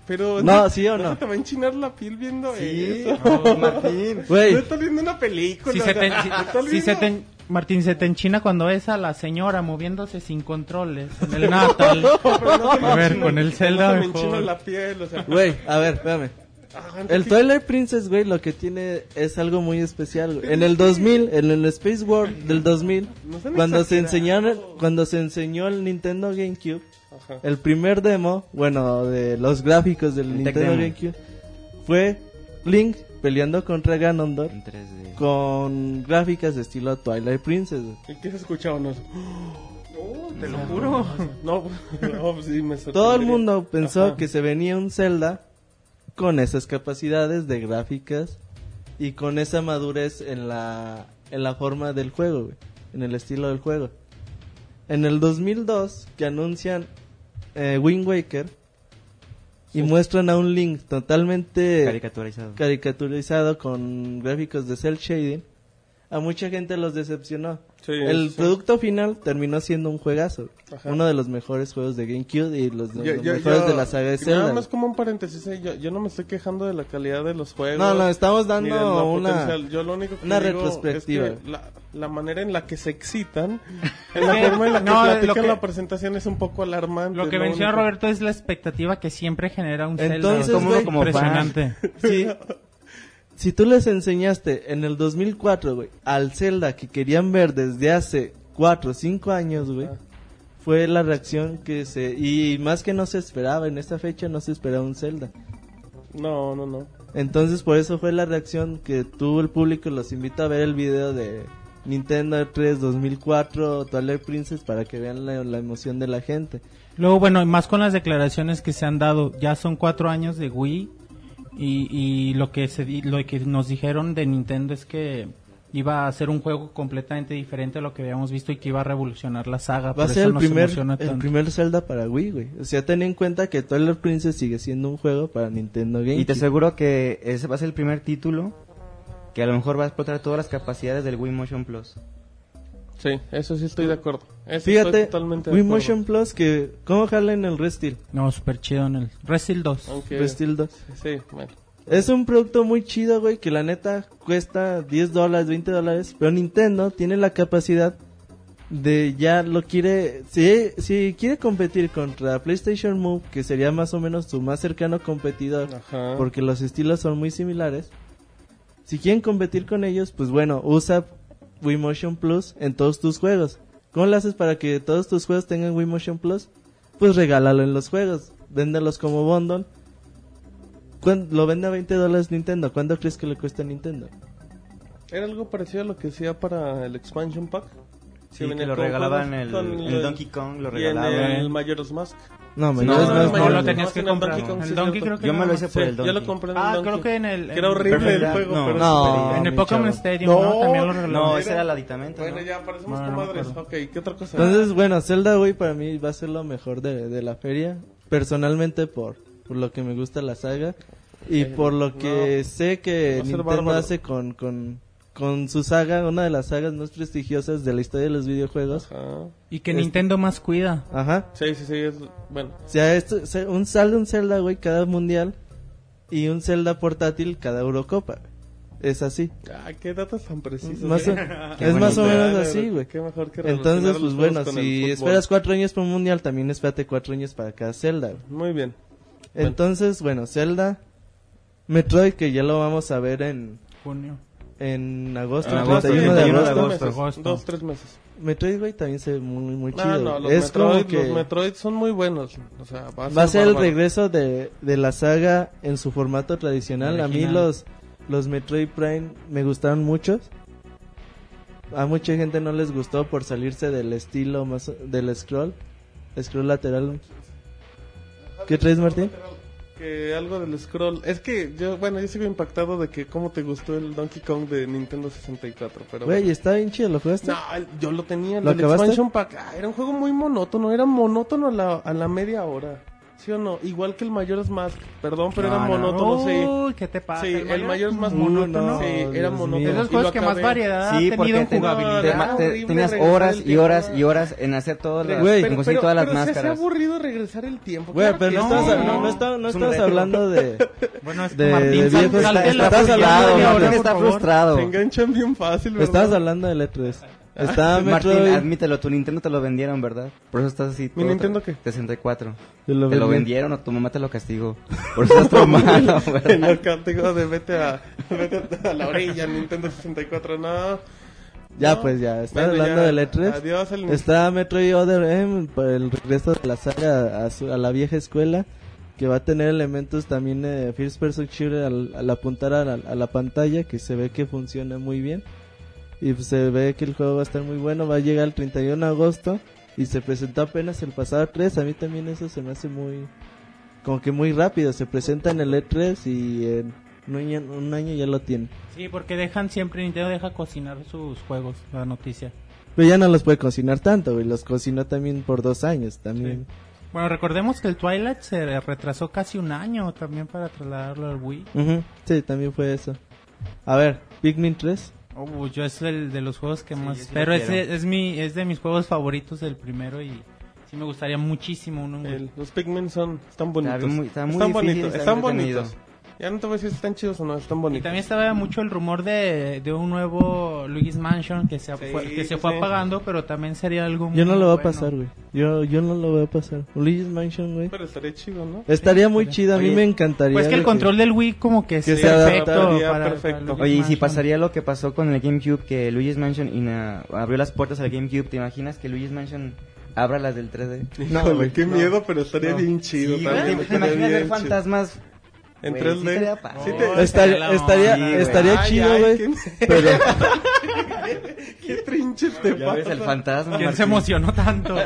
S2: Pero
S5: No, ¿sí o no?
S2: se te va a enchinar la piel viendo
S4: Sí,
S5: (laughs)
S2: eso.
S4: no, Martín.
S5: Güey,
S2: No estás viendo una película.
S3: si
S2: o
S3: se
S2: sea,
S3: te, si-
S2: estás
S3: si se
S2: viendo-
S3: te en- Martín se te enchina cuando ves a la señora moviéndose sin controles en
S5: (laughs)
S3: el Natal
S2: Pero no se me
S3: a ver
S2: enchina-
S3: con el
S2: no
S3: Zelda
S2: se me enchina
S3: mejor
S2: la piel, o sea.
S5: güey, a ver, espérame.
S2: ajá,
S5: El
S2: entonces-
S5: Twilight Princess, güey, lo que tiene es algo muy especial. güey. En el 2000, en el Space World del 2000,
S2: No sean
S5: cuando se
S2: exagerados.
S5: enseñaron, cuando se enseñó el Nintendo GameCube,
S2: Ajá.
S5: el primer demo, bueno, de los gráficos del
S4: El tech
S5: Nintendo
S4: demo.
S5: GameCube, fue Link peleando contra Ganondorf
S4: En 3D.
S5: con gráficas de estilo Twilight Princess. güey.
S2: ¿Y qué se escuchaba? No, (gasps) te lo juro. No, (laughs) no, pues sí, me sorprendería.
S5: Todo el mundo pensó
S2: Ajá.
S5: que se venía un Zelda con esas capacidades de gráficas y con esa madurez en la, en la forma del juego, güey, en el estilo del juego. En el 2002 que anuncian eh, Wind Waker y muestran a un Link totalmente
S4: Caricaturizado.
S5: caricaturizado con gráficos de cel shading. a mucha gente los decepcionó.
S2: Sí,
S5: el
S2: sí.
S5: producto final terminó siendo un juegazo.
S2: Ajá.
S5: Uno de los mejores juegos de GameCube y los, de-
S2: Yo-
S5: los
S2: yo-
S5: mejores
S2: yo-
S5: de la saga de
S2: y Nada
S5: Zelda.
S2: más como un paréntesis, eh, yo, yo no me estoy quejando de la calidad de los juegos.
S5: No, no, estamos
S2: ni
S5: dando
S2: de lo
S5: una...
S2: potencial. Yo lo único que
S5: una
S2: digo
S5: retrospectiva.
S2: es que la, la manera en la que se excitan,
S4: (laughs)
S2: en la forma en la que
S3: No, lo
S2: platican
S3: que-
S2: la presentación es un poco alarmante.
S3: Lo que
S2: ¿no?
S3: menciona
S2: Único-
S3: Roberto es la expectativa que siempre genera un Zelda.
S5: Entonces,
S3: Es como
S5: güey,
S4: como fan.
S3: impresionante.
S5: Sí. Si tú les enseñaste en el 2004, güey, al Zelda que querían ver desde hace 4 o 5 años, güey, fue la reacción que se... Y más que no se esperaba, en esta fecha no se esperaba un Zelda.
S2: No, no, no.
S5: Entonces por eso fue la reacción que tuvo el público. Los invito a ver el video de Nintendo E 3 2004 Twilight Princess para que vean la, la emoción de la gente.
S3: Luego, bueno, más con las declaraciones que se han dado, ya son cuatro años de Wii y, y lo que se di- lo que nos dijeron de Nintendo es que iba a ser un juego completamente diferente a lo que habíamos visto y que iba a revolucionar la saga.
S5: Va a
S3: por
S5: ser
S3: Ah, eso
S5: el
S3: nos
S5: primer,
S3: emociona
S5: el
S3: tanto.
S5: primer Zelda para Wii, güey. O sea, ten en cuenta que Twilight Princess sigue siendo un juego para Nintendo GameCube.
S4: Y te aseguro que ese va a ser el primer título que a lo mejor va a explotar todas las capacidades del Wii Motion Plus.
S2: Sí, eso sí estoy de acuerdo. Eso estoy
S5: Fíjate,
S2: totalmente de
S5: Wii
S2: acuerdo.
S5: Motion Plus, que ¿cómo jala en el Restil?
S3: No, súper chido en el Resident 2.
S2: Aunque-
S5: Restil 2.
S2: Sí, bueno.
S5: Es un producto muy chido, güey, que la neta cuesta 10 dólares, 20 dólares, pero Nintendo tiene la capacidad de ya lo quiere, si, si quiere competir contra PlayStation Move, que sería más o menos su más cercano competidor,
S2: Ajá.
S5: porque los estilos son muy similares, si quieren competir con ellos, pues bueno, usa Wii Motion Plus en todos tus juegos. ¿Cómo lo haces para que todos tus juegos tengan Wii Motion Plus? Pues regálalo en los juegos, véndelos como bundle. ¿Cuán- Lo vende a 20 dólares Nintendo. ¿Cuánto crees que le cuesta a Nintendo?
S2: Era algo parecido a lo que hacía para el Expansion Pack.
S4: Sí,
S2: venía
S4: que lo
S2: con
S4: regalaban
S2: juegos
S4: el,
S2: con
S4: el Donkey Kong, lo regalaban.
S2: Y en el Majora's Mask.
S5: No,
S4: Sí,
S5: no,
S4: no,
S5: es más
S4: no,
S5: no,
S4: no,
S3: lo
S4: no,
S3: tenías que
S2: en el
S3: comprar.
S2: Donkey Kong,
S3: El
S2: sí,
S3: Donkey
S2: cierto.
S3: creo que
S4: Yo
S3: no.
S4: me lo hice por el
S2: Yo
S4: Donkey.
S2: lo compré en el
S3: Ah,
S2: Donkey.
S3: creo que en el-
S2: Que era horrible el
S4: Perfect
S2: juego,
S4: Dark,
S2: pero...
S5: no.
S3: En el
S5: mi
S3: Pokémon
S5: chavo.
S3: Stadium,
S2: No,
S3: ¿no? También
S2: no,
S3: lo regalaron.
S4: No, ese era aditamento.
S2: Bueno,
S4: ¿no?
S2: ya parecemos
S3: Bueno, no me
S2: comadres.
S3: acuerdo.
S2: Ok, ¿qué otra cosa?
S5: (laughs) Entonces, bueno, Zelda, güey, para mí va a ser lo mejor de, de la feria. Personalmente, por, por lo que me gusta la saga. Y por lo que sé
S2: Eh, Va
S5: que
S2: a ser
S5: Nintendo
S2: bárbaro.
S5: hace con, con, con su saga, una de las sagas más prestigiosas de la historia de los videojuegos.
S2: Ajá.
S3: Y que
S5: Este-
S3: Nintendo más cuida.
S5: Ajá.
S2: Ah, Sí, sí, sí, es... Bueno,
S5: O sea, esto, se- un saldo un Zelda, güey, cada mundial. Y un Zelda portátil cada Eurocopa. Es así.
S2: ah, qué datos tan precisos.
S5: Más o-
S2: ¿eh? (laughs)
S4: Qué
S5: es más o
S4: bonito.
S5: menos
S2: Claro,
S5: así, güey.
S2: Qué mejor que
S5: Entonces,
S2: relacionar
S5: pues
S2: los
S5: bueno,
S2: juegos con
S5: si
S2: el fútbol.
S5: esperas cuatro años para un mundial, también espérate cuatro años para cada Zelda. güey.
S2: Muy bien.
S5: Ah,
S2: Bueno.
S5: Entonces, bueno, Zelda, Metroid, que ya lo vamos a ver en,
S3: Junio.
S5: en agosto,
S2: Ah,
S4: En
S5: el
S4: agosto,
S5: 31
S4: 31
S5: de
S4: de
S5: agosto.
S2: Dos,
S4: agosto.
S2: meses,
S3: Agosto.
S2: dos, tres meses.
S5: Metroid, güey, también se ve muy, muy
S2: No,
S5: chido.
S2: Ah, no, los,
S5: güey. es
S2: Metroid,
S5: como que
S2: los Metroid son muy buenos. O sea, va a ser,
S5: va a ser el
S2: bárbaro.
S5: regreso de, de la saga en su formato tradicional. A mí
S3: Original.
S5: los, los Metroid Prime me gustaron muchos. A mucha gente no les gustó por salirse del estilo más del scroll, scroll lateral. ¿Qué traes, Martín?
S2: Que algo del scroll. Es que yo, bueno, yo sigo impactado de que cómo te gustó el Donkey Kong de Nintendo 64. Pero
S5: Güey,
S2: bueno.
S5: está bien chido, ¿lo jugaste?
S2: No, el- yo lo tenía, el
S5: ¿Lo
S2: del
S5: acabaste?
S2: Expansion Pack. Ah, era un juego muy monótono, era monótono a la, a la media hora. ¿Sí o no? Igual que el Majora's Mask. Perdón, pero
S4: No,
S5: Ah,
S2: era
S4: no,
S2: monótono, sí.
S3: Uy, ¿qué te pasa?
S2: Sí, el Majora's Mask
S5: Uh,
S2: monótono.
S5: no,
S2: Sí, era
S5: Dios
S2: monótono.
S5: mío.
S3: Es de los
S2: Y
S3: juegos
S2: lo
S3: que más
S2: acabé.
S3: variedad ha
S4: Sí,
S3: tenido Ah, en
S4: porque te- te-
S3: jugabilidad.
S4: te-
S2: Ah, horrible
S4: Ah, tenías
S2: regresar
S4: horas
S2: el
S4: y horas
S2: tiempo.
S4: y horas en hacer todas las,
S5: Güey.
S4: en
S2: pero,
S4: conseguir todas las
S2: pero se hace
S4: máscaras.
S2: aburrido regresar el tiempo.
S5: Güey,
S2: Pues Claro
S5: pero
S2: que
S5: no,
S2: sí.
S5: estás- no, no
S2: no.
S5: está- no
S4: Es un
S5: estás
S4: reto.
S5: hablando de...
S3: Bueno, es
S5: de- de
S4: Pues,
S3: sal-
S5: viejos
S3: salte
S5: está-
S3: la
S5: está
S3: primera
S5: salado,
S3: media
S5: Martín,
S3: hora,
S4: está
S3: por favor.
S4: frustrado.
S2: Se enganchan bien fácil, ¿verdad?
S5: Estabas hablando del E3. Está
S4: Martín,
S5: Metroid.
S4: admítelo, tu Nintendo te lo vendieron, ¿verdad? Por eso estás así. todo
S2: Nintendo
S4: tra-
S2: qué?
S4: 64.
S5: Te lo
S4: te lo
S5: vendí.
S4: vendieron o tu mamá te lo castigó. Por
S2: (laughs)
S4: eso estás traumado,
S2: En
S4: ¿verdad?
S2: la
S4: (laughs)
S2: categoría de vete a, vete a la orilla, Nintendo 64, no.
S5: Ya,
S2: No.
S5: pues ya, está
S2: Bueno, ya.
S5: hablando
S4: E
S5: del E3.
S2: Adiós, el-
S5: Está Metroid Other M por el regreso de la saga a, su- a la vieja escuela. Que va a tener elementos también de First Person Shooter al, al apuntar a la, a la pantalla. Que se ve que funciona muy bien. Y pues se ve que el juego va a estar muy bueno. Va a llegar el 31 de agosto. Y se presentó apenas el pasado 3. A mí también eso se me hace muy. Como que muy rápido. Se presenta en el E3 y en un año, un año ya lo tiene.
S3: Sí, porque dejan siempre, Nintendo deja cocinar sus juegos, la noticia.
S5: Pero ya no los puede cocinar tanto, güey. Los cocinó también por dos años, también.
S3: Bueno, recordemos que el Twilight se retrasó casi un año también para trasladarlo al Wii.
S5: Ujú, Sí, también fue eso. A ver, Pikmin 3.
S3: Uh, yo es el de los juegos que
S4: Sí,
S3: más
S4: yo sí lo
S3: espero.
S4: quiero.
S3: es, es, mi, es de mis juegos favoritos, el primero. Y sí me gustaría muchísimo uno. güey.
S2: El- los Pikmin son, están bonitos.
S4: Está muy- está muy
S2: están
S4: difícil,
S2: bonitos,
S4: está
S2: están
S4: entretenido.
S2: bonitos. Ya no te voy a decir si están chidos o no, están
S3: Y
S2: bonitos.
S3: también estaba mucho el rumor de, de un nuevo Luigi's Mansion que se, fue, que se fue
S2: sí.
S3: apagando, pero también sería algo muy
S5: Yo no lo voy
S3: bueno.
S5: a pasar, güey. Yo, yo no lo voy a pasar. Luigi's Mansion, güey.
S2: Pero estaría chido, ¿no?
S5: Estaría muy chido, a mí
S4: Oye,
S5: me encantaría.
S3: Pues que el
S5: güey,
S3: control del Wii como que es
S5: se
S3: perfecto.
S2: adaptaría
S3: para-
S2: perfecto.
S3: para Luigi's
S4: Oye, y si
S3: Mansion.
S4: pasaría lo que pasó con el GameCube, que Luigi's Mansion ina- abrió las puertas al GameCube, ¿te imaginas que Luigi's Mansion abra las del 3D?
S2: Híjole,
S4: güey,
S2: qué
S4: (laughs) no.
S2: miedo, pero estaría
S4: No.
S2: bien chido.
S4: Sí,
S2: también,
S4: güey, ¿Te, te
S2: estaría
S4: imaginas
S2: bien
S4: ver
S2: chido.
S4: fantasmas?
S2: En
S4: güey,
S2: 3D.
S4: sí estaría padre.
S2: Sí te-
S3: Oh,
S5: Estaría,
S3: Estaría la
S4: mamá.
S5: estaría,
S4: Sí, güey.
S5: estaría
S2: Ay,
S5: chido,
S2: ay,
S5: güey.
S2: (laughs) qué-
S5: Pero,
S2: ¿Qué trinches te
S4: Ya ves
S2: pasa?
S4: el fantasma.
S3: ¿Quién se
S4: Martín.
S2: (laughs)
S3: emocionó tanto?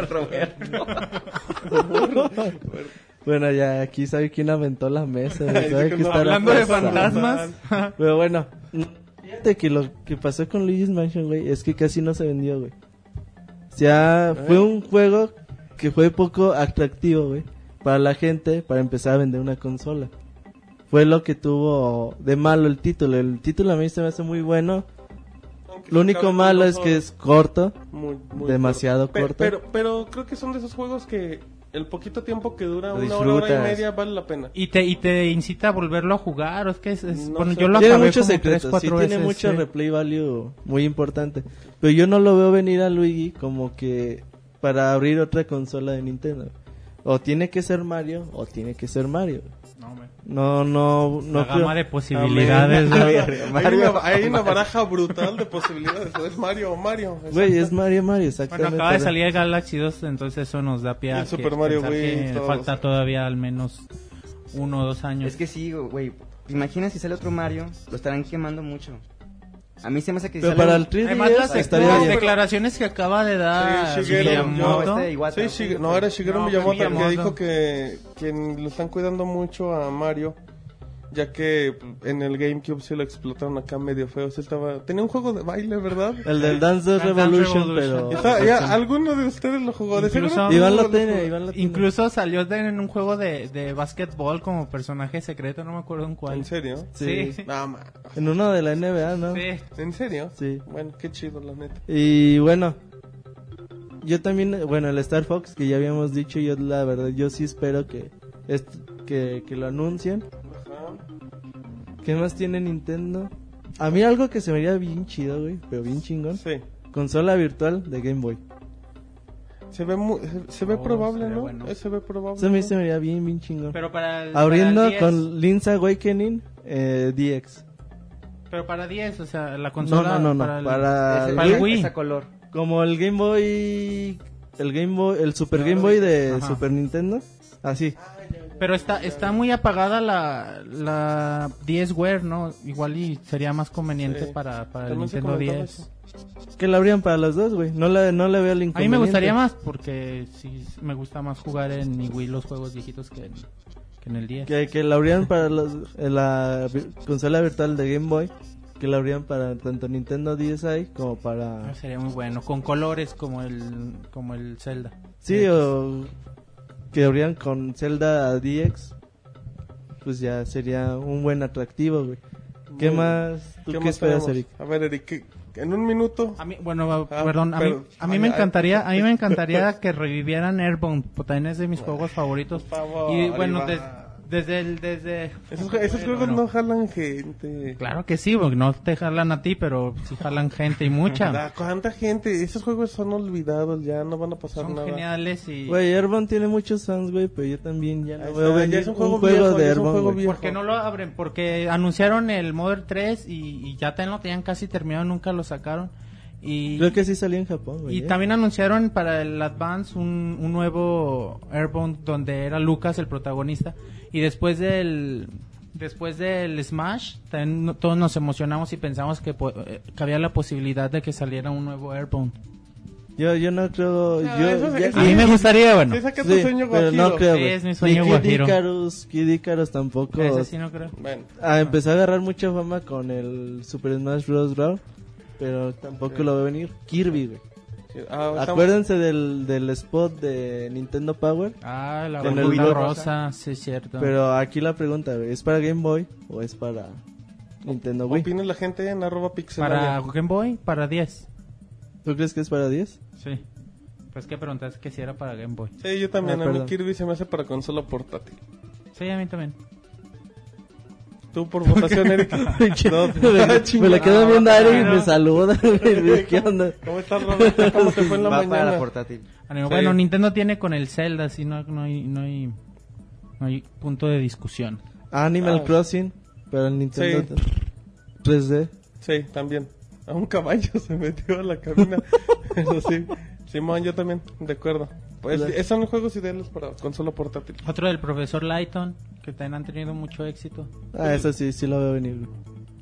S5: (laughs) bueno, ya aquí sabe quién aventó la mesa. güey,
S3: (laughs)
S2: Ay,
S5: sabe
S2: sí,
S5: que
S2: no,
S5: está la
S3: Hablando de
S5: pasada.
S3: fantasmas.
S5: Pero bueno, fíjate que lo que pasó con Luigi's Mansion, güey, es que casi no se vendió, güey. O sea, fue un juego que fue poco atractivo, güey, para la gente para empezar a vender una consola. Fue lo que tuvo de malo el título. El título a mí se me hace muy bueno.
S2: Aunque
S5: Lo
S2: se
S5: único
S2: acabe
S5: malo
S2: con
S5: es
S2: dos
S5: que
S2: horas.
S5: es corto.
S2: Muy- muy
S5: demasiado
S2: Pe-
S5: corto.
S2: Pero, pero creo que son de esos juegos que el poquito tiempo que dura,
S4: Lo
S2: una hora, hora y
S4: disfrutas.
S2: media, vale la
S5: (laughs)
S2: pena.
S3: Y te, y te incita a volverlo a jugar. o es que es, es-
S2: No
S3: bueno,
S2: sé.
S3: yo lo
S5: tiene
S3: acabé
S5: muchos
S3: como tres,
S5: secretos, sí,
S3: cuatro
S5: tiene
S3: veces,
S5: mucho
S3: sí.
S5: replay value muy importante. Pero yo no lo veo venir a Luigi como que para abrir otra consola de Nintendo. O tiene que ser Mario, o tiene que ser Mario.
S3: No, hombre.
S5: No, no, no.
S3: La
S5: creo.
S3: gama de posibilidades. güey.
S2: hay, una, hay una baraja brutal de posibilidades. o Es Mario o Mario.
S5: Güey,
S2: (laughs)
S5: es Mario, Mario,
S3: Bueno,
S5: exactamente.
S3: acaba de salir el Galaxy 2, entonces eso nos da pie a
S2: El
S3: que
S2: Super Mario
S3: pensar
S2: Wii,
S3: que
S2: todos.
S3: falta todavía al menos uno o dos años.
S4: Es que sí, güey. ¿Te imaginas si sale otro Mario? Lo estarán quemando mucho. A mí se me hace que si
S5: Pero
S4: sale
S5: para
S4: un-
S5: el 3DS
S3: Además, las,
S5: estaría
S3: las
S5: bien.
S3: declaraciones que acaba de dar
S2: Sí, Shigeru,
S3: Miyamoto.
S4: yo- este, igual.
S2: Sí, Shige- no, era Shigeru
S3: No,
S2: Miyamoto el que
S3: Miyamoto.
S2: dijo que, que lo están cuidando mucho a Mario. Ya que en el GameCube sí lo explotaron acá medio feo. Sí estaba... Tenía un juego de baile,
S3: (laughs)
S2: ¿verdad?
S5: El del Dance
S3: Dance
S5: Dance
S3: Dance
S5: Revolution,
S3: Revolution.
S5: pero.
S2: Está- ya, ¿Alguno de ustedes lo jugó? De
S3: Incluso-
S2: seguro-
S5: Iván lo
S2: jugó.
S5: tiene, Iván lo tiene.
S3: Incluso salió de- en un juego de, de básquetbol como personaje secreto, no me acuerdo en cuál.
S2: ¿En serio?
S3: Sí.
S5: Sí.
S2: No, ma-
S5: En uno de la NBA, ¿no?
S3: Sí.
S2: ¿En serio?
S5: Sí.
S2: Bueno, qué chido, la neta.
S5: Y bueno, yo también, bueno, el Star Fox que ya habíamos dicho, yo la verdad, yo sí espero que est- que, que lo anuncien. ¿Qué más tiene Nintendo? A mí algo que se me haría bien chido, güey, pero bien chingón.
S2: Sí.
S5: Consola virtual de Game Boy.
S2: Se ve, mu- se, se ve
S3: Oh,
S2: probable,
S3: se ve
S2: ¿no?
S3: bueno.
S2: Eh, Se ve probable.
S5: Eso a mí se me haría bien, bien chingón.
S3: Pero para el-
S5: Abriendo
S3: para el 10,
S5: con Link's Awakening eh, DX.
S3: Pero para 10, o sea, la
S5: No,
S3: consola.
S5: no, no, no.
S3: para
S5: Para,
S3: el-
S4: Ese-
S3: para el
S5: Wii,
S3: Wii.
S4: Esa color.
S5: Como el Game Boy... El Game Boy... El Super
S4: Claro,
S5: Game Boy de
S3: ajá.
S5: Super Nintendo. Así.
S3: Pero está, está muy apagada la, la 10-ware, ¿no? Igual y sería más conveniente
S2: Sí.
S3: para, para el
S2: También se
S3: Nintendo
S2: comentaba
S3: 10.
S2: eso.
S5: Que la abrían para las dos, güey. No le, no le veo el
S3: A
S5: inconveniente.
S3: mí me gustaría más porque sí me gusta más jugar en mi Wii los juegos viejitos que en, que en el 10.
S5: Que, que la abrían para los, eh, la vi- consola virtual de Game Boy. Que la abrían para tanto Nintendo DSi como
S3: Ah,
S5: para...
S3: Sería muy bueno, con colores como el como el Zelda.
S5: Sí, o que abrían con Zelda DX. Pues ya sería un buen atractivo, güey. ¿Qué
S2: Muy-
S5: más? ¿Tú
S2: ¿Qué
S5: qué,
S2: más
S5: esperas,
S2: tenemos?
S5: Eric?
S2: A ver, Eric, ¿qué- en un minuto.
S3: A mí, bueno,
S2: Ah,
S3: perdón, a mí,
S2: pero-
S3: a mí
S2: ay,
S3: me
S2: ay.
S3: encantaría, a mí
S2: (laughs)
S3: me encantaría que revivieran Airbound, porque también es de mis juegos favoritos.
S2: Por favor,
S3: y bueno,
S2: Iván.
S3: des- desde el desde
S2: Esos, jue- esos
S3: Bueno,
S2: juegos
S3: bueno.
S2: no jalan gente.
S3: Claro que sí, porque no te jalan a ti, pero sí jalan gente y
S2: Ah, (laughs)
S3: mucha.
S2: ¿Cuánta gente? Esos juegos son olvidados ya, no van a pasar
S3: Son
S2: nada.
S3: geniales y
S5: Güey, Airbound tiene muchos fans, güey, pero yo también ya
S2: Ahí
S5: no
S2: está,
S5: veo
S2: ya
S5: venir
S2: es un
S5: un
S2: juego
S5: juego,
S2: viejo, ya es
S5: de
S2: un
S5: Airbound,
S2: juego
S5: güey.
S2: viejo.
S3: ¿Por qué no lo abren? Porque anunciaron el Modern 3 y, y ya te- lo tenían casi terminado, nunca lo sacaron. Y,
S5: Creo que sí salió en Japón, güey.
S3: y
S5: eh.
S3: también anunciaron para el Advance un, un nuevo Airbound donde era Lucas el protagonista. Y después del después del Smash, también no- todos nos emocionamos y pensamos que, po- eh, que había la posibilidad de que saliera un nuevo Airbound.
S5: Yo, yo no creo...
S2: No,
S5: yo,
S2: eso es-
S5: ya-
S2: eso
S3: A mí me gustaría, bueno.
S2: Sí, saca tu
S5: Sí,
S2: sueño
S5: pero
S2: guajiro.
S5: no creo,
S3: Sí,
S5: güey.
S3: es mi sueño
S5: Ni Kid
S3: guajiro.
S5: Icarus, Kid Icarus tampoco.
S3: Ese sí no creo.
S2: Bueno,
S5: Ah, empezó a agarrar mucha fama con el Super Smash Bros. Brawl, pero tampoco lo va a venir. Kirby, güey.
S2: sí, ah, estamos-
S5: Acuérdense del, del spot de Nintendo Power.
S3: Ah, la
S5: Con el
S3: Bolita
S5: Blue
S3: rosa, sí, es cierto.
S5: Pero aquí la pregunta, güey, ¿es para Game Boy o es para Nintendo Wii.
S2: Opine la gente en arroba pixelania.
S3: Para Game Boy, para 10.
S5: ¿Tú crees que es para 10?
S3: Sí. Pues que preguntas que si era para Game Boy.
S2: Sí, yo también.
S5: Ah,
S2: a mí
S5: perdón.
S2: Kirby se me hace para consola portátil.
S3: Sí, a mí también.
S2: Tú por votación, Eric. (laughs) No,
S3: (laughs)
S2: ah,
S5: (laughs) me la
S2: chinga.
S5: quedo viendo a Eric y me
S3: no.
S5: saluda.
S2: (laughs)
S5: güey, ¿Qué onda?
S2: ¿Cómo estás, Roberto? ¿Cómo te fue en la
S4: Va para la
S2: mañana?
S4: portátil.
S3: Ah, no,
S2: Sí.
S3: Bueno, Nintendo tiene con el Zelda, así no, no, hay, no, hay, no hay punto de discusión.
S5: Animal
S2: Ah.
S5: Crossing para el Nintendo
S2: Sí.
S5: 3D.
S2: Sí, también. A un caballo (laughs) se metió a la cabina. Eso sí. Simón, yo también, de acuerdo. Pues,
S5: Claro.
S2: eh, son juegos ideales para consola portátil.
S3: Otro del profesor Lighton, que también han tenido mucho éxito.
S5: Ah, eso sí, sí lo veo venir. güey.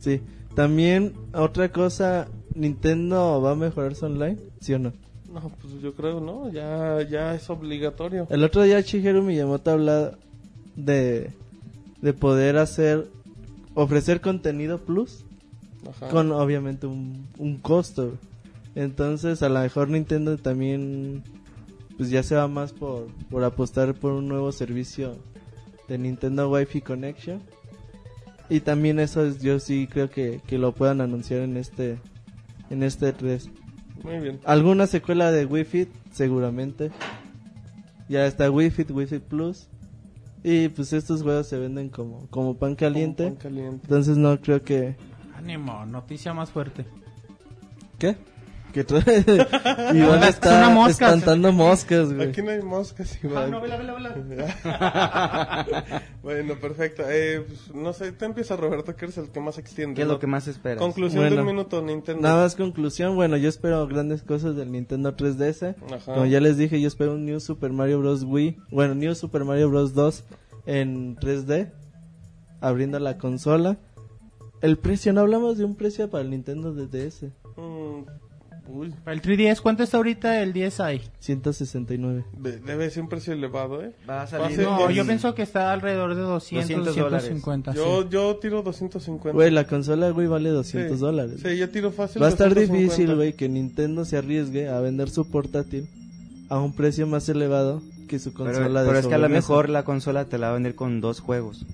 S5: Sí. También, otra cosa, ¿Nintendo va a mejorar su online? ¿Sí o no?
S2: No, pues yo creo, ¿no? Ya, ya es obligatorio.
S5: El otro día Shigeru Miyamoto hablaba de, de poder hacer, ofrecer contenido plus
S2: Ajá.
S5: con obviamente un, un costo. Entonces a lo mejor Nintendo también pues ya se va más por, por apostar por un nuevo servicio de Nintendo Wi-Fi Connection. Y también eso es- yo sí creo que, que lo puedan anunciar en este en este 3.
S2: Muy bien.
S5: Alguna secuela de Wii Fit, seguramente. Ya está Wii Fit, Wii Fit Plus. Y pues estos juegos se venden como, como pan caliente.
S2: Pan caliente.
S5: Entonces no creo que...
S3: Ánimo, noticia más fuerte.
S5: ¿Qué? Que tra- Iván
S3: Es
S5: está
S3: una mosca.
S5: espantando moscas, güey.
S2: Aquí no hay moscas, Iván. (laughs) bueno, perfecto. Eh, pues, no sé, te empieza Roberto, que eres el que más extiende.
S4: ¿Qué es
S2: ¿no?
S4: lo que más esperas?
S2: Conclusión de un
S5: Bueno.
S2: minuto, Nintendo.
S5: Nada más conclusión, bueno, yo espero grandes cosas del Nintendo 3DS.
S2: Ajá.
S5: Como ya les dije, yo espero un New Super Mario Bros. Wii, bueno, New Super Mario Bros. 2 en 3D, abriendo la consola. El precio, no hablamos de un precio para el Nintendo DS,
S2: Mm, uy,
S3: El 3DS, ¿cuánto está ahorita el 10i?
S5: 169.
S2: de- debe ser un precio elevado, ¿eh?
S4: Va a salir
S2: Sí,
S3: no,
S2: es-
S3: yo pienso que está alrededor de 200,
S4: 200 dólares.
S3: 250.
S2: Yo,
S3: sí.
S2: yo tiro 250.
S5: Ah, Güey, la consola, güey, vale
S2: Sí.
S5: 200 dólares.
S2: Sí, yo tiro fácil.
S5: Va a estar
S2: 250.
S5: difícil, güey, que Nintendo se arriesgue a vender su portátil a un precio más elevado que su
S4: Pero,
S5: consola de
S4: pero es que a lo
S5: sobremesa.
S4: mejor la consola te la va a vender con dos juegos.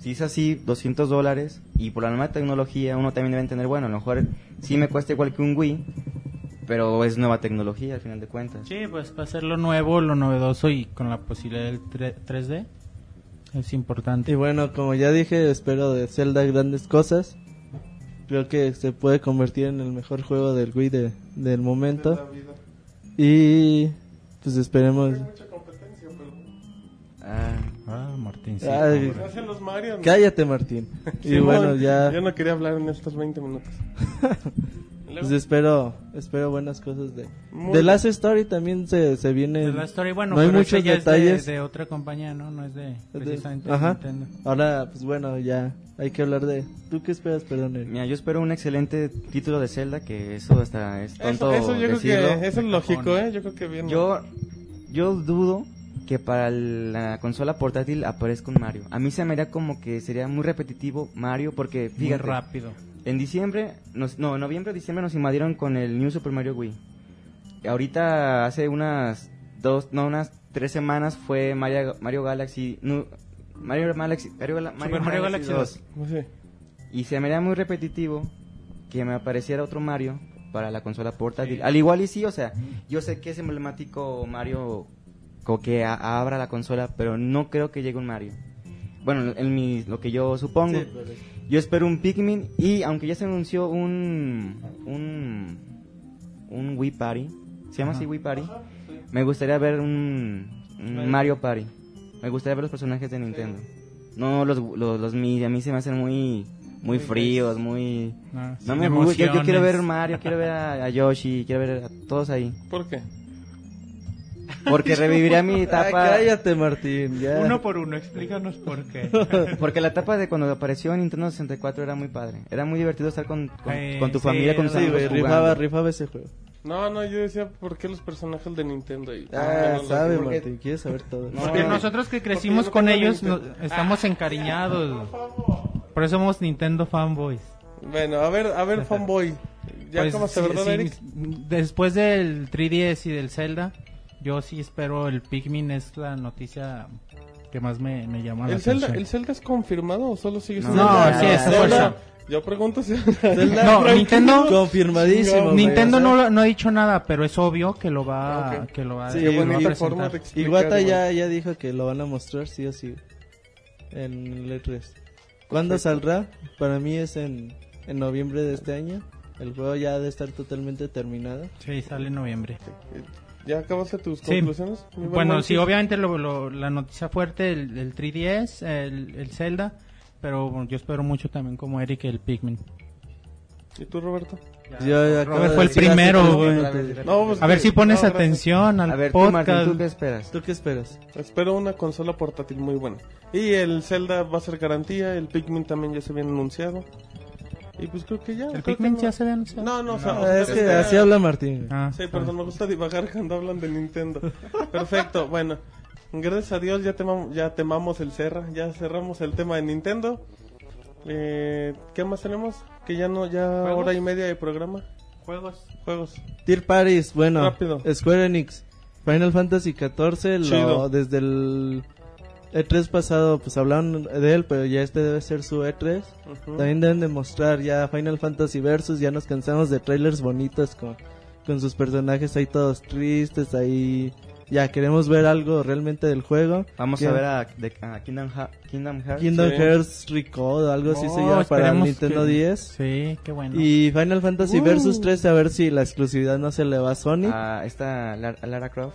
S4: Si es así, 200 dólares. Y por la nueva tecnología, uno también debe entender, bueno, a lo mejor sí me cuesta igual que un Wii. Pero es nueva tecnología al final de cuentas.
S3: Sí, pues para hacer lo nuevo, lo novedoso y con la posibilidad del tre- 3D es
S5: Y
S3: importante.
S5: bueno, como ya dije, espero de Zelda grandes cosas. Creo que se puede convertir en el mejor juego del Wii de- del
S2: De la
S5: momento.
S2: vida.
S5: Y pues esperemos.
S2: Hay mucha competencia, pero...
S4: Ah,
S3: Ah, Martín, sí,
S5: Ay,
S3: hombre.
S2: Gracias los Mario. ¿no?
S5: Cállate,
S4: (laughs)
S5: Martín. Y
S2: Simón,
S5: bueno,
S2: Yo
S5: ya
S2: no quería hablar en estos 20 minutos. Luego,
S5: (laughs) pues espero espero buenas cosas de
S2: Muy
S5: The
S2: bien.
S5: Last Story también se, se viene.
S3: De la historia, bueno,
S5: no hay
S3: pero ese
S5: muchos
S3: ya es de-
S5: detalles.
S3: de, otra compañía, ¿no? No es de
S5: de-
S3: precisamente
S5: ajá.
S3: Nintendo.
S5: Ahora, pues bueno, ya hay que hablar de. ¿Tú qué esperas, perdón? Eric?
S4: mira, yo espero un excelente título de Zelda, que eso hasta es tonto
S2: eso, eso yo creo
S4: decirlo.
S2: que eso es lógico, ¿eh? Yo creo que bien.
S4: Yo, yo dudo que para la consola portátil aparezca un Mario. A mí se me haría como que sería muy repetitivo Mario porque,
S3: Muy
S4: fíjate,
S3: rápido.
S4: en diciembre, nos- no, en noviembre o diciembre nos invadieron con el New Super Mario Wii. Y Ahorita hace unas dos, no, unas tres semanas fue Mario, Mario Galaxy, nu- Mario, Galaxy, Mario, Gala-
S3: Super Mario Galaxy 2.
S2: No sé.
S4: y se me haría muy repetitivo que me apareciera otro Mario para la consola portátil. Al igual y sí, o sea, yo sé que es emblemático Mario co- que a- abra la consola, pero no creo que llegue un Mario. Bueno, en mi, lo que yo supongo.
S5: Sí, pues, pero-
S4: Yo espero un Pikmin y aunque ya se anunció un un un Wii Party, se llama así
S3: Ajá.
S4: Wii Party. Me gustaría ver un, un Mario Party. Me gustaría ver los personajes de Nintendo. No los los, los Mii, a mí se me hacen muy muy fríos, muy
S5: Ah,
S3: No,
S4: no
S3: sin
S4: me gusta. Yo, yo quiero ver
S3: emociones.
S4: Mario, quiero ver a, a Yoshi, quiero ver a todos ahí,
S2: ¿Por qué?
S5: (laughs)
S4: porque reviviría mi
S5: Ah,
S4: etapa.
S5: cállate, Martín. Ya.
S3: Uno por uno, explícanos por qué.
S4: Porque la etapa de cuando apareció Nintendo 64 era muy padre. Era muy divertido estar con, con,
S3: Eh,
S4: con tu
S3: sí,
S4: familia, con tus
S3: era
S5: Sí,
S4: amigos
S5: güey,
S4: jugando.
S5: rifaba, rifaba ese juego.
S2: No, no, yo decía, ¿por qué los personajes de Nintendo? Y,
S5: Ah,
S2: no,
S5: sabe,
S2: porque-
S5: Martín, quieres saber todo.
S4: No.
S3: Porque nosotros que crecimos
S2: Porque yo
S3: con
S2: no tengo
S3: ellos
S2: Nintendo.
S3: nos- estamos
S2: Ah,
S3: encariñados. Por eso somos Nintendo fanboys.
S2: Bueno, a ver, a ver,
S5: (laughs)
S2: fanboy. ¿Ya
S3: Pues,
S2: acabaste,
S3: sí,
S2: verdad,
S3: sí,
S2: Eric?
S3: Después del 3DS y del Zelda, yo sí espero el Pikmin es la noticia
S6: que más me, me llama la
S2: ¿El Zelda,
S6: atención.
S2: ¿El Zelda es confirmado o solo sigue
S4: No,
S2: siendo-
S3: No,
S2: Ah,
S3: sí, es
S2: Zelda.
S3: fuerza.
S2: Yo pregunto si... (laughs)
S5: Zelda,
S3: No,
S5: tranquilo,
S3: Nintendo-
S5: Confirmadísimo. güey,
S3: Nintendo
S5: o sea,
S3: no, lo- no ha dicho nada, pero es obvio que lo va,
S2: Ah, ok.
S3: que lo va,
S5: Sí,
S3: que lo va
S5: bonita
S3: a
S2: Una
S3: presentar.
S2: forma de explicar,
S5: Iwata
S2: güey.
S5: ya, ya dijo que lo van a mostrar sí o sí en el E3. ¿Cuándo saldrá? Para mí es en, en noviembre de este año. El juego ya ha de estar totalmente terminado.
S3: Sí, sale en noviembre.
S2: ¿Ya acabaste tus
S3: Sí.
S2: conclusiones? mi buen
S3: Bueno,
S2: Monty?
S3: sí, obviamente lo- lo- la noticia fuerte, el, el 3DS, el, el Zelda, pero bueno, yo espero mucho también como Eric el Pikmin.
S2: ¿Y tú, Roberto?
S5: Yo ya acabo
S3: Robert
S5: de
S3: fue el
S5: decir hace
S3: primero,
S5: tres
S3: güey.
S5: minutos.
S2: No, pues,
S3: A ver
S2: que-
S3: si pones
S2: no, gracias.
S3: atención al
S4: A ver, tú,
S3: podcast.
S4: Martín, ¿tú qué esperas?
S5: ¿Tú qué esperas?
S2: Espero una consola portátil muy buena. Y el Zelda va a ser garantía, el Pikmin también ya se viene anunciado. Y pues creo que ya.
S3: ¿El
S2: creo que
S3: Pikmin
S2: no-
S3: ya se ve anunciado?
S2: No, no, o sea,
S5: Ah,
S2: o sea,
S5: es que
S2: este-
S5: así habla Martín. güey.
S3: Ah,
S2: Sí, perdón,
S3: ah.
S2: me gusta divagar cuando hablan de Nintendo. Perfecto, bueno. Gracias a Dios ya, temam- ya temamos el cerra, ya cerramos el tema de Nintendo. Eh, ¿Qué más tenemos? Que ya no, ya
S3: ¿Juegos?
S2: hora y media de programa.
S3: Juegos.
S2: Juegos.
S5: Tier Paris, bueno,
S2: Rápido.
S5: Square Enix, Final Fantasy XIV, lo-
S2: Chido.
S5: desde el E3 pasado, pues hablaron de él, pero ya este debe ser su E3.
S2: Ujú.
S5: También deben de mostrar ya Final Fantasy Versus, ya nos cansamos de trailers bonitos con, con sus personajes ahí todos tristes, ahí ya queremos ver algo realmente del juego.
S4: Vamos
S5: Que-
S4: a ver a, de- a Kingdom, Ha- Kingdom Hearts.
S5: Kingdom
S2: Sí.
S5: Hearts Record, algo así se
S3: Oh,
S5: llama para el
S3: esperemos
S5: Nintendo
S3: que-
S5: 10.
S3: Sí, qué bueno.
S5: Y Final Fantasy
S2: Uh.
S5: Versus 3, a ver si la exclusividad no se le va a Sony.
S3: Ah.
S4: A esta Lara, a Lara Croft.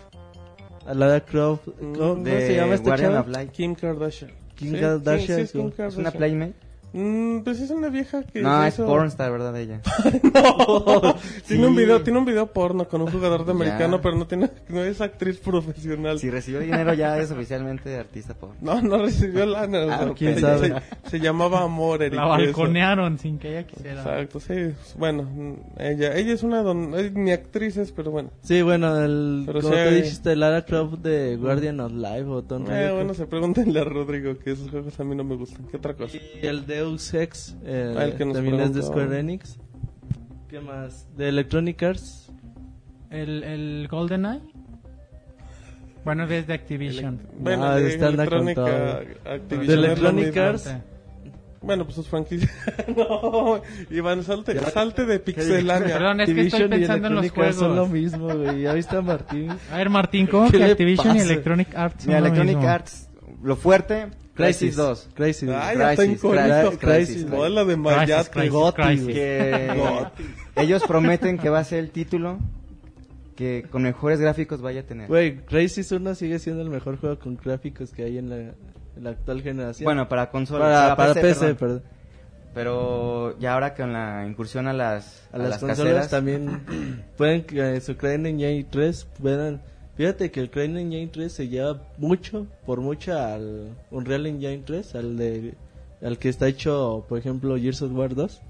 S5: A Lara Croft.
S2: Mm.
S5: ¿Cómo, cómo
S4: de
S5: se llama esta
S4: Guardian
S5: chava?
S4: of Light.
S2: este Kim Kardashian.
S5: Kim
S2: Sí, sí,
S5: Kardashian,
S2: sí es Kim
S5: sí.
S4: ¿Es
S2: Kardashian.
S4: una Playmate?
S2: Mm, pues es una vieja que.
S4: No,
S2: se
S4: es
S2: hizo-
S4: pornstar, ¿verdad? de Ella.
S2: (laughs) tiene, un video, tiene un video porno con un jugador de
S4: Ya.
S2: americano, pero no, tiene, no es actriz profesional.
S4: Si recibió dinero ya es oficialmente artista porno.
S2: No, no recibió lana. o
S4: Ah,
S2: sea,
S4: quién
S2: se-
S5: sabe.
S2: Se, se llamaba Amor, Eric.
S3: la
S2: eso.
S3: balconearon sin que ella quisiera.
S2: Exacto, sí. Bueno, mm, ella, ella es una don, eh, ni actriz es, pero bueno.
S5: Sí, bueno, el,
S2: Pero
S5: como
S2: sí
S5: te
S2: hay-
S5: dijiste, Lara Croft de Guardian of Life o Tomb
S2: Eh,
S5: Raider.
S2: bueno, se pregúntenle a Rodrigo que esos juegos a mí no me gustan. ¿Qué otra cosa?
S5: Y el Deus Ex eh,
S2: Ah, el que nos
S5: también es de
S2: preguntó.
S5: Square Enix. ¿Qué más? De Electronic Arts.
S3: ¿El, el GoldenEye? Bueno, es de Activision.
S2: Bueno,
S5: Ah,
S2: de
S5: está la
S2: Electronic
S5: contada.
S2: a- Activision
S5: De
S2: es lo
S5: Electronic
S2: mismo.
S5: Arts.
S2: Bueno, pues sus franquicias. (laughs) no, Iván, salte, salte de Pixelania.
S3: Perdón, es que
S5: Activision
S3: estoy
S5: y
S3: pensando en los
S5: Electronic Arts
S3: juegos.
S5: Son lo mismo, güey. Ya viste
S3: (laughs)
S5: a Martín.
S3: A ver, Martín, ¿cómo
S5: ¿Qué
S3: que
S5: le
S3: Activision y
S5: pasa?
S3: Electronic Arts son
S4: Mira,
S3: lo
S4: Electronic
S3: mismo?
S4: Arts, lo fuerte, Crisis 2.
S5: Crisis.
S2: Ah,
S4: Ay,
S2: ya está
S4: Crisis, Crisis,
S2: incorrecto.
S4: Crisis,
S2: Bola de
S3: Crisis,
S2: Mayate.
S3: Crisis,
S5: Gotti,
S3: Crisis.
S5: güey. (laughs)
S4: Que ellos prometen que va a ser el título que con mejores gráficos vaya a tener.
S5: Güey, Crisis 1 sigue siendo el mejor juego con gráficos que hay en la, en la actual generación.
S4: Bueno, para consola,
S5: para, para PC,
S4: perdón.
S5: perdón.
S4: Pero ya ahora con la incursión a las,
S5: a las, consolas
S4: caseras,
S5: (clears throat) también pueden que eh, su Crying Engine 3 puedan fíjate que el Crying Engine 3 se lleva mucho por mucho al Unreal Engine 3 al de al que está hecho por ejemplo Gears of War 2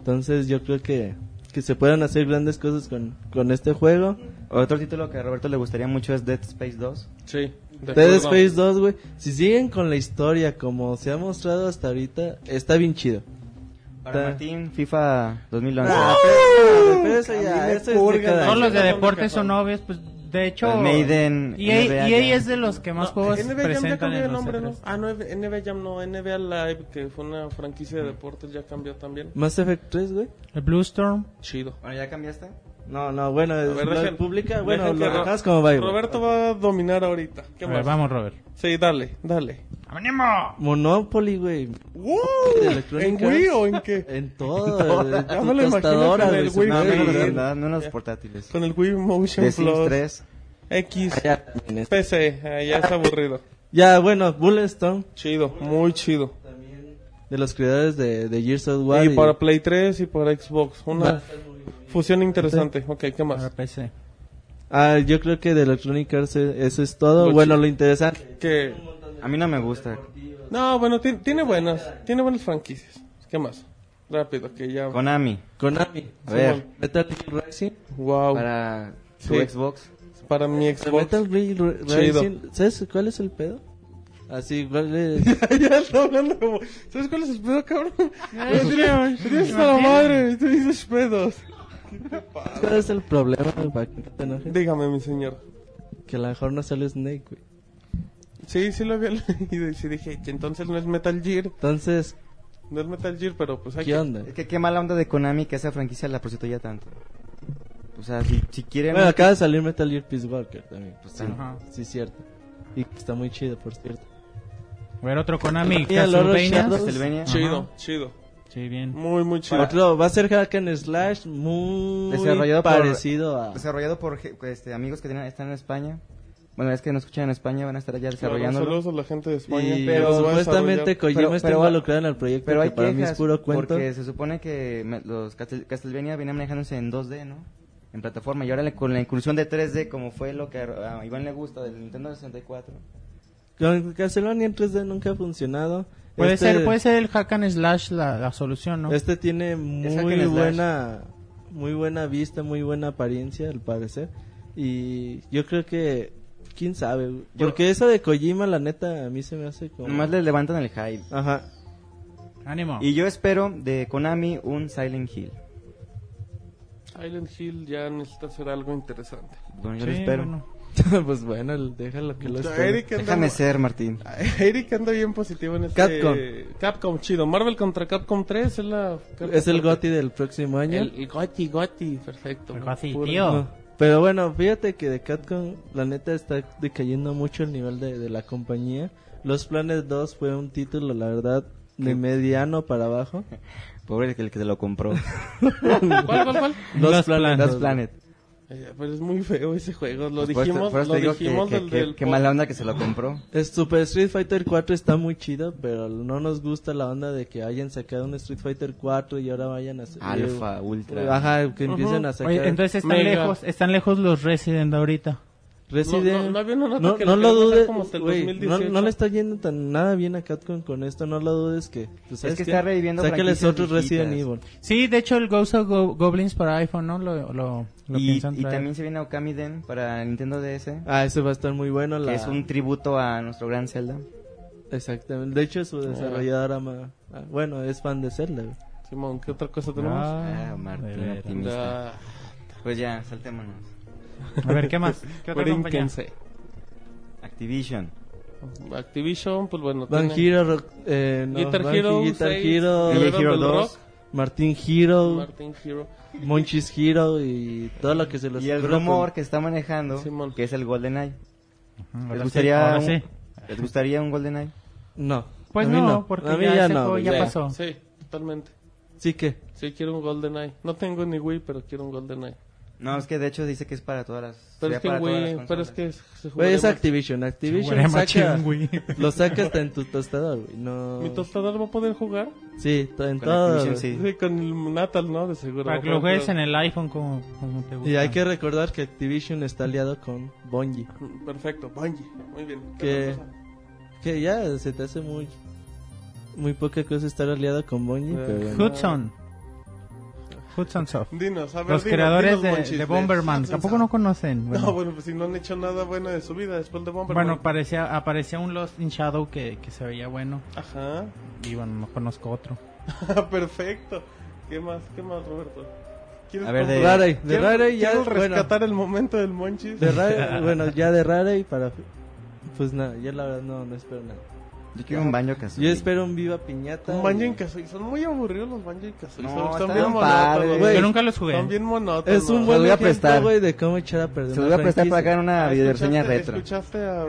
S5: entonces yo creo que que se puedan hacer grandes cosas con, con este juego
S4: Otro título que a Roberto le gustaría mucho es Dead Space 2.
S2: Sí, de
S5: Dead
S2: acuerdo.
S5: Space 2 güey si siguen con la historia como se ha mostrado hasta ahorita está bien chido
S4: Para
S5: Está-
S4: Martín, Ah. FIFA 2011.
S5: pero eso ya, eso es de cada
S3: Todos
S5: año.
S3: los de
S2: Son de
S3: deportes
S2: cajón.
S3: son obvios, pues de hecho.
S4: Pues Maiden,
S3: EA, EA
S4: NBA, ya.
S3: es de los que más juegos
S2: NBA Jam ya
S3: presentan
S2: cambió
S3: en
S2: el
S3: los
S2: nombre, ¿no?
S3: E3.
S2: Ah, no, NBA Jam no, NBA Live, que fue una franquicia
S3: Mm.
S2: de deportes, ya cambió también.
S5: Mass Effect 3 güey
S3: El Blue Storm.
S2: Chido.
S4: Bueno, ¿ya cambiaste?
S5: No, no, bueno,
S2: A
S5: es-
S2: ver,
S5: lo
S2: dejen-
S5: publica, bueno,
S2: dejen
S5: lo
S2: que Ro-
S5: dejas como va. güey.
S2: Roberto va a dominar ahorita. ¿Qué
S3: A
S2: más?
S3: ver, vamos, Robert.
S2: Sí, dale, dale.
S3: ¡Ánimo!
S5: Monopoly, güey. ¿De Electronic
S2: ¿En Wii
S5: Arts?
S2: o en
S5: (laughs)
S2: qué?
S5: En todo, en
S2: Ya
S5: tu
S2: me lo imagino
S5: tostadora,
S2: con el
S5: güey, su
S2: Wii,
S4: No,
S5: madre,
S2: güey.
S4: menos
S5: güey.
S4: de verdad, no en los portátiles.
S2: Con el Wii Motion
S4: The Sims
S2: Plus.
S4: 3.
S2: X.
S5: Ah, Ya, también es-
S2: PC. Ah, ya está aburrido.
S5: Ya, bueno, Bulletstorm,
S2: Chido, muy chido.
S5: de los creadores de, de Gears of War.
S2: Y
S5: y-
S2: para Play 3 y para Xbox. Una
S5: Va.
S2: fusión interesante. Ok, ¿qué
S3: Para
S2: más?
S3: PC.
S5: Ah, yo creo que de Electronic Arts e- eso es todo.
S2: Lo
S5: bueno, lo interesante.
S2: Que...
S4: A mí no me gusta.
S2: No, bueno, ti- tiene buenas. Tiene buenas franquicias. ¿Qué más? Rápido, que ya...
S4: Konami.
S5: Konami,
S4: A ver,
S5: Metal Gear Rising.
S2: Wow. Para,
S4: para
S2: Sí.
S4: tu Xbox.
S2: mi
S5: De
S2: Xbox.
S5: Metal Gear Ri-
S2: Chido.
S5: Rising. ¿Sabes cuál es el pedo? Así, ¿cuál es?
S2: (laughs) ya está hablando como... ¿Sabes cuál es el pedo, cabrón? Tienes a la madre. Tú dices pedos.
S5: ¿Cuál es el problema, güey, para que no te enojes?
S2: Dígame, mi señor.
S5: Que a lo mejor no sale Snake, güey.
S2: Sí, sí lo había (laughs) leído y sí dije, "Ch- entonces no es Metal Gear,
S5: Entonces,
S2: no es Metal Gear, pero pues hay
S5: ¿qué
S2: que-
S5: onda?
S4: Es que qué mala onda de Konami que esa franquicia la prostituya tanto. O sea, si, si quieren...
S5: Bueno, acaba de salir Metal Gear Peace Walker también.
S4: Pues sí.
S3: Ajá.
S5: Sí, cierto. Y está muy chido, por cierto.
S3: A ver, otro Konami.
S5: Mira, Lord of
S3: Castlevania.
S5: Shadows.
S4: Castlevania.
S2: Chido,
S3: Ajá.
S2: chido.
S3: Sí, bien.
S2: Muy, muy chido.
S5: Otro, va a ser Hack and Slash muy
S4: Desarrollado por-
S5: parecido a...
S4: Desarrollado por je- este, amigos que tienen- están en España. Bueno, es que nos escuchan en España, van a estar allá
S2: Claro,
S4: desarrollándolo.
S2: saludos a la gente de España.
S5: Y
S2: que los va a
S5: supuestamente
S2: desarrollar.
S5: Kojima
S4: Pero-
S5: está
S4: pero-
S5: involucrado en el proyecto
S4: Pero
S5: que
S4: hay
S5: para mí es
S4: quejas,
S5: puro cuento.
S4: porque se supone que me- los Castel- Castlevania venían manejándose en 2D, ¿no? En plataforma, y ahora le- con la inclusión de 3D, como fue lo que a a Iván le gusta del Nintendo 64.
S5: Con Castlevania en 3D nunca ha funcionado.
S3: Puede
S5: Este-
S3: ser, puede ser el hack and slash la, la solución, ¿no?
S5: Este tiene
S4: hack and
S5: muy
S4: slash.
S5: buena, muy buena vista, muy buena apariencia, al parecer. Y yo creo que, quién sabe, güey.
S4: Yo-
S5: porque eso de Kojima, la neta, a mí se me hace como.
S4: Nomás le levantan el hype.
S5: Ajá. (laughs)
S3: Ánimo.
S4: Y yo espero de Konami un Silent Hill.
S2: Silent Hill ya necesita hacer algo interesante.
S4: Bueno, yo
S3: Sí,
S4: lo espero.
S3: bueno.
S5: pues bueno, el- déjalo que lo espere.
S2: Eric anda-
S4: Déjame ser, Martín.
S2: (laughs) Eric anda bien positivo en este...
S5: Capcom.
S2: Capcom, chido. Marvel contra Capcom 3 es la...
S5: Es el GOTI del próximo año.
S2: El, el Gotti, Gotti, perfecto.
S3: El Gotti,
S2: Puro-
S3: tío.
S5: No. Pero bueno, fíjate que de Catcom, la neta está decayendo mucho el nivel de, de la compañía. Los Planet 2 fue un título, la verdad, de mediano para abajo.
S4: Pobre el que, el que te lo
S5: (laughs)
S4: compró.
S2: ¿Cuál, cuál, cuál?
S3: (laughs) Los Planet.
S4: Last Planet.
S2: Eh, pero es muy feo ese juego. Lo
S4: Por eso-
S2: dijimos,
S4: Pues, por eso
S2: lo
S4: te digo que-
S2: dijimos
S4: que,
S2: del,
S4: que-
S2: del
S4: que
S2: pod-
S4: mala onda que se lo compró.
S5: Es Super Street Fighter 4 está muy chido, pero no nos gusta la onda de que hayan sacado un Street Fighter 4 y ahora vayan a hacer...
S4: Alfa, Ultra.
S5: Ajá, que empiecen
S2: Ujú.
S5: a sacar...
S3: Oye, entonces están
S2: Mega.
S3: lejos, están lejos los Resident ahorita.
S5: Resident...
S2: No, no, no había una nota
S5: No-
S2: que lo
S5: no lo
S2: querían
S5: dudes,
S2: dejar como hasta el
S5: güey, no,
S2: 2018.
S5: no le está yendo tan nada bien a Catcom con esto, no lo dudes que... pues, ¿sabes
S4: que
S5: qué?
S4: está reviviendo
S5: Sácales
S4: franquicias
S5: otro Resident
S4: viejitas.
S5: Evil.
S3: Sí, de hecho el Ghost of Go- Goblins para iPhone, ¿no? Lo, lo, lo
S4: Y,
S3: piensan
S4: y
S3: traer.
S4: también se viene Okami Den para Nintendo DS.
S5: Ah, ese va a estar muy bueno. La...
S4: Que es un tributo a nuestro gran Zelda.
S5: Exactamente. De hecho, su
S2: Oh.
S5: desarrolladora, ma- ah, bueno, es fan de Zelda. güey.
S2: Simón, ¿qué otra cosa tenemos?
S3: Ah,
S4: Ah,
S3: de
S4: Martín,
S3: veras.
S4: optimista.
S2: La-
S4: Pues ya, saltémonos.
S3: A ver, ¿qué más?
S2: (laughs)
S3: ¿Qué otra compañía?
S2: Brinquense.
S4: Activision.
S2: Activision, pues bueno.
S5: Van
S2: tiene-
S5: Hero, Rock- eh, no,
S2: Guitar
S5: Van
S2: Hero,
S5: Guitar
S2: seis,
S5: Hero,
S2: Guerrero
S4: Guitar Hero
S2: del
S4: 2,
S2: Rock,
S5: Martín
S3: Oh.
S5: Hero,
S2: Martin Hero.
S5: Monchis Hero y todo lo que se les
S4: Y el
S5: ocurra
S4: rumor que está manejando,
S2: Simón.
S4: que es el GoldenEye.
S3: Ujú, ahora
S4: ¿Les
S3: sí,
S4: gustaría,
S3: ahora
S4: un,
S3: Mm, sí.
S4: ¿les gustaría un GoldenEye?
S5: con- No.
S3: Pues
S5: a mí
S3: no, porque
S5: a mí
S3: ya ese
S5: no,
S3: juego
S5: güey.
S3: ya
S2: Sí,
S3: pasó.
S2: Sí, totalmente.
S5: Sí que.
S2: Sí, quiero un Golden Eye. No tengo ni Wii, pero quiero un Golden Eye.
S4: No, es que de hecho dice que es para todas las...
S2: Pero
S4: sería
S2: es que
S4: para
S2: en
S4: todas
S2: Wii,
S4: las
S2: pero es
S4: consolas.
S2: que se juega
S5: Güey, es
S2: mucho.
S5: Activision. Activision
S3: Huele
S5: saca.
S3: machín, güey.
S5: Lo saca hasta en tu tostador, güey. No.
S2: ¿Mi tostador va a poder jugar?
S5: Sí, to- en
S4: Con
S5: todo.
S4: Activision, sí.
S5: güey.
S2: Sí, con el Natal, ¿no? De seguro.
S3: Para que lo juegues en el iPhone como, como te gusta.
S5: Y hay que recordar que Activision está aliado con Bungie.
S2: Mm, Perfecto, Bungie. Muy bien.
S5: Que, que ya se te hace muy muy poca cosa estar aliado con Bungie,
S2: Eh,
S5: pero bueno.
S3: Hudson. Hudson Soft.
S2: Dinos, a ver,
S3: Los
S2: dinos,
S3: creadores
S2: dinos,
S3: de,
S2: Monchis,
S3: de Bomberman. Tampoco no conocen. Bueno,
S2: No, bueno, pues si no han hecho nada bueno de su vida después de Bomberman.
S3: bueno parecía, aparecía un Lost in Shadow que, que se veía bueno.
S2: Ajá. (laughs)
S3: Y bueno, no conozco otro.
S2: Perfecto. ¿Qué más? ¿Qué más, Roberto? ¿Quieres
S4: A ver, de-
S2: comprar-
S5: Rare, de
S2: ¿Quieres-
S5: Rare ya,
S2: ¿quieres
S5: bueno.
S2: rescatar el momento del Monchis?
S5: De Rare- bueno, ya de Rare y para pues nada, yo la verdad no no espero nada.
S4: Yo quiero un baño casual.
S5: Yo espero un Viva Piñata.
S2: Un Banjo
S5: y-
S2: en Kazooie. Son muy aburridos los Banjo en Kazooie.
S4: No,
S2: Son- son,
S4: están
S2: bien
S4: padres.
S2: monótonos.
S5: Güey,
S3: Yo nunca los jugué.
S2: Son bien monótonos.
S5: Es un
S4: Se lo
S5: buen
S4: voy a
S5: ejemplo,
S4: prestar.
S5: güey, de cómo echar a perder
S4: Se lo
S5: una
S4: voy a prestar para acá
S5: franquicia.
S4: en una
S2: Ah,
S4: videoreseña
S2: ¿Escuchaste-
S4: retro.
S2: ¿Escuchaste a, a- a
S3: La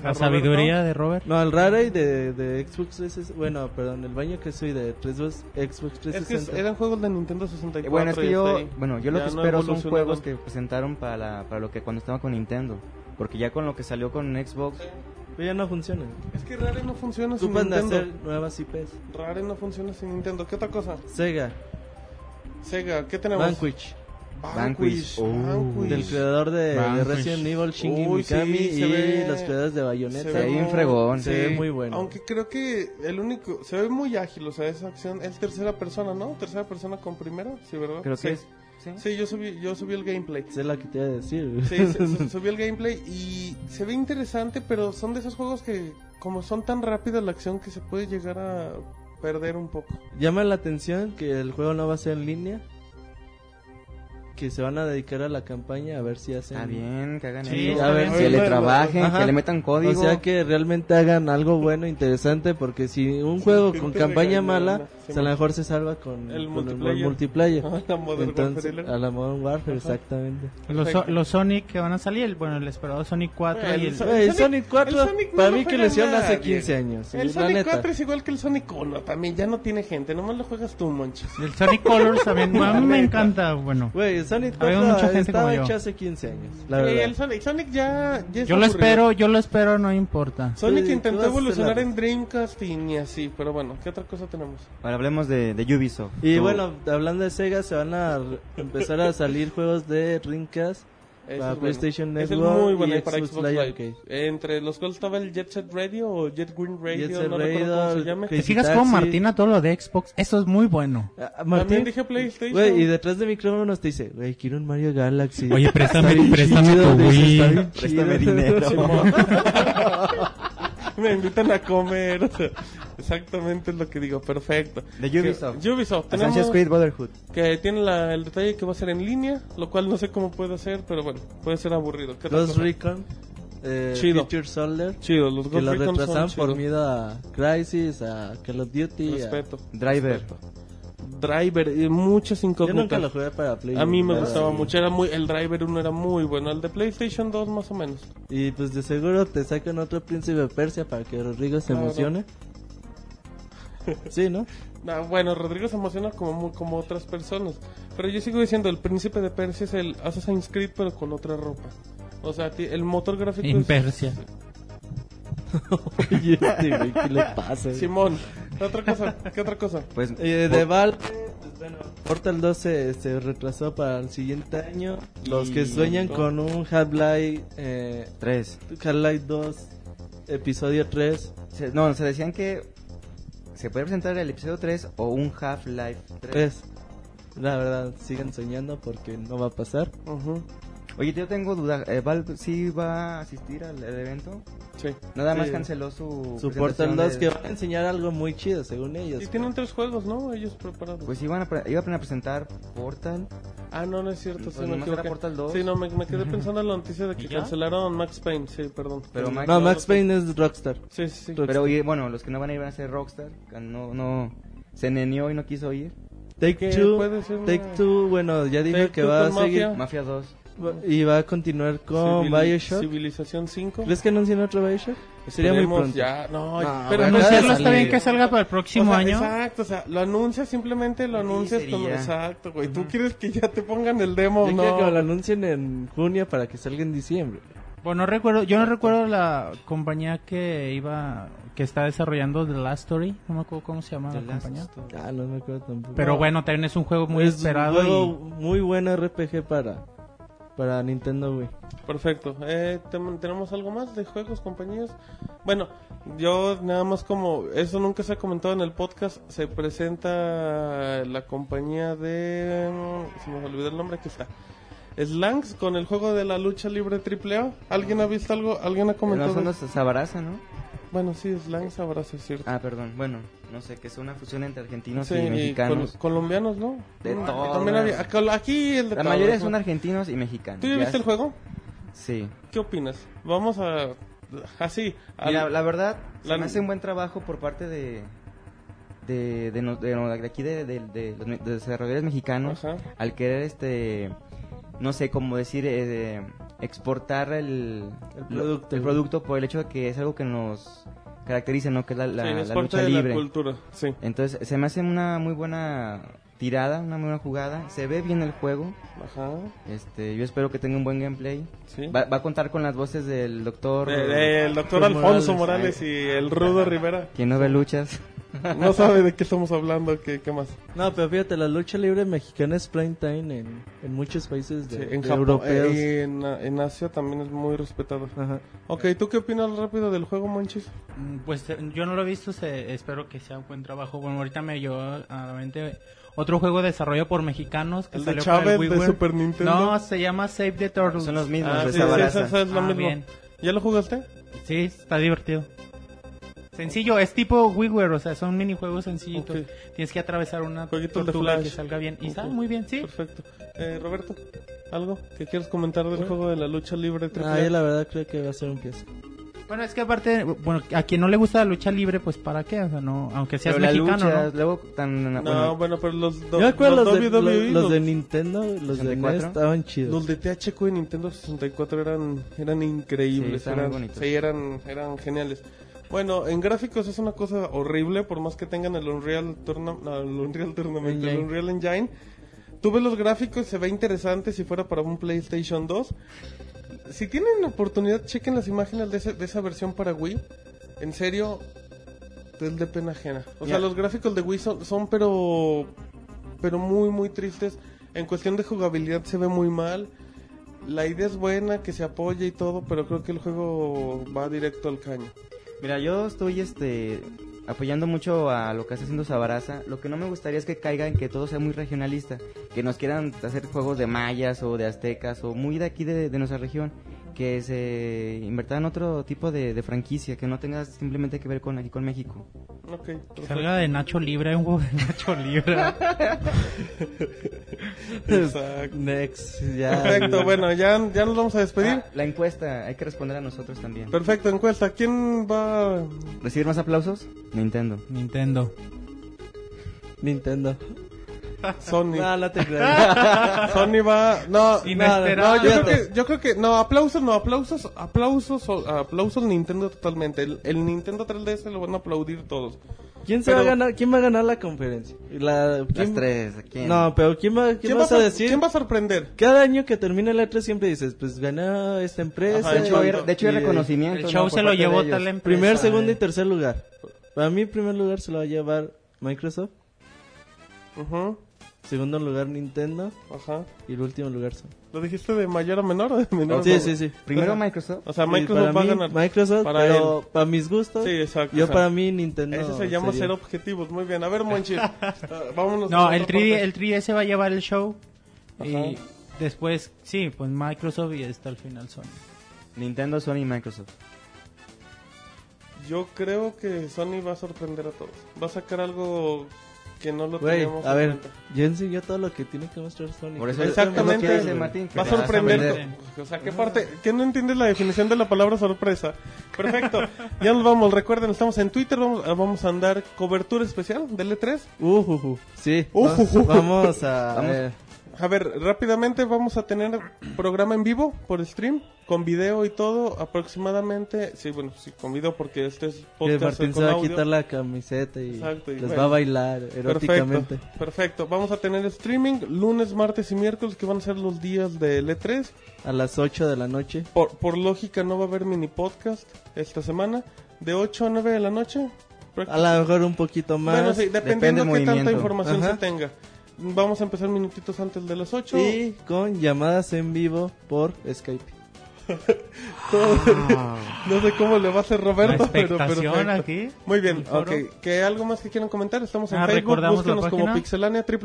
S2: Roberto?
S3: sabiduría de Robert.
S5: No, el Rare y de, de Xbox 360, bueno, perdón, el baño que soy de 3, Xbox
S2: Es que
S5: 360.
S2: es- eran juegos de Nintendo 64.
S4: Eh, Bueno, es que
S2: y hasta
S4: yo,
S2: ahí.
S4: bueno, yo lo
S2: Ya
S4: que
S2: no
S4: espero son
S2: evolucionaron.
S4: juegos que presentaron para, la- para lo que cuando estaba con Nintendo. Porque ya con lo que salió con Xbox,
S5: Pero ya no funciona.
S2: Es que Rare no funciona sin
S5: Tú puedes
S2: Nintendo.
S5: hacer nuevas IPs.
S2: Rare no funciona sin Nintendo. ¿Qué otra cosa?
S5: Sega,
S2: Sega, ¿qué tenemos?
S5: Vanquish, Uh,
S2: Vanquish.
S4: Vanquish. Oh.
S2: Vanquish.
S5: del creador de, de
S3: Vanquish.
S5: Resident Evil, Shinji
S2: Uy, sí,
S5: Mikami
S2: se
S5: y
S2: ve-
S5: los creadores de Bayonetta.
S2: Se
S4: ve
S5: Y-
S4: bien fregón.
S5: Se ve muy bueno.
S2: Aunque creo que el único. Se ve muy ágil, o sea, esa acción. Es tercera persona, ¿no? Tercera persona con primera, sí, ¿verdad?
S4: creo
S2: sí.
S4: que es... ¿sí?
S2: Sí, yo subí, yo subí el gameplay.
S5: Sé lo que te iba a decir.
S2: Sí, su-
S5: (laughs)
S2: su- subí el gameplay y se ve interesante, pero son de esos juegos que, como son tan rápidos la acción, que se puede llegar a perder un poco.
S5: Llama la atención que el juego no va a ser en línea. que se van a dedicar a la campaña a ver si hacen.
S4: Está bien, que hagan
S3: Sí,
S4: eso.
S3: a ver,
S4: que
S5: sí.
S4: le trabajen,
S5: Ajá.
S4: que le metan
S5: O
S4: código.
S5: sea que realmente hagan algo bueno, interesante, porque si un juego
S2: que
S5: con
S2: te
S5: campaña
S2: regañen,
S5: mala,
S2: sí,
S5: a lo mejor se salva con
S2: El
S5: con
S2: multiplayer. (laughs)
S5: multiplayer.
S2: Ajá, la Modern
S5: Entonces,
S2: Warfare.
S5: a la Modern Warfare, exactamente.
S3: Los,
S2: Perfecto.
S3: los Sonic que van a salir, el- bueno, el esperado Sonic 4
S2: Bueno,
S3: y
S2: el
S3: el...
S2: Sonic-
S5: Güey,
S2: el
S5: Sonic 4,
S2: el Sonic no
S5: para
S2: lo
S5: mí que
S2: juega
S5: lo hicieron
S2: nadie.
S5: hace 15 años.
S2: El
S5: la
S2: Sonic
S5: neta.
S2: 4 es igual que el Sonic 1, también ya no tiene gente, nomás lo juegas tú, Monchis.
S3: El Sonic Colors también, bueno, a mí me encanta, bueno.
S5: Güey, el Sonic
S3: Había
S5: 4
S3: mucha gente
S5: estaba
S3: como yo.
S5: hecho hace 15 años. La
S2: Sí,
S5: verdad.
S2: Eh, el Sonic, Sonic ya, ya es
S3: Yo lo
S2: aburrido.
S3: espero, yo lo espero, no importa.
S2: Sonic
S5: Sí, tú
S2: intentó
S5: vas a hacer
S2: evolucionar
S5: la-
S2: en Dreamcast y ni así, pero bueno, ¿qué otra cosa tenemos?
S4: Ahora hablemos de, de Ubisoft.
S5: Y
S4: Tú-
S5: bueno, hablando de Sega, se van a r- empezar a salir juegos de Dreamcast
S2: Eso
S5: para
S2: es bueno.
S5: PlayStation
S2: Ese
S5: Network
S2: es muy bueno
S5: y
S2: para
S5: Xbox
S2: Xbox
S5: Live
S2: Live.
S5: Arcade.
S2: Entre los cuales estaba el Jet Set Radio o Jet Green Radio,
S5: Jet Set
S2: no recuerdo cómo
S5: Radio,
S2: se llama.
S5: que-
S3: Que sigas como
S5: Taxi.
S3: Martina todo lo de Xbox, eso es muy bueno.
S5: Ah,
S2: También
S5: Martín,
S2: dije PlayStation.
S5: güey, y detrás de micrófonos te dice, güey, quiero un Mario Galaxy.
S6: Oye, préstame,
S5: Está bien
S6: préstame tu
S5: chido, dice,
S6: Wii.
S5: está bien
S4: Préstame
S5: chido. (laughs)
S4: dinero.
S2: Simón. (laughs) Me invitan a comer. o sea, Exactamente es lo que digo. Perfecto.
S4: De
S2: Que-
S4: Ubisoft.
S2: Ubisoft.
S4: Assassin's
S2: Tenemos
S4: Creed Brotherhood.
S2: que tiene la- el detalle que va a ser en línea, lo cual no sé cómo puede ser, pero bueno, puede ser aburrido. ¿Qué otra
S5: Ghost
S2: cosa?
S5: Recon, eh,
S2: Chido.
S5: Future Soldier,
S2: Chido, los
S5: que
S2: Ghost
S5: lo
S2: Recon son
S5: retrasan por
S2: chidos.
S5: miedo a Crisis, a Call of Duty. a-
S2: Respeto.
S4: Driver.
S2: Driver, y muchas
S5: Yo nunca lo
S2: incógnitas.
S5: jugué para Play.
S2: A mí me
S5: la
S2: gustaba
S5: verdad.
S2: mucho, era muy el Driver 1 era muy bueno, el de PlayStation 2 más o menos.
S5: Y pues de seguro te sacan otro príncipe de Persia para que Rodrigo se
S2: Claro.
S5: emocione. (laughs) Sí, ¿no?
S2: Ah, bueno, Rodrigo se emociona como, mu- como otras personas. Pero yo sigo diciendo, el príncipe de Persia es el Assassin's Creed, pero con otra ropa. O sea, ti- el motor gráfico
S3: En
S2: es-
S3: Persia.
S5: Oye, este güey, ¿qué le pasa? güey?
S2: Simón, ¿qué otra cosa? ¿Qué otra cosa?
S4: Pues
S5: Eh, de Valve, pues bueno, Portal 2 se, se retrasó para el siguiente año. Los que
S4: Y-
S5: sueñan con un Half-Life eh,
S4: 3.
S5: Half-Life 2, episodio 3.
S4: Se- no, se decían que se puede presentar el episodio 3 o un Half-Life 3.
S5: 3. La verdad, sigan soñando porque no va a pasar.
S2: Ujú,
S4: Oye, yo tengo duda. eh, ¿Valve sí va a asistir al, al evento?
S2: Sí.
S4: Nada más
S5: Sí.
S4: canceló su.
S5: Su
S4: presentación
S5: Portal 2
S4: de-
S5: que van a enseñar algo muy chido, según ellos.
S2: Y tienen tres juegos, ¿no? Ellos preparados.
S4: Pues iban a, pre- iban a presentar Portal.
S2: ah, no, no es cierto. sí,
S4: Pues
S2: me
S4: nomás era
S2: equivoqué.
S4: Portal 2.
S2: Sí, no, me, me quedé pensando en la noticia de que
S3: ¿Y ya?
S2: cancelaron Max Payne, sí, perdón.
S4: Pero Max-
S5: No, Max Payne es Rockstar.
S2: Sí, sí, sí.
S4: Pero oye, bueno, los que no van a ir van a ser Rockstar. que No, no. Se neneó y no quiso ir.
S5: Take
S2: Que
S5: Two,
S2: puede ser una-
S5: Take Two, bueno, ya dijo
S2: Take
S5: que
S2: Two
S5: va a
S2: con
S5: seguir
S4: Mafia 2.
S5: va- y va a continuar con
S2: Civil-
S5: Bioshock.
S2: Civilización 5.
S5: ¿Crees que anuncien otro Bioshock? Sería muy
S2: Esperemos
S5: pronto.
S2: Ya, no,
S5: No,
S2: pero
S5: bueno,
S2: anunciarlo
S5: ya
S3: Anunciarlo
S5: de
S3: está
S5: salir.
S3: bien que salga para el próximo
S2: O sea,
S3: año.
S2: Exacto, o sea, lo anuncias, simplemente lo anuncias
S4: sería.
S2: como exacto, güey. Tú quieres que ya te pongan el demo,
S5: Yo
S2: ¿no?
S5: quiero que lo anuncien en junio para que salga en diciembre.
S3: Bueno, no recuerdo, yo no recuerdo la compañía que iba, que está desarrollando The Last Story, no me acuerdo cómo se llama la compañía.
S5: Ah, no me acuerdo tampoco.
S3: Pero bueno, también es un juego muy
S5: es
S3: esperado
S5: un juego
S3: y
S5: muy buen RPG para, para Nintendo Wii.
S2: Perfecto. Eh, tem- ¿Tenemos algo más de juegos, compañías? Bueno, yo nada más como... Eso nunca se ha comentado en el podcast. Se presenta la compañía de... mm, Se me olvidó el nombre que está. Slangs con el juego de la lucha libre AAA. ¿Alguien ha visto algo? ¿Alguien ha
S4: No
S2: comentado?
S4: son los Sabaraza, ¿no?
S2: Bueno, sí, Slangs habrá, sí, es cierto.
S4: Ah, perdón. Bueno, no sé, que es una fusión entre argentinos
S2: Sí,
S4: y
S2: y col-
S4: mexicanos.
S2: colombianos, ¿no?
S4: De
S2: No,
S4: todo.
S2: también había- acá- aquí el de
S4: La
S2: todo,
S4: mayoría
S2: ¿no?
S4: son argentinos y mexicanos.
S2: ¿Tú ya
S4: Ya
S2: viste
S4: es-
S2: el juego?
S4: Sí.
S2: ¿Qué opinas? Vamos a... Así. al-
S4: Mira, la verdad, se
S2: Ah, la-
S4: me hace un buen trabajo por parte de. De, de, no- de no- de aquí de, de- de los me- de desarrolladores mexicanos
S2: Ajá.
S4: al querer este no sé cómo decir eh, de exportar el,
S5: El
S4: lo-
S5: producto.
S4: el producto por el hecho de que es algo que nos caracteriza no que es la, la-
S2: sí,
S4: la
S2: es parte
S4: lucha
S2: de
S4: libre
S2: la cultura, sí.
S4: entonces se me hace una muy buena tirada una muy buena jugada se ve bien el juego
S2: Ajá.
S4: este yo espero que tenga un buen gameplay
S2: Sí.
S4: va, Pues va a contar con las voces del doctor
S2: De- de- el doctor Alfonso Morales, y el Rudo Rivera.
S4: quien no ve luchas
S2: No sabe de qué estamos hablando, qué, qué más.
S5: No, pero fíjate, la lucha libre mexicana es prime time en, en muchos países de,
S2: Sí, en
S5: de
S2: Japón,
S5: europeos.
S2: eh, en, en Asia también es muy respetado.
S5: Ajá.
S2: Ok, ¿tú qué opinas rápido del juego, Monchis?
S3: mm, pues eh, yo no lo he visto, se- espero que sea un buen trabajo. Bueno, ahorita me llegó a la mente otro juego desarrollado por mexicanos que
S2: El de
S3: salió para
S2: Chávez,
S3: el
S2: de
S3: WiiWare.
S2: Super Nintendo.
S3: No, se llama Save the Turtles.
S4: son los mismos
S2: Ah,
S4: de
S2: sí, sí,
S4: Sabaraza.
S2: eso- eso es lo
S3: Ah,
S2: mismo.
S3: bien.
S2: ¿Ya lo jugaste?
S3: Sí, está divertido. Sencillo, es tipo WiiWare, o sea, son minijuegos sencillitos.
S2: Ok.
S3: Tienes que atravesar una
S2: Jueguitos de
S3: tortuga
S2: Flash.
S3: que salga bien. Y
S2: Ok.
S3: sale muy bien, sí.
S2: Perfecto. Eh, Roberto, ¿algo que quieres comentar del juego de la lucha libre? triple
S5: Ah,
S2: A?
S5: yo la verdad creo que va a ser un fiasco.
S3: Bueno, es que aparte, bueno, a quien no le gusta la lucha libre, pues para qué, o sea, no, aunque seas
S4: Pero la
S3: mexicano,
S4: lucha,
S3: ¿no?
S4: luego tan...
S2: No,
S4: bueno,
S2: bueno, pero los,
S5: Yo
S2: do-
S5: me
S2: los
S5: acuerdo los, de,
S2: WWE,
S5: los- los
S2: los-
S5: de Nintendo, los de NES
S4: 64.
S5: estaban chidos.
S2: Los de THQ de Nintendo 64 eran, eran
S4: Sí,
S2: increíbles.
S4: estaban
S2: eran,
S4: muy bonitos.
S2: sí, eran, eran geniales. Bueno, en gráficos es una cosa horrible, por más que tengan el Unreal, Tourna- no, el Unreal Tournament, el
S5: Engine.
S2: Unreal Engine. Tú ves los gráficos, se ve interesante si fuera para un PlayStation 2. Si tienen oportunidad, chequen las imágenes de, ese- de esa versión para Wii. En serio, es de pena ajena. O sea,
S4: Ya.
S2: los gráficos de Wii son, son pero pero muy muy tristes. En cuestión de jugabilidad se ve muy mal. La idea es buena, que se apoye y todo, pero creo que el juego va directo al caño.
S4: Mira, yo estoy este apoyando mucho a lo que está haciendo Sabaraza. Lo que no me gustaría es que caiga en que todo sea muy regionalista, que nos quieran hacer juegos de mayas o de aztecas o muy de aquí de, de nuestra región, que se inviertan en otro tipo de, de franquicia, que no tenga simplemente que ver con aquí con México.
S2: Ok,
S3: Que
S2: perfecto.
S3: Salga de Nacho Libre, un juego de (laughs)
S2: (laughs)
S3: Nacho Libre.
S2: Exacto.
S5: (laughs) Next, ya.
S2: Perfecto, bueno, ya, ya nos vamos a despedir.
S4: Ah, la encuesta, hay que responder a nosotros también.
S2: Perfecto, encuesta. ¿Quién va?
S4: ¿Recibir más aplausos? Nintendo.
S3: Nintendo.
S5: Nintendo. (laughs)
S2: Sony.
S5: No, no te
S2: (laughs)
S5: creas.
S2: Sony va. No,
S3: Inesperado.
S2: no, yo, creo que, yo creo que. No, aplausos, no, aplausos, aplausos, o- aplausos Nintendo totalmente. El, el Nintendo 3DS lo van a aplaudir todos.
S5: ¿Quién, se va a ganar, ¿Quién va a ganar la conferencia? La,
S4: Las
S5: ¿quién-
S4: tres, ¿a quién?
S5: No, pero ¿quién, va, quién, vas
S2: va sor-
S5: a decir?
S2: ¿Quién va a sorprender?
S5: Cada año que termina el E3 siempre dices, pues ganó esta empresa.
S3: pues,
S2: Ajá,
S4: de hecho, hay, de hecho hay
S5: Y, eh,
S4: reconocimiento.
S3: El show
S4: ¿no?
S3: se
S4: por
S3: lo
S4: parte de
S3: llevó
S4: ellos.
S3: tal empresa.
S5: Primer, segundo
S3: eh.
S5: y tercer lugar. Para mí, primer lugar se lo va a llevar Microsoft.
S2: Ujú,
S5: Segundo lugar, Nintendo.
S2: ajá.
S5: Y el último lugar, Sony.
S2: ¿Lo dijiste de mayor a menor o de menor a
S5: Sí,
S2: mayor?
S5: sí, sí.
S4: Primero Microsoft.
S2: O sea,
S5: Sí,
S2: Microsoft
S5: para
S2: va
S5: mí,
S2: a ganar.
S5: Microsoft,
S2: Para
S5: pero
S2: él.
S5: para mis gustos.
S2: Sí, exacto.
S5: Yo
S2: o sea,
S5: para mí Nintendo.
S2: Ese se llama
S5: sería.
S2: ser objetivos. Muy bien. A ver,
S5: (laughs)
S2: Monchis. ah, vámonos.
S3: No,
S2: a
S3: el
S2: otra
S3: 3D,
S2: parte.
S3: el 3DS va a llevar el show.
S2: Ajá.
S3: Y después, sí, pues Microsoft y hasta el final Sony.
S4: Nintendo, Sony y Microsoft.
S2: Yo creo que Sony va a sorprender a todos. Va a sacar algo que no lo
S5: Güey,
S2: teníamos
S5: a
S2: en
S5: ver,
S2: cuenta.
S5: yo enseñé todo lo que tiene que mostrar Sony.
S4: Por eso es-
S2: Exactamente.
S4: es lo que dice Martín, que
S2: va a
S4: te vas a
S2: sorprender.
S4: vender.
S2: o sea, ¿qué parte? ¿Qué no entiendes la definición de la palabra sorpresa? Perfecto. ya nos vamos. Recuerden, estamos en Twitter. Vamos, ah, vamos a andar cobertura especial del E E3.
S5: Ujuju. Sí.
S2: Ujuju. (laughs)
S5: Vamos a.
S4: Vamos.
S5: eh,
S2: A ver, rápidamente vamos a tener programa en vivo por stream, con video y todo, aproximadamente, sí, bueno, sí, con video porque este es
S5: que
S2: podcast
S5: Martín se
S2: con
S5: va a
S2: audio.
S5: quitar la camiseta y,
S2: Exacto, y
S5: les
S2: bueno.
S5: va a bailar eróticamente.
S2: Perfecto, perfecto. Vamos a tener streaming lunes, martes y miércoles que van a ser los días de L3.
S5: A las 8 de la noche.
S2: Por, por lógica no va a haber mini podcast esta semana, de 8 a 9 de la noche. prácticamente.
S5: A lo mejor un poquito más.
S2: bueno, sí,
S4: depende
S2: dependiendo
S4: del
S2: qué tanta
S4: movimiento.
S2: información
S5: Ajá.
S2: se tenga. Vamos a empezar minutitos antes de las 8.
S5: Y con llamadas en vivo por Skype.
S2: (laughs)
S5: (laughs)
S2: No sé cómo le va a hacer Roberto,
S3: La
S2: pero
S3: expectación
S2: perfecto.
S3: aquí.
S2: Muy bien,
S3: El foro.
S2: ok. ¿Que algo más que quieran comentar? Estamos en
S3: Ah,
S2: Facebook,
S3: recordamos la
S2: búsquenos como
S3: página.
S2: Pixelania,
S5: (laughs)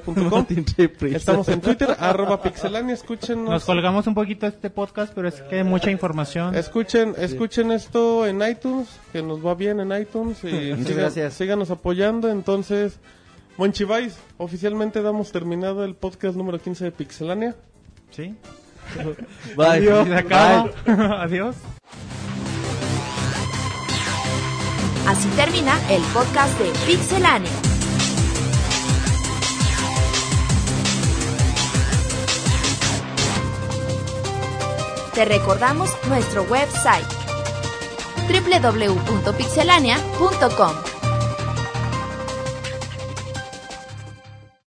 S2: www.pixelania.com.
S5: Martín trae prisa.
S2: Estamos en Twitter,
S4: (laughs)
S2: arroba Pixelania, escúchenos.
S3: Nos colgamos un poquito este podcast, pero es que hay mucha información.
S2: Escuchen, escuchen esto en iTunes, que nos va bien en iTunes. Y
S4: Muchas
S2: sigan-
S4: gracias.
S2: Síganos apoyando. Entonces, Monchivais, oficialmente damos terminado el podcast número 15 de Pixelania.
S3: Sí.
S5: Bye.
S3: Y (laughs) se acaba. (laughs) Adiós.
S1: Así termina el podcast de Pixelania. Te recordamos nuestro website www.pixelania.com.